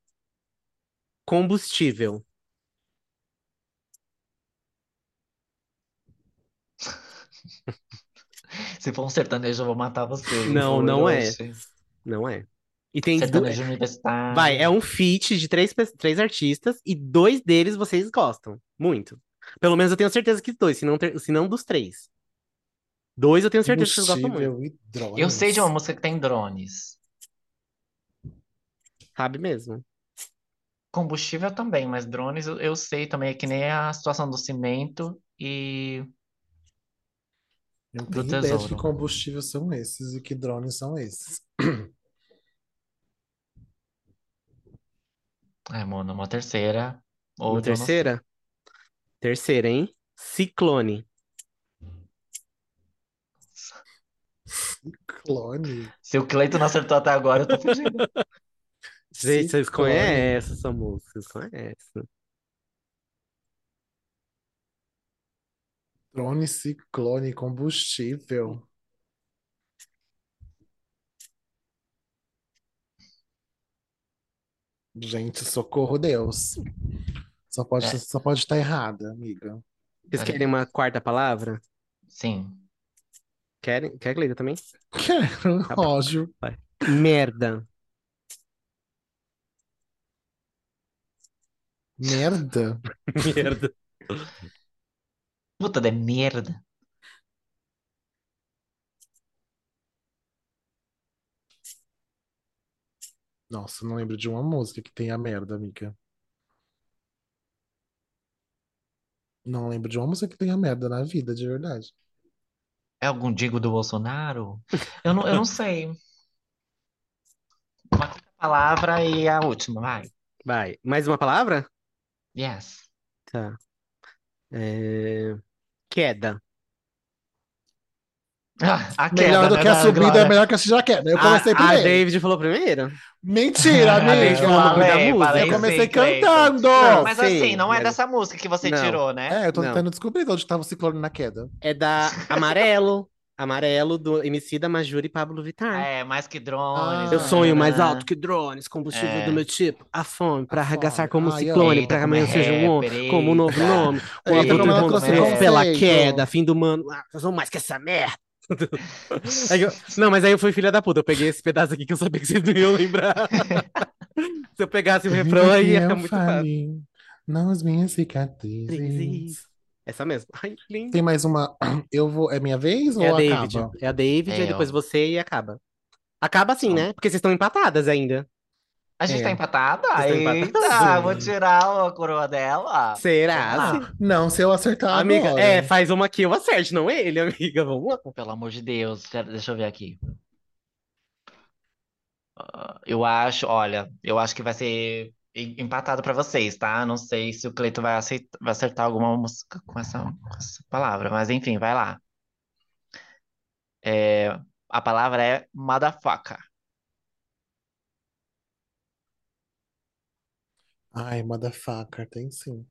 Speaker 1: Combustível.
Speaker 4: Se for um sertanejo, eu vou matar você.
Speaker 1: Não, não é.
Speaker 4: Oxe.
Speaker 1: Não é. E tem du-
Speaker 4: Sertanejo universitário.
Speaker 1: Vai, é um feat de três, pe- três artistas e dois deles vocês gostam. Muito. Pelo menos eu tenho certeza que dois, se não, ter- se não dos três. Dois eu tenho certeza que vocês gostam muito.
Speaker 3: Combustível e drones.
Speaker 4: Eu sei de uma música que tem drones.
Speaker 1: Sabe mesmo.
Speaker 4: Combustível também, mas drones eu, eu sei também. É que nem a situação do cimento e.
Speaker 3: Eu
Speaker 4: do
Speaker 3: tenho ideia de que
Speaker 4: tesouro.
Speaker 3: combustíveis são esses e que drones são esses.
Speaker 4: Ai, Mona, uma terceira. Ou
Speaker 1: Uma terceira? Terceira, hein? Ciclone.
Speaker 3: Clone.
Speaker 4: Se o Cleiton não acertou até agora, eu tô fugindo.
Speaker 1: Gente, vocês
Speaker 3: Ciclone.
Speaker 1: conhecem essa música, vocês conhecem.
Speaker 3: Drone, ciclone, combustível. Gente, socorro, Deus. Só pode,
Speaker 4: É.
Speaker 3: só pode estar errada, amiga.
Speaker 1: Vocês
Speaker 4: Olha.
Speaker 1: querem uma quarta palavra?
Speaker 4: Sim.
Speaker 1: Querem? Quer, Cleita, também?
Speaker 3: Quero,
Speaker 1: Tá bom.
Speaker 3: ódio.
Speaker 1: Merda.
Speaker 3: Merda.
Speaker 1: Merda.
Speaker 4: Puta de merda.
Speaker 3: Nossa, não lembro de uma música que tenha merda, amiga. Não lembro de uma música que tenha merda na vida, de verdade.
Speaker 4: É algum digo do Bolsonaro? Eu não, eu não sei. Uma quinta palavra e a última, vai.
Speaker 1: Vai. Mais uma palavra?
Speaker 4: Yes.
Speaker 1: Tá. É, Queda.
Speaker 4: Ah, a
Speaker 3: Melhor
Speaker 4: queda,
Speaker 3: do
Speaker 4: né,
Speaker 3: que a
Speaker 4: da
Speaker 3: subida, é
Speaker 4: Glória.
Speaker 3: melhor que a já queda. Eu
Speaker 1: Ah, A-
Speaker 3: comecei
Speaker 1: a
Speaker 3: primeiro.
Speaker 1: David falou primeiro? é
Speaker 3: Mentira,
Speaker 4: Ah,
Speaker 3: amiga.
Speaker 4: deixa eu falar,
Speaker 1: falei,
Speaker 4: música.
Speaker 1: falei
Speaker 3: Eu comecei
Speaker 4: sim, Cleiton.
Speaker 3: cantando.
Speaker 4: Não, mas assim,
Speaker 1: Sim,
Speaker 4: não é
Speaker 1: mas-
Speaker 4: dessa música que você
Speaker 1: Não.
Speaker 4: tirou, né?
Speaker 3: É, eu tô
Speaker 1: Não.
Speaker 3: tentando descobrir de onde tava o ciclone na queda.
Speaker 1: É da Amarelo. Amarelo, do MC da Majura e Pablo Vittar.
Speaker 4: É, mais que drones. né?
Speaker 3: Ah.
Speaker 1: Eu sonho mais
Speaker 4: tarará.
Speaker 1: alto que drones, combustível
Speaker 4: É.
Speaker 1: do meu tipo. A fome, pra
Speaker 3: A
Speaker 1: arregaçar
Speaker 3: fome.
Speaker 1: como um
Speaker 3: Ai,
Speaker 1: ciclone,
Speaker 4: amo.
Speaker 1: pra que
Speaker 4: Como é
Speaker 1: amanhã eu seja um homem,
Speaker 4: rapper,
Speaker 1: como um novo
Speaker 4: eita.
Speaker 1: nome. O
Speaker 4: Eita,
Speaker 1: alto
Speaker 4: como ela
Speaker 1: mundo
Speaker 4: trouxe
Speaker 1: rompe pela
Speaker 3: conceito.
Speaker 1: queda, fim do mano. Ah, nós vamos mais que essa merda. Aí É eu- Não, mas aí eu fui filha da puta. Eu peguei esse pedaço aqui que eu sabia que vocês não iam lembrar. Se eu pegasse o refrão,
Speaker 3: Permita
Speaker 1: aí
Speaker 3: que
Speaker 1: ia
Speaker 3: eu
Speaker 1: muito fácil.
Speaker 3: fale, Não as minhas cicatrizes.
Speaker 1: Essa mesmo. Ai, lindo.
Speaker 3: Tem mais uma. Eu vou. É minha vez
Speaker 1: É a
Speaker 3: ou
Speaker 1: David.
Speaker 3: acaba?
Speaker 1: É a David,
Speaker 4: É,
Speaker 1: aí depois
Speaker 4: ó.
Speaker 1: você e acaba. Acaba assim,
Speaker 4: Ó.
Speaker 1: né? Porque vocês estão empatadas ainda.
Speaker 4: A gente tá
Speaker 3: É.
Speaker 4: empatada?
Speaker 1: Vocês estão
Speaker 4: Eita,
Speaker 1: empatados.
Speaker 4: vou tirar a coroa dela.
Speaker 1: Ah. Será?
Speaker 4: Vamos
Speaker 1: Sim.
Speaker 3: Não, se eu acertar
Speaker 1: Amiga,
Speaker 3: agora.
Speaker 1: é, faz uma que eu acerte, não ele, amiga. Vamos lá.
Speaker 4: Pelo amor de Deus, quero- deixa eu ver aqui. Ah, Eu acho, olha, eu acho que vai ser em- empatado pra vocês, tá? Não sei se o Cleiton vai aceit- vai acertar alguma música com essa, com essa palavra, mas enfim, vai lá. É, a palavra é motherfucker.
Speaker 3: Ai, motherfucker, tem sim.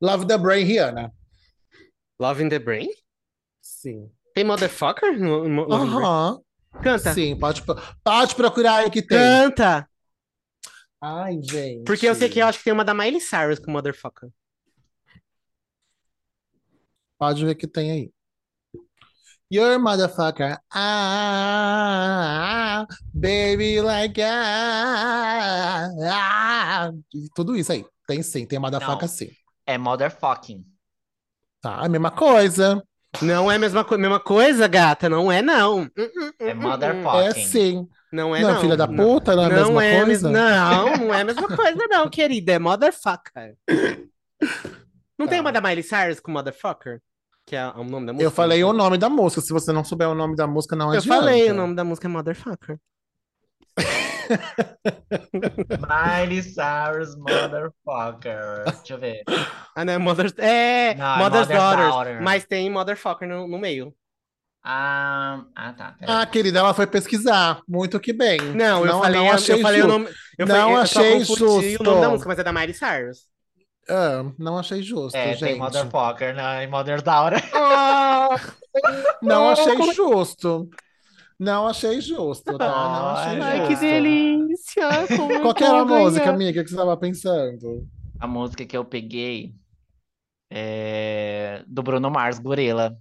Speaker 3: Love the Brain, Rihanna.
Speaker 1: Love in the Brain?
Speaker 3: Sim.
Speaker 1: Tem motherfucker? no- no- Love in the Brain?
Speaker 3: Aham.
Speaker 1: Canta.
Speaker 3: Sim, pode, pode procurar aí que tem.
Speaker 1: Canta!
Speaker 3: Ai, gente.
Speaker 1: É. Porque eu sei que eu acho que tem uma da Miley Cyrus com motherfucker.
Speaker 3: Pode ver que tem aí. Your motherfucker. Ah, baby like ah, ah. E Tudo isso aí. Tem sim, tem motherfucker
Speaker 4: Não.
Speaker 3: sim.
Speaker 4: É motherfucking.
Speaker 3: Tá, a mesma coisa.
Speaker 1: Não é a mesma, co- mesma coisa, gata? Não é, não. Hum, hum,
Speaker 4: É
Speaker 1: hum, hum.
Speaker 4: motherfucking.
Speaker 3: É sim.
Speaker 1: Não é,
Speaker 3: não,
Speaker 1: não.
Speaker 3: filha da
Speaker 1: Não,
Speaker 3: puta, não é a
Speaker 1: não
Speaker 3: mesma
Speaker 1: é,
Speaker 3: coisa?
Speaker 1: Não, não é a mesma coisa, não, querida. É motherfucker. Não tem
Speaker 3: Tá.
Speaker 1: uma da Miley Cyrus com motherfucker? Que é o nome da música?
Speaker 3: Eu falei o nome da música. Se você não souber o nome da música, não
Speaker 1: Eu
Speaker 3: adianta.
Speaker 1: falei, o nome da música é motherfucker.
Speaker 6: Miley Cyrus, motherfucker. Deixa eu ver.
Speaker 1: Ah, não, é mother... É,
Speaker 6: Não, é
Speaker 1: mother's
Speaker 6: Mother's
Speaker 1: daughters.
Speaker 6: Daughter.
Speaker 1: Mas tem motherfucker no, no meio.
Speaker 6: Ah, ah tá. peraí.
Speaker 3: Ah, querida, ela foi pesquisar. Muito que bem.
Speaker 1: Não, eu falei,
Speaker 3: não
Speaker 1: eu,
Speaker 3: achei
Speaker 1: falei o
Speaker 3: justo.
Speaker 1: nome. Eu
Speaker 3: Não
Speaker 1: falei, eu
Speaker 3: achei
Speaker 1: só confundi o nome da
Speaker 3: justo.
Speaker 1: música, mas é da Miley Cyrus.
Speaker 3: Ah, não achei justo,
Speaker 6: é, tem né?
Speaker 3: gente.
Speaker 6: motherfucker na em Mother's Daughter. É.
Speaker 3: Não achei justo. Não achei justo, tá? Não achei
Speaker 6: Ai,
Speaker 3: justo.
Speaker 6: que
Speaker 1: delícia!
Speaker 3: Qual que era a
Speaker 6: né?
Speaker 3: música, amiga, que você tava pensando?
Speaker 6: A música que eu peguei é do Bruno Mars, Gorila.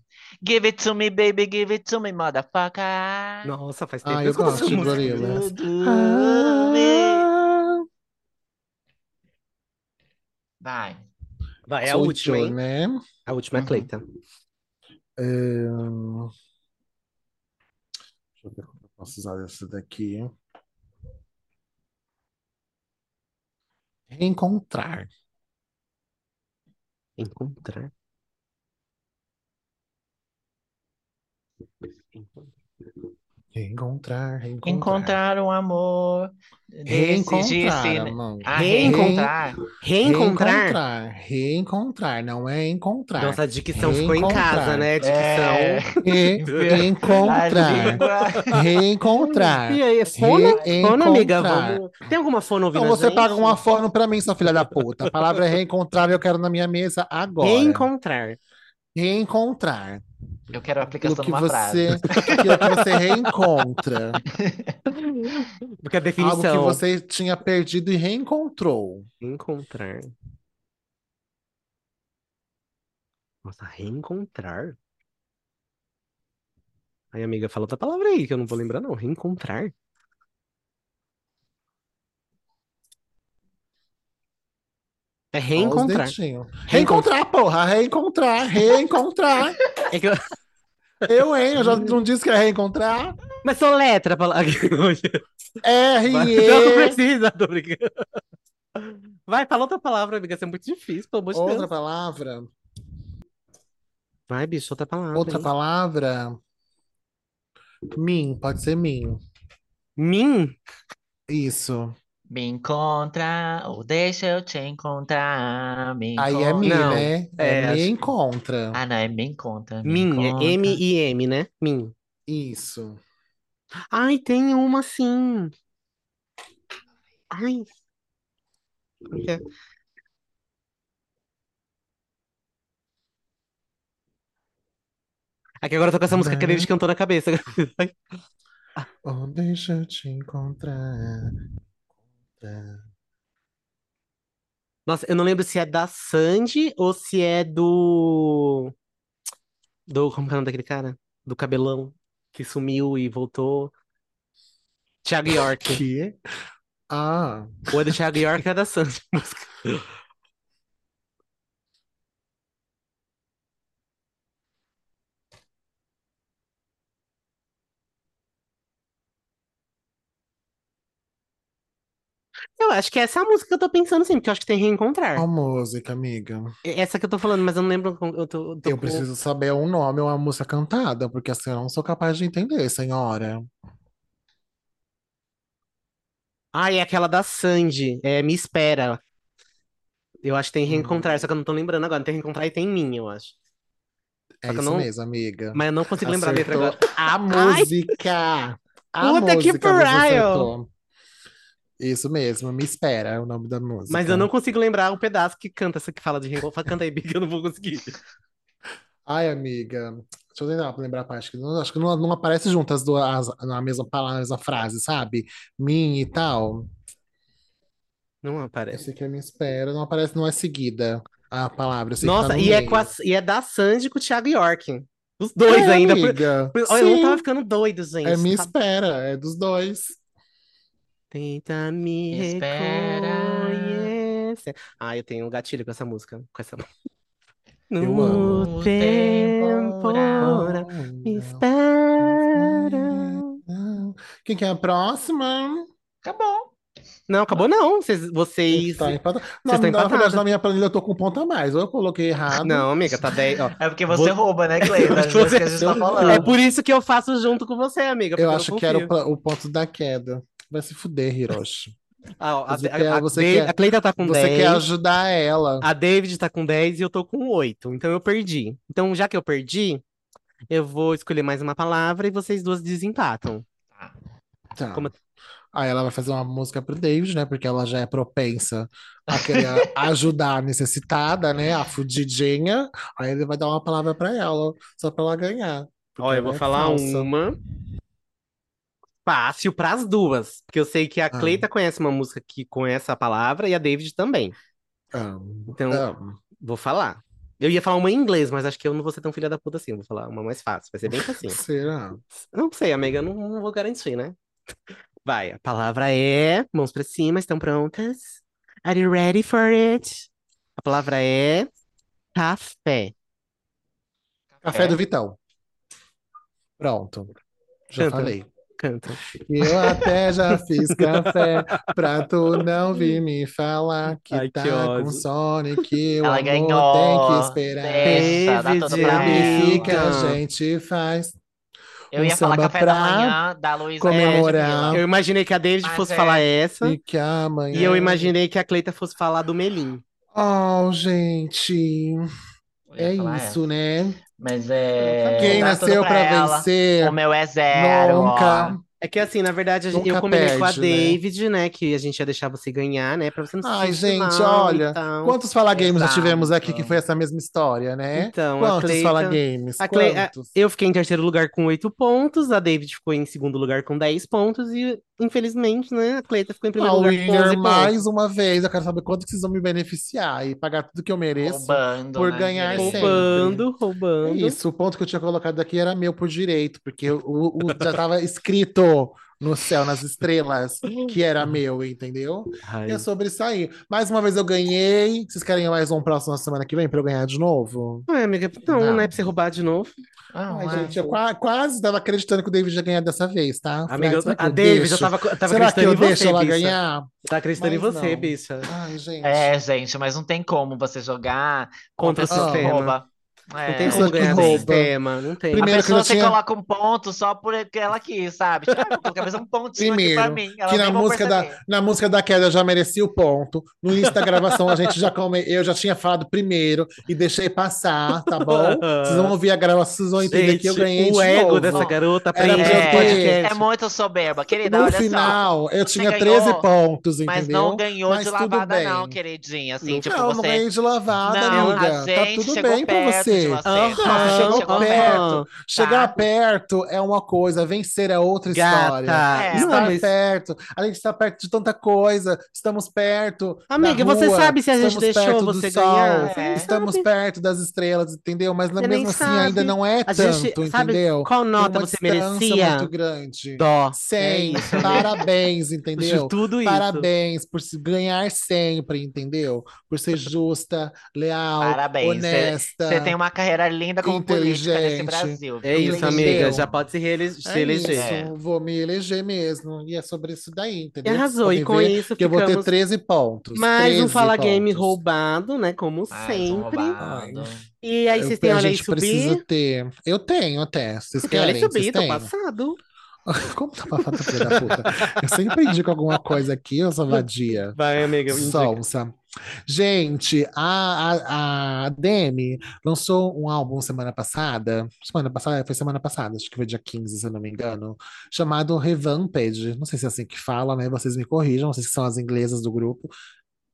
Speaker 6: Give it to me, baby, give it to me, motherfucker.
Speaker 1: Nossa, faz tempo
Speaker 3: Ah,
Speaker 1: que
Speaker 3: eu
Speaker 1: escuto essa
Speaker 6: é
Speaker 3: gosto de
Speaker 1: música.
Speaker 3: Gorillaz.
Speaker 6: Do, do, me. Vai.
Speaker 1: Vai, é a
Speaker 3: Sou
Speaker 1: última,
Speaker 3: eu,
Speaker 1: hein?
Speaker 3: né?
Speaker 1: A última é
Speaker 6: Uhum.
Speaker 1: Cleita.
Speaker 3: Ahn, Deixa eu ver como eu posso usar essa daqui. Reencontrar.
Speaker 1: Encontrar.
Speaker 3: Reencontrar, reencontrar.
Speaker 6: Encontrar um amor. Decidir-se.
Speaker 3: Reencontrar, amor.
Speaker 6: Ah,
Speaker 1: Reencontrar.
Speaker 6: reencontrar.
Speaker 1: Reencontrar?
Speaker 3: Reencontrar, reencontrar, não é encontrar.
Speaker 1: Nossa, a dicção ficou em casa, né? A
Speaker 6: É.
Speaker 1: Dicção.
Speaker 3: Reencontrar,
Speaker 6: A língua.
Speaker 3: reencontrar.
Speaker 1: E aí, é fono? Fono, amiga?
Speaker 3: Reencontrar.
Speaker 1: Vamos... Tem alguma fono ouvindo
Speaker 3: Então
Speaker 1: a
Speaker 3: você
Speaker 1: gente?
Speaker 3: paga uma forno pra mim, sua filha da puta. A palavra é reencontrar, eu quero na minha mesa agora.
Speaker 1: Reencontrar.
Speaker 3: Reencontrar.
Speaker 6: Eu quero a aplicação
Speaker 3: Aquilo que
Speaker 6: de uma frase.
Speaker 3: você, aquilo que você reencontra.
Speaker 1: Porque a
Speaker 3: Algo que
Speaker 1: definição...
Speaker 3: você tinha perdido e reencontrou.
Speaker 1: Encontrar. Nossa, reencontrar? Aí, amiga, fala outra palavra aí que eu não vou lembrar, não. Reencontrar. É
Speaker 3: Ó os
Speaker 1: reencontrar.
Speaker 3: dentinhos. Reencontrar, porra! Reencontrar, reencontrar.
Speaker 1: É que eu-
Speaker 3: Eu, hein? Eu já não disse que é reencontrar.
Speaker 1: Mas sou letra a palavra.
Speaker 3: R,
Speaker 1: Não
Speaker 3: E.
Speaker 1: precisa, tô brincando. Vai, fala outra palavra, amiga. Isso é muito difícil, pelo amor de
Speaker 3: Outra
Speaker 1: Deus.
Speaker 3: palavra.
Speaker 1: Vai, bicho, outra palavra.
Speaker 3: Outra
Speaker 1: hein?
Speaker 3: palavra. Mim, pode ser mim.
Speaker 1: Mim?
Speaker 3: Isso.
Speaker 6: Me encontra ou deixa eu te encontrar. Me
Speaker 3: Aí é
Speaker 6: encontra.
Speaker 3: mim,
Speaker 1: Não,
Speaker 3: né?
Speaker 1: é,
Speaker 3: É, me
Speaker 1: acho-
Speaker 3: encontra.
Speaker 6: Ah, não, é me encontra. Me
Speaker 1: Mim, é
Speaker 6: encontra.
Speaker 1: M-I-M, né? Mim.
Speaker 3: Isso.
Speaker 1: Ai, tem uma sim. Ai. Como que é? É que agora eu tô com essa música que a David cantou na cabeça.
Speaker 3: Oh, deixa eu te encontrar.
Speaker 1: Nossa, eu não lembro se é da Sandy ou se é do. Do. Como que é o nome daquele cara? Do cabelão que sumiu e voltou. Thiago York.
Speaker 3: Que? Ah,
Speaker 1: Ou é do Thiago York ou é da Sandy. a música. Eu acho que essa é a música que eu tô pensando sim, porque eu acho que tem reencontrar.
Speaker 3: qual música, amiga?
Speaker 1: É Essa que eu tô falando, mas eu não lembro. como- Eu tô, tô
Speaker 3: Eu
Speaker 1: com-
Speaker 3: preciso saber um nome ou uma música cantada, porque assim eu não sou capaz de entender, senhora.
Speaker 1: Ah, é aquela da Sandy. É Me Espera. Eu acho que tem
Speaker 3: Hum.
Speaker 1: reencontrar, só que eu não tô lembrando agora. Tem reencontrar e tem mim, eu acho.
Speaker 3: É
Speaker 1: Só que eu
Speaker 3: isso
Speaker 1: não-
Speaker 3: mesmo, amiga.
Speaker 1: Mas eu não consigo lembrar a letra
Speaker 3: Acertou
Speaker 1: agora.
Speaker 3: a
Speaker 1: Ai!
Speaker 3: música. A
Speaker 1: Puta que
Speaker 3: música você
Speaker 1: pariu!
Speaker 3: acertou. Isso mesmo, me espera é o nome da música.
Speaker 1: Mas eu não consigo lembrar o pedaço que canta essa que fala de reencontrar. Canta aí, Bica, eu não vou conseguir.
Speaker 3: Ai, amiga, deixa eu tentar lembrar a parte que não, acho que não, não aparece juntas as duas na mesma palavra, na mesma frase, sabe? Mim e tal.
Speaker 1: Não
Speaker 3: Eu
Speaker 1: aparece.
Speaker 3: sei que é me espera, não aparece, não é seguida a palavra. eu sei que tá
Speaker 1: Nossa,
Speaker 3: no
Speaker 1: e é,
Speaker 3: meio.
Speaker 1: com a- e é da Sandy com o Thiago York. Os dois
Speaker 3: É,
Speaker 1: ainda.
Speaker 3: amiga.
Speaker 1: Por- Olha, eu
Speaker 3: Sim,
Speaker 1: tava ficando doido, gente.
Speaker 3: é me
Speaker 1: Tá-
Speaker 3: espera, é dos dois.
Speaker 1: Tenta me
Speaker 6: Me espera.
Speaker 1: reconhecer. Ah, eu tenho um gatilho com essa música. Com essa...
Speaker 3: Eu amo.
Speaker 1: No Oh, temporal, me espera.
Speaker 3: Quem que é a próxima?
Speaker 4: Acabou.
Speaker 1: Não, acabou não. Vocês, vocês...
Speaker 3: Tá empatado.
Speaker 1: É Vocês
Speaker 3: Na, na
Speaker 1: estão
Speaker 3: verdade,
Speaker 1: empatadas.
Speaker 3: na minha planilha eu tô com um ponto a mais. Ou eu coloquei errado.
Speaker 1: Não, amiga, tá 10. ó.
Speaker 4: É porque você rouba, né,
Speaker 3: É
Speaker 4: Cleita? Às vezes que a gente
Speaker 3: um
Speaker 4: tá falando.
Speaker 1: É por isso que eu faço junto com você, amiga. porque
Speaker 3: Eu
Speaker 1: não
Speaker 3: acho que era o,
Speaker 1: confio.
Speaker 3: pla- o ponto da queda. Vai se fuder, Hiroshi.
Speaker 1: Ah, ó, a,
Speaker 3: Você
Speaker 1: a-
Speaker 3: quer-
Speaker 1: a
Speaker 3: você
Speaker 1: Dei-
Speaker 3: quer-
Speaker 1: a Cleita tá com
Speaker 3: Você
Speaker 1: 10.
Speaker 3: quer ajudar ela.
Speaker 1: A David tá com 10 e eu tô com 8. Então eu perdi. Então, já que eu perdi, eu vou escolher mais uma palavra e vocês duas desempatam.
Speaker 3: Tá.
Speaker 1: Como- assim?
Speaker 3: Aí ela vai fazer uma música pro David, né? Porque ela já é propensa a querer ajudar a necessitada, né? A fudidinha. Aí ele vai dar uma palavra pra ela, só pra ela ganhar.
Speaker 1: Ó, eu vou
Speaker 3: ela é
Speaker 1: falar um
Speaker 3: falsa.
Speaker 1: uma. Fácil pras duas. Porque eu sei que a
Speaker 3: Ah.
Speaker 1: Cleita conhece uma música que conhece a palavra e a David também.
Speaker 3: Amo,
Speaker 1: Então,
Speaker 3: amo.
Speaker 1: vou falar. Eu ia falar uma em inglês, mas acho que eu não vou ser tão filha da puta assim. Eu Vou falar uma mais fácil. Vai ser bem facinho.
Speaker 3: Será?
Speaker 1: Não sei, amiga, eu não, não vou garantir, né? Vai, a palavra é. Mãos pra cima, estão prontas? Are you ready for it? A palavra é. Café.
Speaker 3: Café
Speaker 4: É.
Speaker 3: do Vitão. Pronto. Já
Speaker 1: Canta.
Speaker 3: falei.
Speaker 1: Canta.
Speaker 3: Eu até já fiz café pra tu não vir me falar que
Speaker 1: Ai, que
Speaker 3: tá com
Speaker 1: ódio.
Speaker 3: sono e que o
Speaker 4: Ela
Speaker 3: amor
Speaker 4: ganhou.
Speaker 3: tem que esperar.
Speaker 4: Deixa, dá tudo
Speaker 1: David,
Speaker 4: pra
Speaker 1: amiga.
Speaker 4: ela.
Speaker 3: Sabe o que a gente faz
Speaker 4: Eu
Speaker 3: um
Speaker 4: ia falar
Speaker 3: samba
Speaker 4: café da
Speaker 3: pra
Speaker 4: manhã da Luísa
Speaker 3: comemorar.
Speaker 4: Edmila.
Speaker 1: Eu imaginei que a David
Speaker 4: Mas
Speaker 1: fosse
Speaker 4: é.
Speaker 1: falar essa.
Speaker 3: e que amanhã...
Speaker 1: E eu imaginei que a Cleita fosse falar do Melim.
Speaker 3: Oh, gente,
Speaker 4: Eu ia
Speaker 3: é
Speaker 4: falar
Speaker 3: isso, né?
Speaker 4: essa. Mas é.
Speaker 3: Quem
Speaker 4: dá tudo
Speaker 3: nasceu pra
Speaker 4: ela.
Speaker 3: vencer
Speaker 4: O meu é zero. ó.
Speaker 3: nunca...
Speaker 1: É que assim, na verdade, a gente- eu
Speaker 3: Nunca
Speaker 1: combinei com a
Speaker 3: perde, né?
Speaker 1: David, né? Que a gente ia deixar você ganhar, né? Pra você não se
Speaker 3: Ai,
Speaker 1: sentir
Speaker 3: gente,
Speaker 1: mal e
Speaker 3: olha,
Speaker 1: tal.
Speaker 3: Quantos Fala Games já
Speaker 4: Exato.
Speaker 3: tivemos aqui que foi essa mesma história, né?
Speaker 1: Então, a
Speaker 3: Quantos Fala
Speaker 1: Cleita.
Speaker 3: Games?
Speaker 1: a Cle- a-
Speaker 3: Quantos?
Speaker 1: é, Eu fiquei em terceiro lugar com oito pontos, a David ficou em segundo lugar com 10 pontos e, infelizmente, né, a Cleita ficou em primeiro
Speaker 3: Ao
Speaker 1: lugar com 11
Speaker 3: Winner,
Speaker 1: pontos.
Speaker 3: mais uma vez, eu quero saber quanto que vocês vão me beneficiar e pagar tudo que eu mereço.
Speaker 4: Roubando,
Speaker 3: por
Speaker 4: né,
Speaker 3: ganhar
Speaker 4: direito.
Speaker 3: sempre.
Speaker 1: Roubando,
Speaker 3: É
Speaker 1: roubando.
Speaker 3: Isso, o ponto que eu tinha colocado aqui era meu por direito, porque o, o- já estava escrito no céu, nas estrelas, que era meu, entendeu?
Speaker 1: Ai,
Speaker 3: E é sobre isso aí. Mais uma vez eu ganhei. Vocês querem mais um próximo na semana que vem para eu ganhar de novo?
Speaker 1: Ai, amiga, não,
Speaker 4: Não.
Speaker 1: né, pra você roubar de novo.
Speaker 4: Ah,
Speaker 3: Ai,
Speaker 4: ué.
Speaker 3: gente, eu qua- quase estava acreditando que o David ia ganhar dessa vez, tá? Falei,
Speaker 1: Amiga,
Speaker 3: ai, será que
Speaker 1: a
Speaker 3: eu
Speaker 1: David,
Speaker 3: deixo?
Speaker 1: eu tava, eu tava
Speaker 3: Será que eu
Speaker 1: acreditando em
Speaker 3: deixo
Speaker 1: você,
Speaker 3: ela
Speaker 1: bicha.
Speaker 3: ganhar?
Speaker 1: Tava acreditando em
Speaker 3: Mas
Speaker 1: você,
Speaker 3: não.
Speaker 1: bicha.
Speaker 3: Ai, gente.
Speaker 4: É, gente, mas não tem como você jogar
Speaker 1: Contra
Speaker 4: contra
Speaker 1: o
Speaker 4: pessoa que
Speaker 1: sistema.
Speaker 4: rouba.
Speaker 1: Não
Speaker 4: É,
Speaker 1: tem
Speaker 3: Pessoa
Speaker 1: como
Speaker 3: que
Speaker 1: ganhar do
Speaker 3: rouba.
Speaker 1: sistema, não tem.
Speaker 4: A
Speaker 3: Primeiro que eu
Speaker 4: pessoa
Speaker 3: já
Speaker 4: você
Speaker 3: tinha-
Speaker 4: coloca um ponto só porque ela quis, sabe? Tipo, ah, vou colocar mais um pontinho aqui pra
Speaker 3: Primeiro,
Speaker 4: mim. Ela
Speaker 3: que
Speaker 4: nem
Speaker 3: na
Speaker 4: vai
Speaker 3: música, da,
Speaker 4: perceber.
Speaker 3: na música da queda eu já mereci o ponto. No início da gravação a gente já come, eu já tinha falado primeiro e deixei passar, tá bom? Vocês vão ouvir a gravação, vocês vão entender que eu
Speaker 1: Gente,
Speaker 3: ganhei
Speaker 1: o
Speaker 3: de
Speaker 1: ego
Speaker 3: novo.
Speaker 1: dessa garota
Speaker 3: Era
Speaker 1: preenche
Speaker 3: pra eu
Speaker 1: o
Speaker 4: é,
Speaker 3: ter-
Speaker 1: podcast.
Speaker 4: é muito soberba, querida,
Speaker 3: No
Speaker 4: olha só.
Speaker 3: final, eu
Speaker 4: Você
Speaker 3: tinha
Speaker 4: ganhou,
Speaker 3: 13 pontos,
Speaker 4: Mas
Speaker 3: entendeu?
Speaker 4: não ganhou
Speaker 3: Mas
Speaker 4: de
Speaker 3: tudo
Speaker 4: lavada,
Speaker 3: bem.
Speaker 4: não, queridinha. Assim,
Speaker 1: Não,
Speaker 4: tipo,
Speaker 3: não, não
Speaker 4: você.
Speaker 3: ganhei de lavada,
Speaker 4: Não,
Speaker 3: amiga. Tá
Speaker 4: a gente
Speaker 3: tudo
Speaker 4: chegou
Speaker 3: bem pra
Speaker 4: perto de
Speaker 3: você.
Speaker 4: você.
Speaker 1: Aham,
Speaker 4: A gente
Speaker 1: chegou
Speaker 4: chegou
Speaker 1: perto.
Speaker 4: perto.
Speaker 3: Chegar
Speaker 4: tá?
Speaker 3: perto é uma coisa, vencer é outra história.
Speaker 1: Gata,
Speaker 4: É,
Speaker 1: não,
Speaker 3: Estar
Speaker 1: mas-
Speaker 3: perto, a gente está perto de tanta coisa, estamos perto. da
Speaker 1: Amiga, você
Speaker 3: rua,
Speaker 1: sabe se a gente
Speaker 3: estamos
Speaker 1: deixou
Speaker 3: perto do
Speaker 1: você
Speaker 3: sol,
Speaker 1: ganhar? Você
Speaker 4: não
Speaker 3: Estamos
Speaker 1: sabe.
Speaker 3: perto das estrelas, entendeu? Mas na
Speaker 1: Você nem
Speaker 3: mesmo assim
Speaker 1: sabe.
Speaker 3: ainda não é
Speaker 1: A
Speaker 3: tanto,
Speaker 1: gente sabe
Speaker 3: entendeu?
Speaker 1: qual
Speaker 3: Tem
Speaker 1: nota
Speaker 3: uma
Speaker 1: você
Speaker 3: distância
Speaker 1: merecia?
Speaker 3: muito grande.
Speaker 1: Dó.
Speaker 3: 100,
Speaker 1: É isso, amiga.
Speaker 3: parabéns, entendeu?
Speaker 1: Tudo isso.
Speaker 3: Parabéns por se ganhar sempre, entendeu? Por ser justa, leal,
Speaker 4: Parabéns.
Speaker 3: honesta.
Speaker 4: Você tem um uma carreira linda como política nesse
Speaker 3: inteligente.
Speaker 4: Brasil.
Speaker 1: É isso,
Speaker 4: Entendeu?
Speaker 1: amiga. Já pode se, reele- se
Speaker 3: É isso,
Speaker 1: eleger.
Speaker 4: É.
Speaker 3: vou me eleger mesmo. E é sobre isso daí,
Speaker 1: E
Speaker 3: entendeu?
Speaker 1: arrasou.
Speaker 3: Vocês
Speaker 1: E com
Speaker 3: podem ver
Speaker 1: isso
Speaker 3: que eu vou
Speaker 1: ficamos
Speaker 3: ter 13 pontos.
Speaker 1: mais um
Speaker 3: 13
Speaker 1: Fala Game
Speaker 3: pontos.
Speaker 1: roubado, né? Como
Speaker 4: Mais um
Speaker 1: sempre.
Speaker 4: roubado.
Speaker 1: E aí
Speaker 3: Eu-
Speaker 1: vocês têm
Speaker 3: a
Speaker 1: Olha aí
Speaker 3: gente precisa
Speaker 1: Subir.
Speaker 3: ter. Eu tenho até. Vocês
Speaker 1: Tem Olha
Speaker 3: querem?
Speaker 1: aí
Speaker 3: Vocês
Speaker 1: Subir, tô
Speaker 3: têm?
Speaker 1: passado.
Speaker 3: Como tá passando, filha da puta? Eu sempre indico alguma coisa aqui, eu sou vadia.
Speaker 1: Vai, amiga. indica.
Speaker 3: Sonsa. Gente, a, a, a Demi lançou um álbum semana passada. Semana passada? Foi semana passada, acho que foi dia 15, se eu não me engano. Chamado Revamped. Não sei se é assim que fala, né? Vocês me corrijam, vocês que são as inglesas do grupo.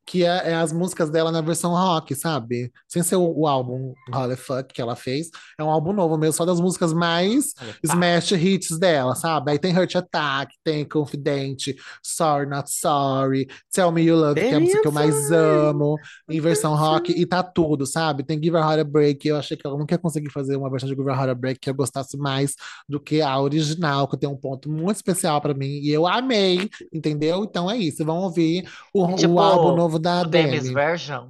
Speaker 3: Que é, é as músicas dela na versão rock, sabe? Sem ser o, o álbum Holy Fuck que ela fez. É um álbum novo mesmo, só das músicas mais
Speaker 4: Tá.
Speaker 3: smash hits dela, sabe? Aí tem Hurt Attack, tem Confidente, Sorry Not Sorry, Tell Me You Love, que é a
Speaker 1: Baby,
Speaker 3: música que eu
Speaker 1: I'm
Speaker 3: mais
Speaker 1: sorry.
Speaker 3: amo, em versão rock, e tá tudo, sabe? Tem Give Her Heart a Break, eu achei que ela nunca ia conseguir fazer uma versão de Give Her Heart a Break que eu gostasse mais do que a original, que tem um ponto muito especial pra mim, e eu amei, entendeu? Então é isso, vão ouvir o, o
Speaker 4: Tipo,
Speaker 3: álbum novo da
Speaker 4: O Demis
Speaker 3: Demi.
Speaker 4: Version.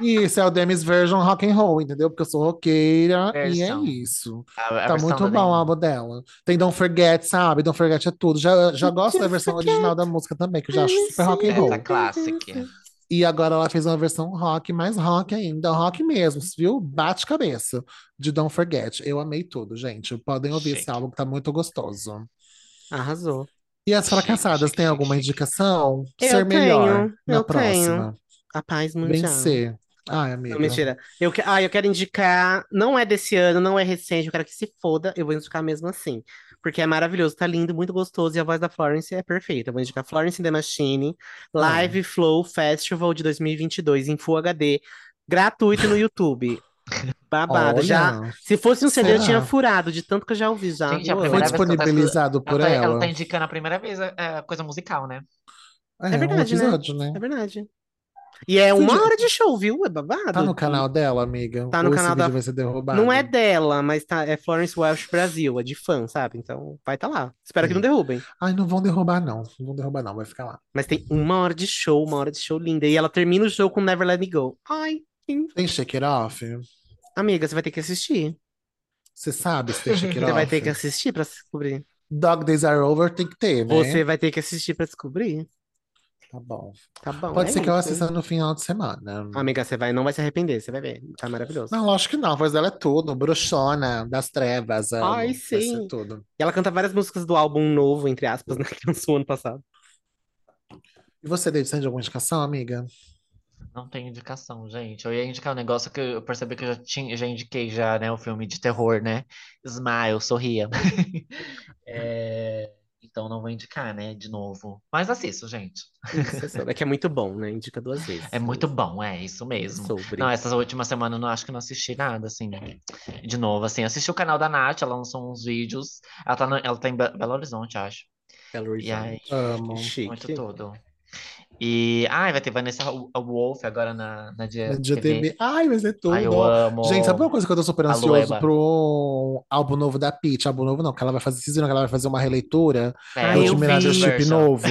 Speaker 3: Isso, é o Demis Version Rock and Roll, entendeu? Porque eu sou roqueira e é
Speaker 4: Version.
Speaker 3: isso.
Speaker 4: A, a
Speaker 3: tá
Speaker 4: versão
Speaker 3: muito
Speaker 4: da
Speaker 3: bom o
Speaker 4: Demi.
Speaker 3: álbum dela. Tem Don't Forget, sabe? Don't Forget é tudo. Já, já gosto da versão original da música também, que eu já acho super rock and
Speaker 4: É,
Speaker 3: roll.
Speaker 4: tá classic.
Speaker 3: E agora ela fez uma versão rock, mais rock ainda, rock mesmo, viu? Bate cabeça de Don't Forget. Eu amei tudo, gente. Podem ouvir
Speaker 4: Chique.
Speaker 3: esse álbum que tá muito gostoso.
Speaker 1: Arrasou.
Speaker 3: E as
Speaker 4: Chique,
Speaker 3: fracassadas,
Speaker 4: chique,
Speaker 3: tem
Speaker 4: chique,
Speaker 3: alguma
Speaker 4: chique.
Speaker 3: indicação?
Speaker 1: Eu
Speaker 3: Ser melhor
Speaker 1: tenho,
Speaker 3: na
Speaker 1: eu
Speaker 3: próxima.
Speaker 1: A paz mundial.
Speaker 3: Vencer. Ai, amiga.
Speaker 1: Não, mentira. Eu, que- ah, eu quero indicar. Não é desse ano, não é recente. Eu quero que se foda. Eu vou indicar mesmo assim. Porque é maravilhoso, tá lindo, muito gostoso. E a voz da Florence é perfeita. Eu vou indicar Florence and the Machine,
Speaker 3: Ah.
Speaker 1: Live Flow Festival de 2022 em Full HD, gratuito no YouTube. Babado.
Speaker 3: Olha,
Speaker 1: Já, se fosse um CD, eu
Speaker 3: Será?
Speaker 1: tinha furado, de tanto que eu já ouvi já.
Speaker 4: Gente, a
Speaker 1: Eu amo.
Speaker 3: foi
Speaker 4: primeira vez que ela tá
Speaker 3: disponibilizado
Speaker 4: Ela
Speaker 3: por
Speaker 4: tá,
Speaker 3: ela.
Speaker 4: ela tá indicando a primeira vez a, a coisa musical, né?
Speaker 3: É,
Speaker 1: É
Speaker 3: um
Speaker 1: verdade, né?
Speaker 3: episódio, né?
Speaker 1: É verdade. E é uma
Speaker 3: Gente,
Speaker 1: hora de show, viu? É babado.
Speaker 3: Tá no canal dela, amiga?
Speaker 1: Tá no
Speaker 3: Ou
Speaker 1: canal
Speaker 3: esse vídeo
Speaker 1: da-
Speaker 3: vai ser derrubado?
Speaker 1: Não é dela, mas tá, é Florence Welsh Brasil, é de fã, sabe? Então vai tá lá. Espero que não derrubem.
Speaker 3: Ai, não vão derrubar, não. Não vão derrubar, não. Vai ficar lá.
Speaker 1: Mas tem uma hora de show, uma hora de show linda. E ela termina o show com Never Let Me Go. Ai,
Speaker 3: Tem Shake It Off?
Speaker 1: amiga, você vai ter que assistir.
Speaker 3: Você sabe se tem Shake It
Speaker 1: Você vai
Speaker 3: Off?
Speaker 1: ter que assistir pra
Speaker 3: Né?
Speaker 1: descobrir.
Speaker 3: Dog Days Are Over tem que ter, né?
Speaker 1: Você vai ter que assistir pra descobrir.
Speaker 3: Tá bom.
Speaker 1: Tá bom.
Speaker 3: Pode
Speaker 1: é
Speaker 3: ser que eu
Speaker 1: isso.
Speaker 3: assista no final de semana.
Speaker 1: Amiga, você vai, não vai se arrepender, você vai ver. Tá maravilhoso.
Speaker 3: Não, lógico que não. A voz dela é tudo. Bruxona, das trevas. amo.
Speaker 1: Ai,
Speaker 3: Vai
Speaker 1: sim.
Speaker 3: ser tudo.
Speaker 1: E ela canta várias músicas do álbum novo, entre aspas, né, que lançou ano passado.
Speaker 3: E você, David, tem alguma indicação, amiga?
Speaker 4: Não tem indicação, gente. Eu ia indicar um negócio que eu percebi que eu já, tinha, já indiquei já, né? O filme de terror, né? Smile, sorria. É, Então não vou indicar, né? De novo. Mas assisto, gente.
Speaker 1: É que é muito bom, né? Indica duas vezes.
Speaker 4: É muito bom, é isso mesmo.
Speaker 1: Sobre.
Speaker 4: Não, essas últimas semanas eu não acho que eu não assisti nada, assim. De novo, assim. Assisti o canal da Nath, ela lançou uns vídeos. Ela tá, no- ela tá em Be- Belo Horizonte, acho.
Speaker 1: Belo
Speaker 4: E aí,
Speaker 1: Horizonte.
Speaker 3: Amo.
Speaker 1: Chique.
Speaker 4: Muito todo. E. Ai, vai ter Vanessa Wo- Wolff agora na, na dia,
Speaker 3: Dia
Speaker 4: TV.
Speaker 3: TV. Ai, vai ser tudo.
Speaker 4: Ai, eu amo.
Speaker 3: Gente, sabe uma coisa que eu tô super
Speaker 4: A
Speaker 3: ansioso
Speaker 4: Lueba.
Speaker 3: pro álbum novo da Pitty? Álbum novo não, que ela vai fazer. Vocês viram que ela vai fazer uma releitura
Speaker 1: Ah,
Speaker 3: do
Speaker 1: eu
Speaker 3: de
Speaker 1: vi.
Speaker 3: Miranda Chip novo?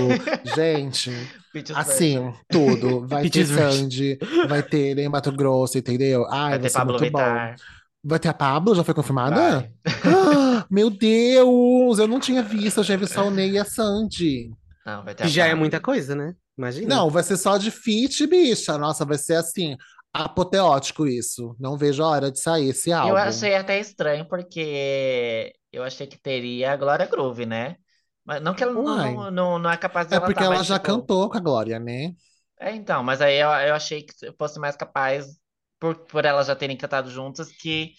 Speaker 3: Gente,
Speaker 4: Pitch
Speaker 3: assim, tudo. Vai ter
Speaker 1: Pitty's version.
Speaker 3: Sandy, vai ter Ney Mato Grosso, entendeu? Ai,
Speaker 4: Vai
Speaker 3: vai,
Speaker 4: ter
Speaker 3: ser
Speaker 4: Pablo
Speaker 3: muito bom.
Speaker 4: Vittar.
Speaker 3: Vai ter a Pablo? Já foi confirmada?
Speaker 4: Vai.
Speaker 3: Ah, meu Deus! Eu não tinha visto, eu já vi só o Ney e a Sandy.
Speaker 4: Não, vai ter
Speaker 1: Que
Speaker 4: a
Speaker 1: já é
Speaker 4: Pablo.
Speaker 1: muita coisa, né? Imagina.
Speaker 3: Não, vai ser só de fit, bicha. Nossa, vai ser assim, apoteótico isso. Não vejo a hora de sair esse álbum.
Speaker 4: Eu achei até estranho, porque eu achei que teria a Glória Groove, né? Mas não que ela não,
Speaker 3: Uai.
Speaker 4: não, não, não é capaz de
Speaker 3: É porque
Speaker 4: tá,
Speaker 3: ela
Speaker 4: mas,
Speaker 3: já
Speaker 4: tipo,
Speaker 3: cantou com a Glória, né?
Speaker 4: É, então, mas aí eu, eu achei que eu fosse mais capaz, por, por elas já terem cantado juntas, que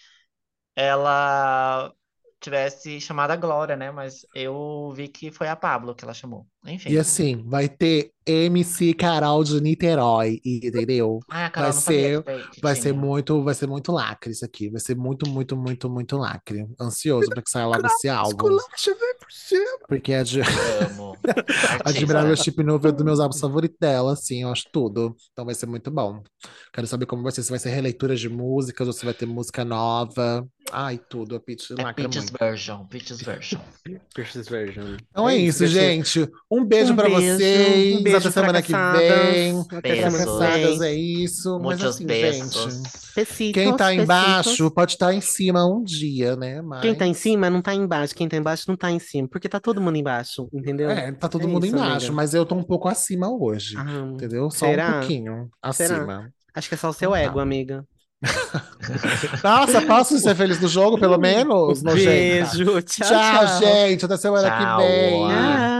Speaker 4: ela tivesse chamado a Glória, né? Mas eu vi que foi a Pablo que ela chamou. Enfim.
Speaker 3: E assim, vai ter MC Carol de Niterói, entendeu?
Speaker 4: Ah, a Carol
Speaker 3: vai
Speaker 4: não sabia
Speaker 3: ser-
Speaker 4: que, te- que
Speaker 3: Vai
Speaker 4: tinha.
Speaker 3: ser muito, vai ser muito lacre isso aqui. Vai ser muito, muito, muito, muito lacre. Ansioso pra que saia logo esse álbum. Porque a de,
Speaker 4: Amo.
Speaker 3: a de
Speaker 4: Artista.
Speaker 3: Miranda Chip Novo é dos meus álbuns favoritos dela, assim, eu acho tudo. Então vai ser muito bom. Quero saber como vai ser, se vai ser releituras de músicas ou se vai ter música nova. Ai, tudo, a Pitty
Speaker 4: É
Speaker 3: lacra
Speaker 4: Peaches
Speaker 3: muito.
Speaker 4: Version, Peaches Version.
Speaker 1: Pierce's Version.
Speaker 3: Então é isso, gente. Um beijo
Speaker 1: Um
Speaker 3: pra
Speaker 1: beijo,
Speaker 3: vocês.
Speaker 1: um beijo,
Speaker 3: Até semana que
Speaker 1: fracassadas.
Speaker 3: vem.
Speaker 1: Até
Speaker 4: Beijos.
Speaker 1: semana que
Speaker 3: Fracassadas,
Speaker 1: vem.
Speaker 3: é isso. Mas
Speaker 4: Muitos
Speaker 3: assim,
Speaker 4: beijos.
Speaker 3: gente,
Speaker 1: Besitos,
Speaker 3: quem tá
Speaker 1: besitos.
Speaker 3: embaixo pode estar em cima um dia, né? Mas...
Speaker 1: Quem tá em cima não tá embaixo. Quem tá embaixo não tá em cima. Porque tá todo mundo embaixo, entendeu?
Speaker 3: É, tá todo
Speaker 1: É
Speaker 3: mundo
Speaker 1: isso,
Speaker 3: embaixo,
Speaker 1: amiga.
Speaker 3: mas eu tô um pouco acima hoje.
Speaker 1: Ah,
Speaker 3: Entendeu? Só
Speaker 1: Será?
Speaker 3: um pouquinho
Speaker 1: Será?
Speaker 3: acima.
Speaker 1: acho que é só o seu
Speaker 3: Então tá.
Speaker 1: ego, amiga.
Speaker 3: Nossa, posso ser feliz no jogo, pelo menos? nojenta?
Speaker 1: Beijo. Tchau,
Speaker 3: Tchau, gente. Até semana
Speaker 4: Tchau.
Speaker 3: que vem.
Speaker 4: Ah.
Speaker 1: Tchau.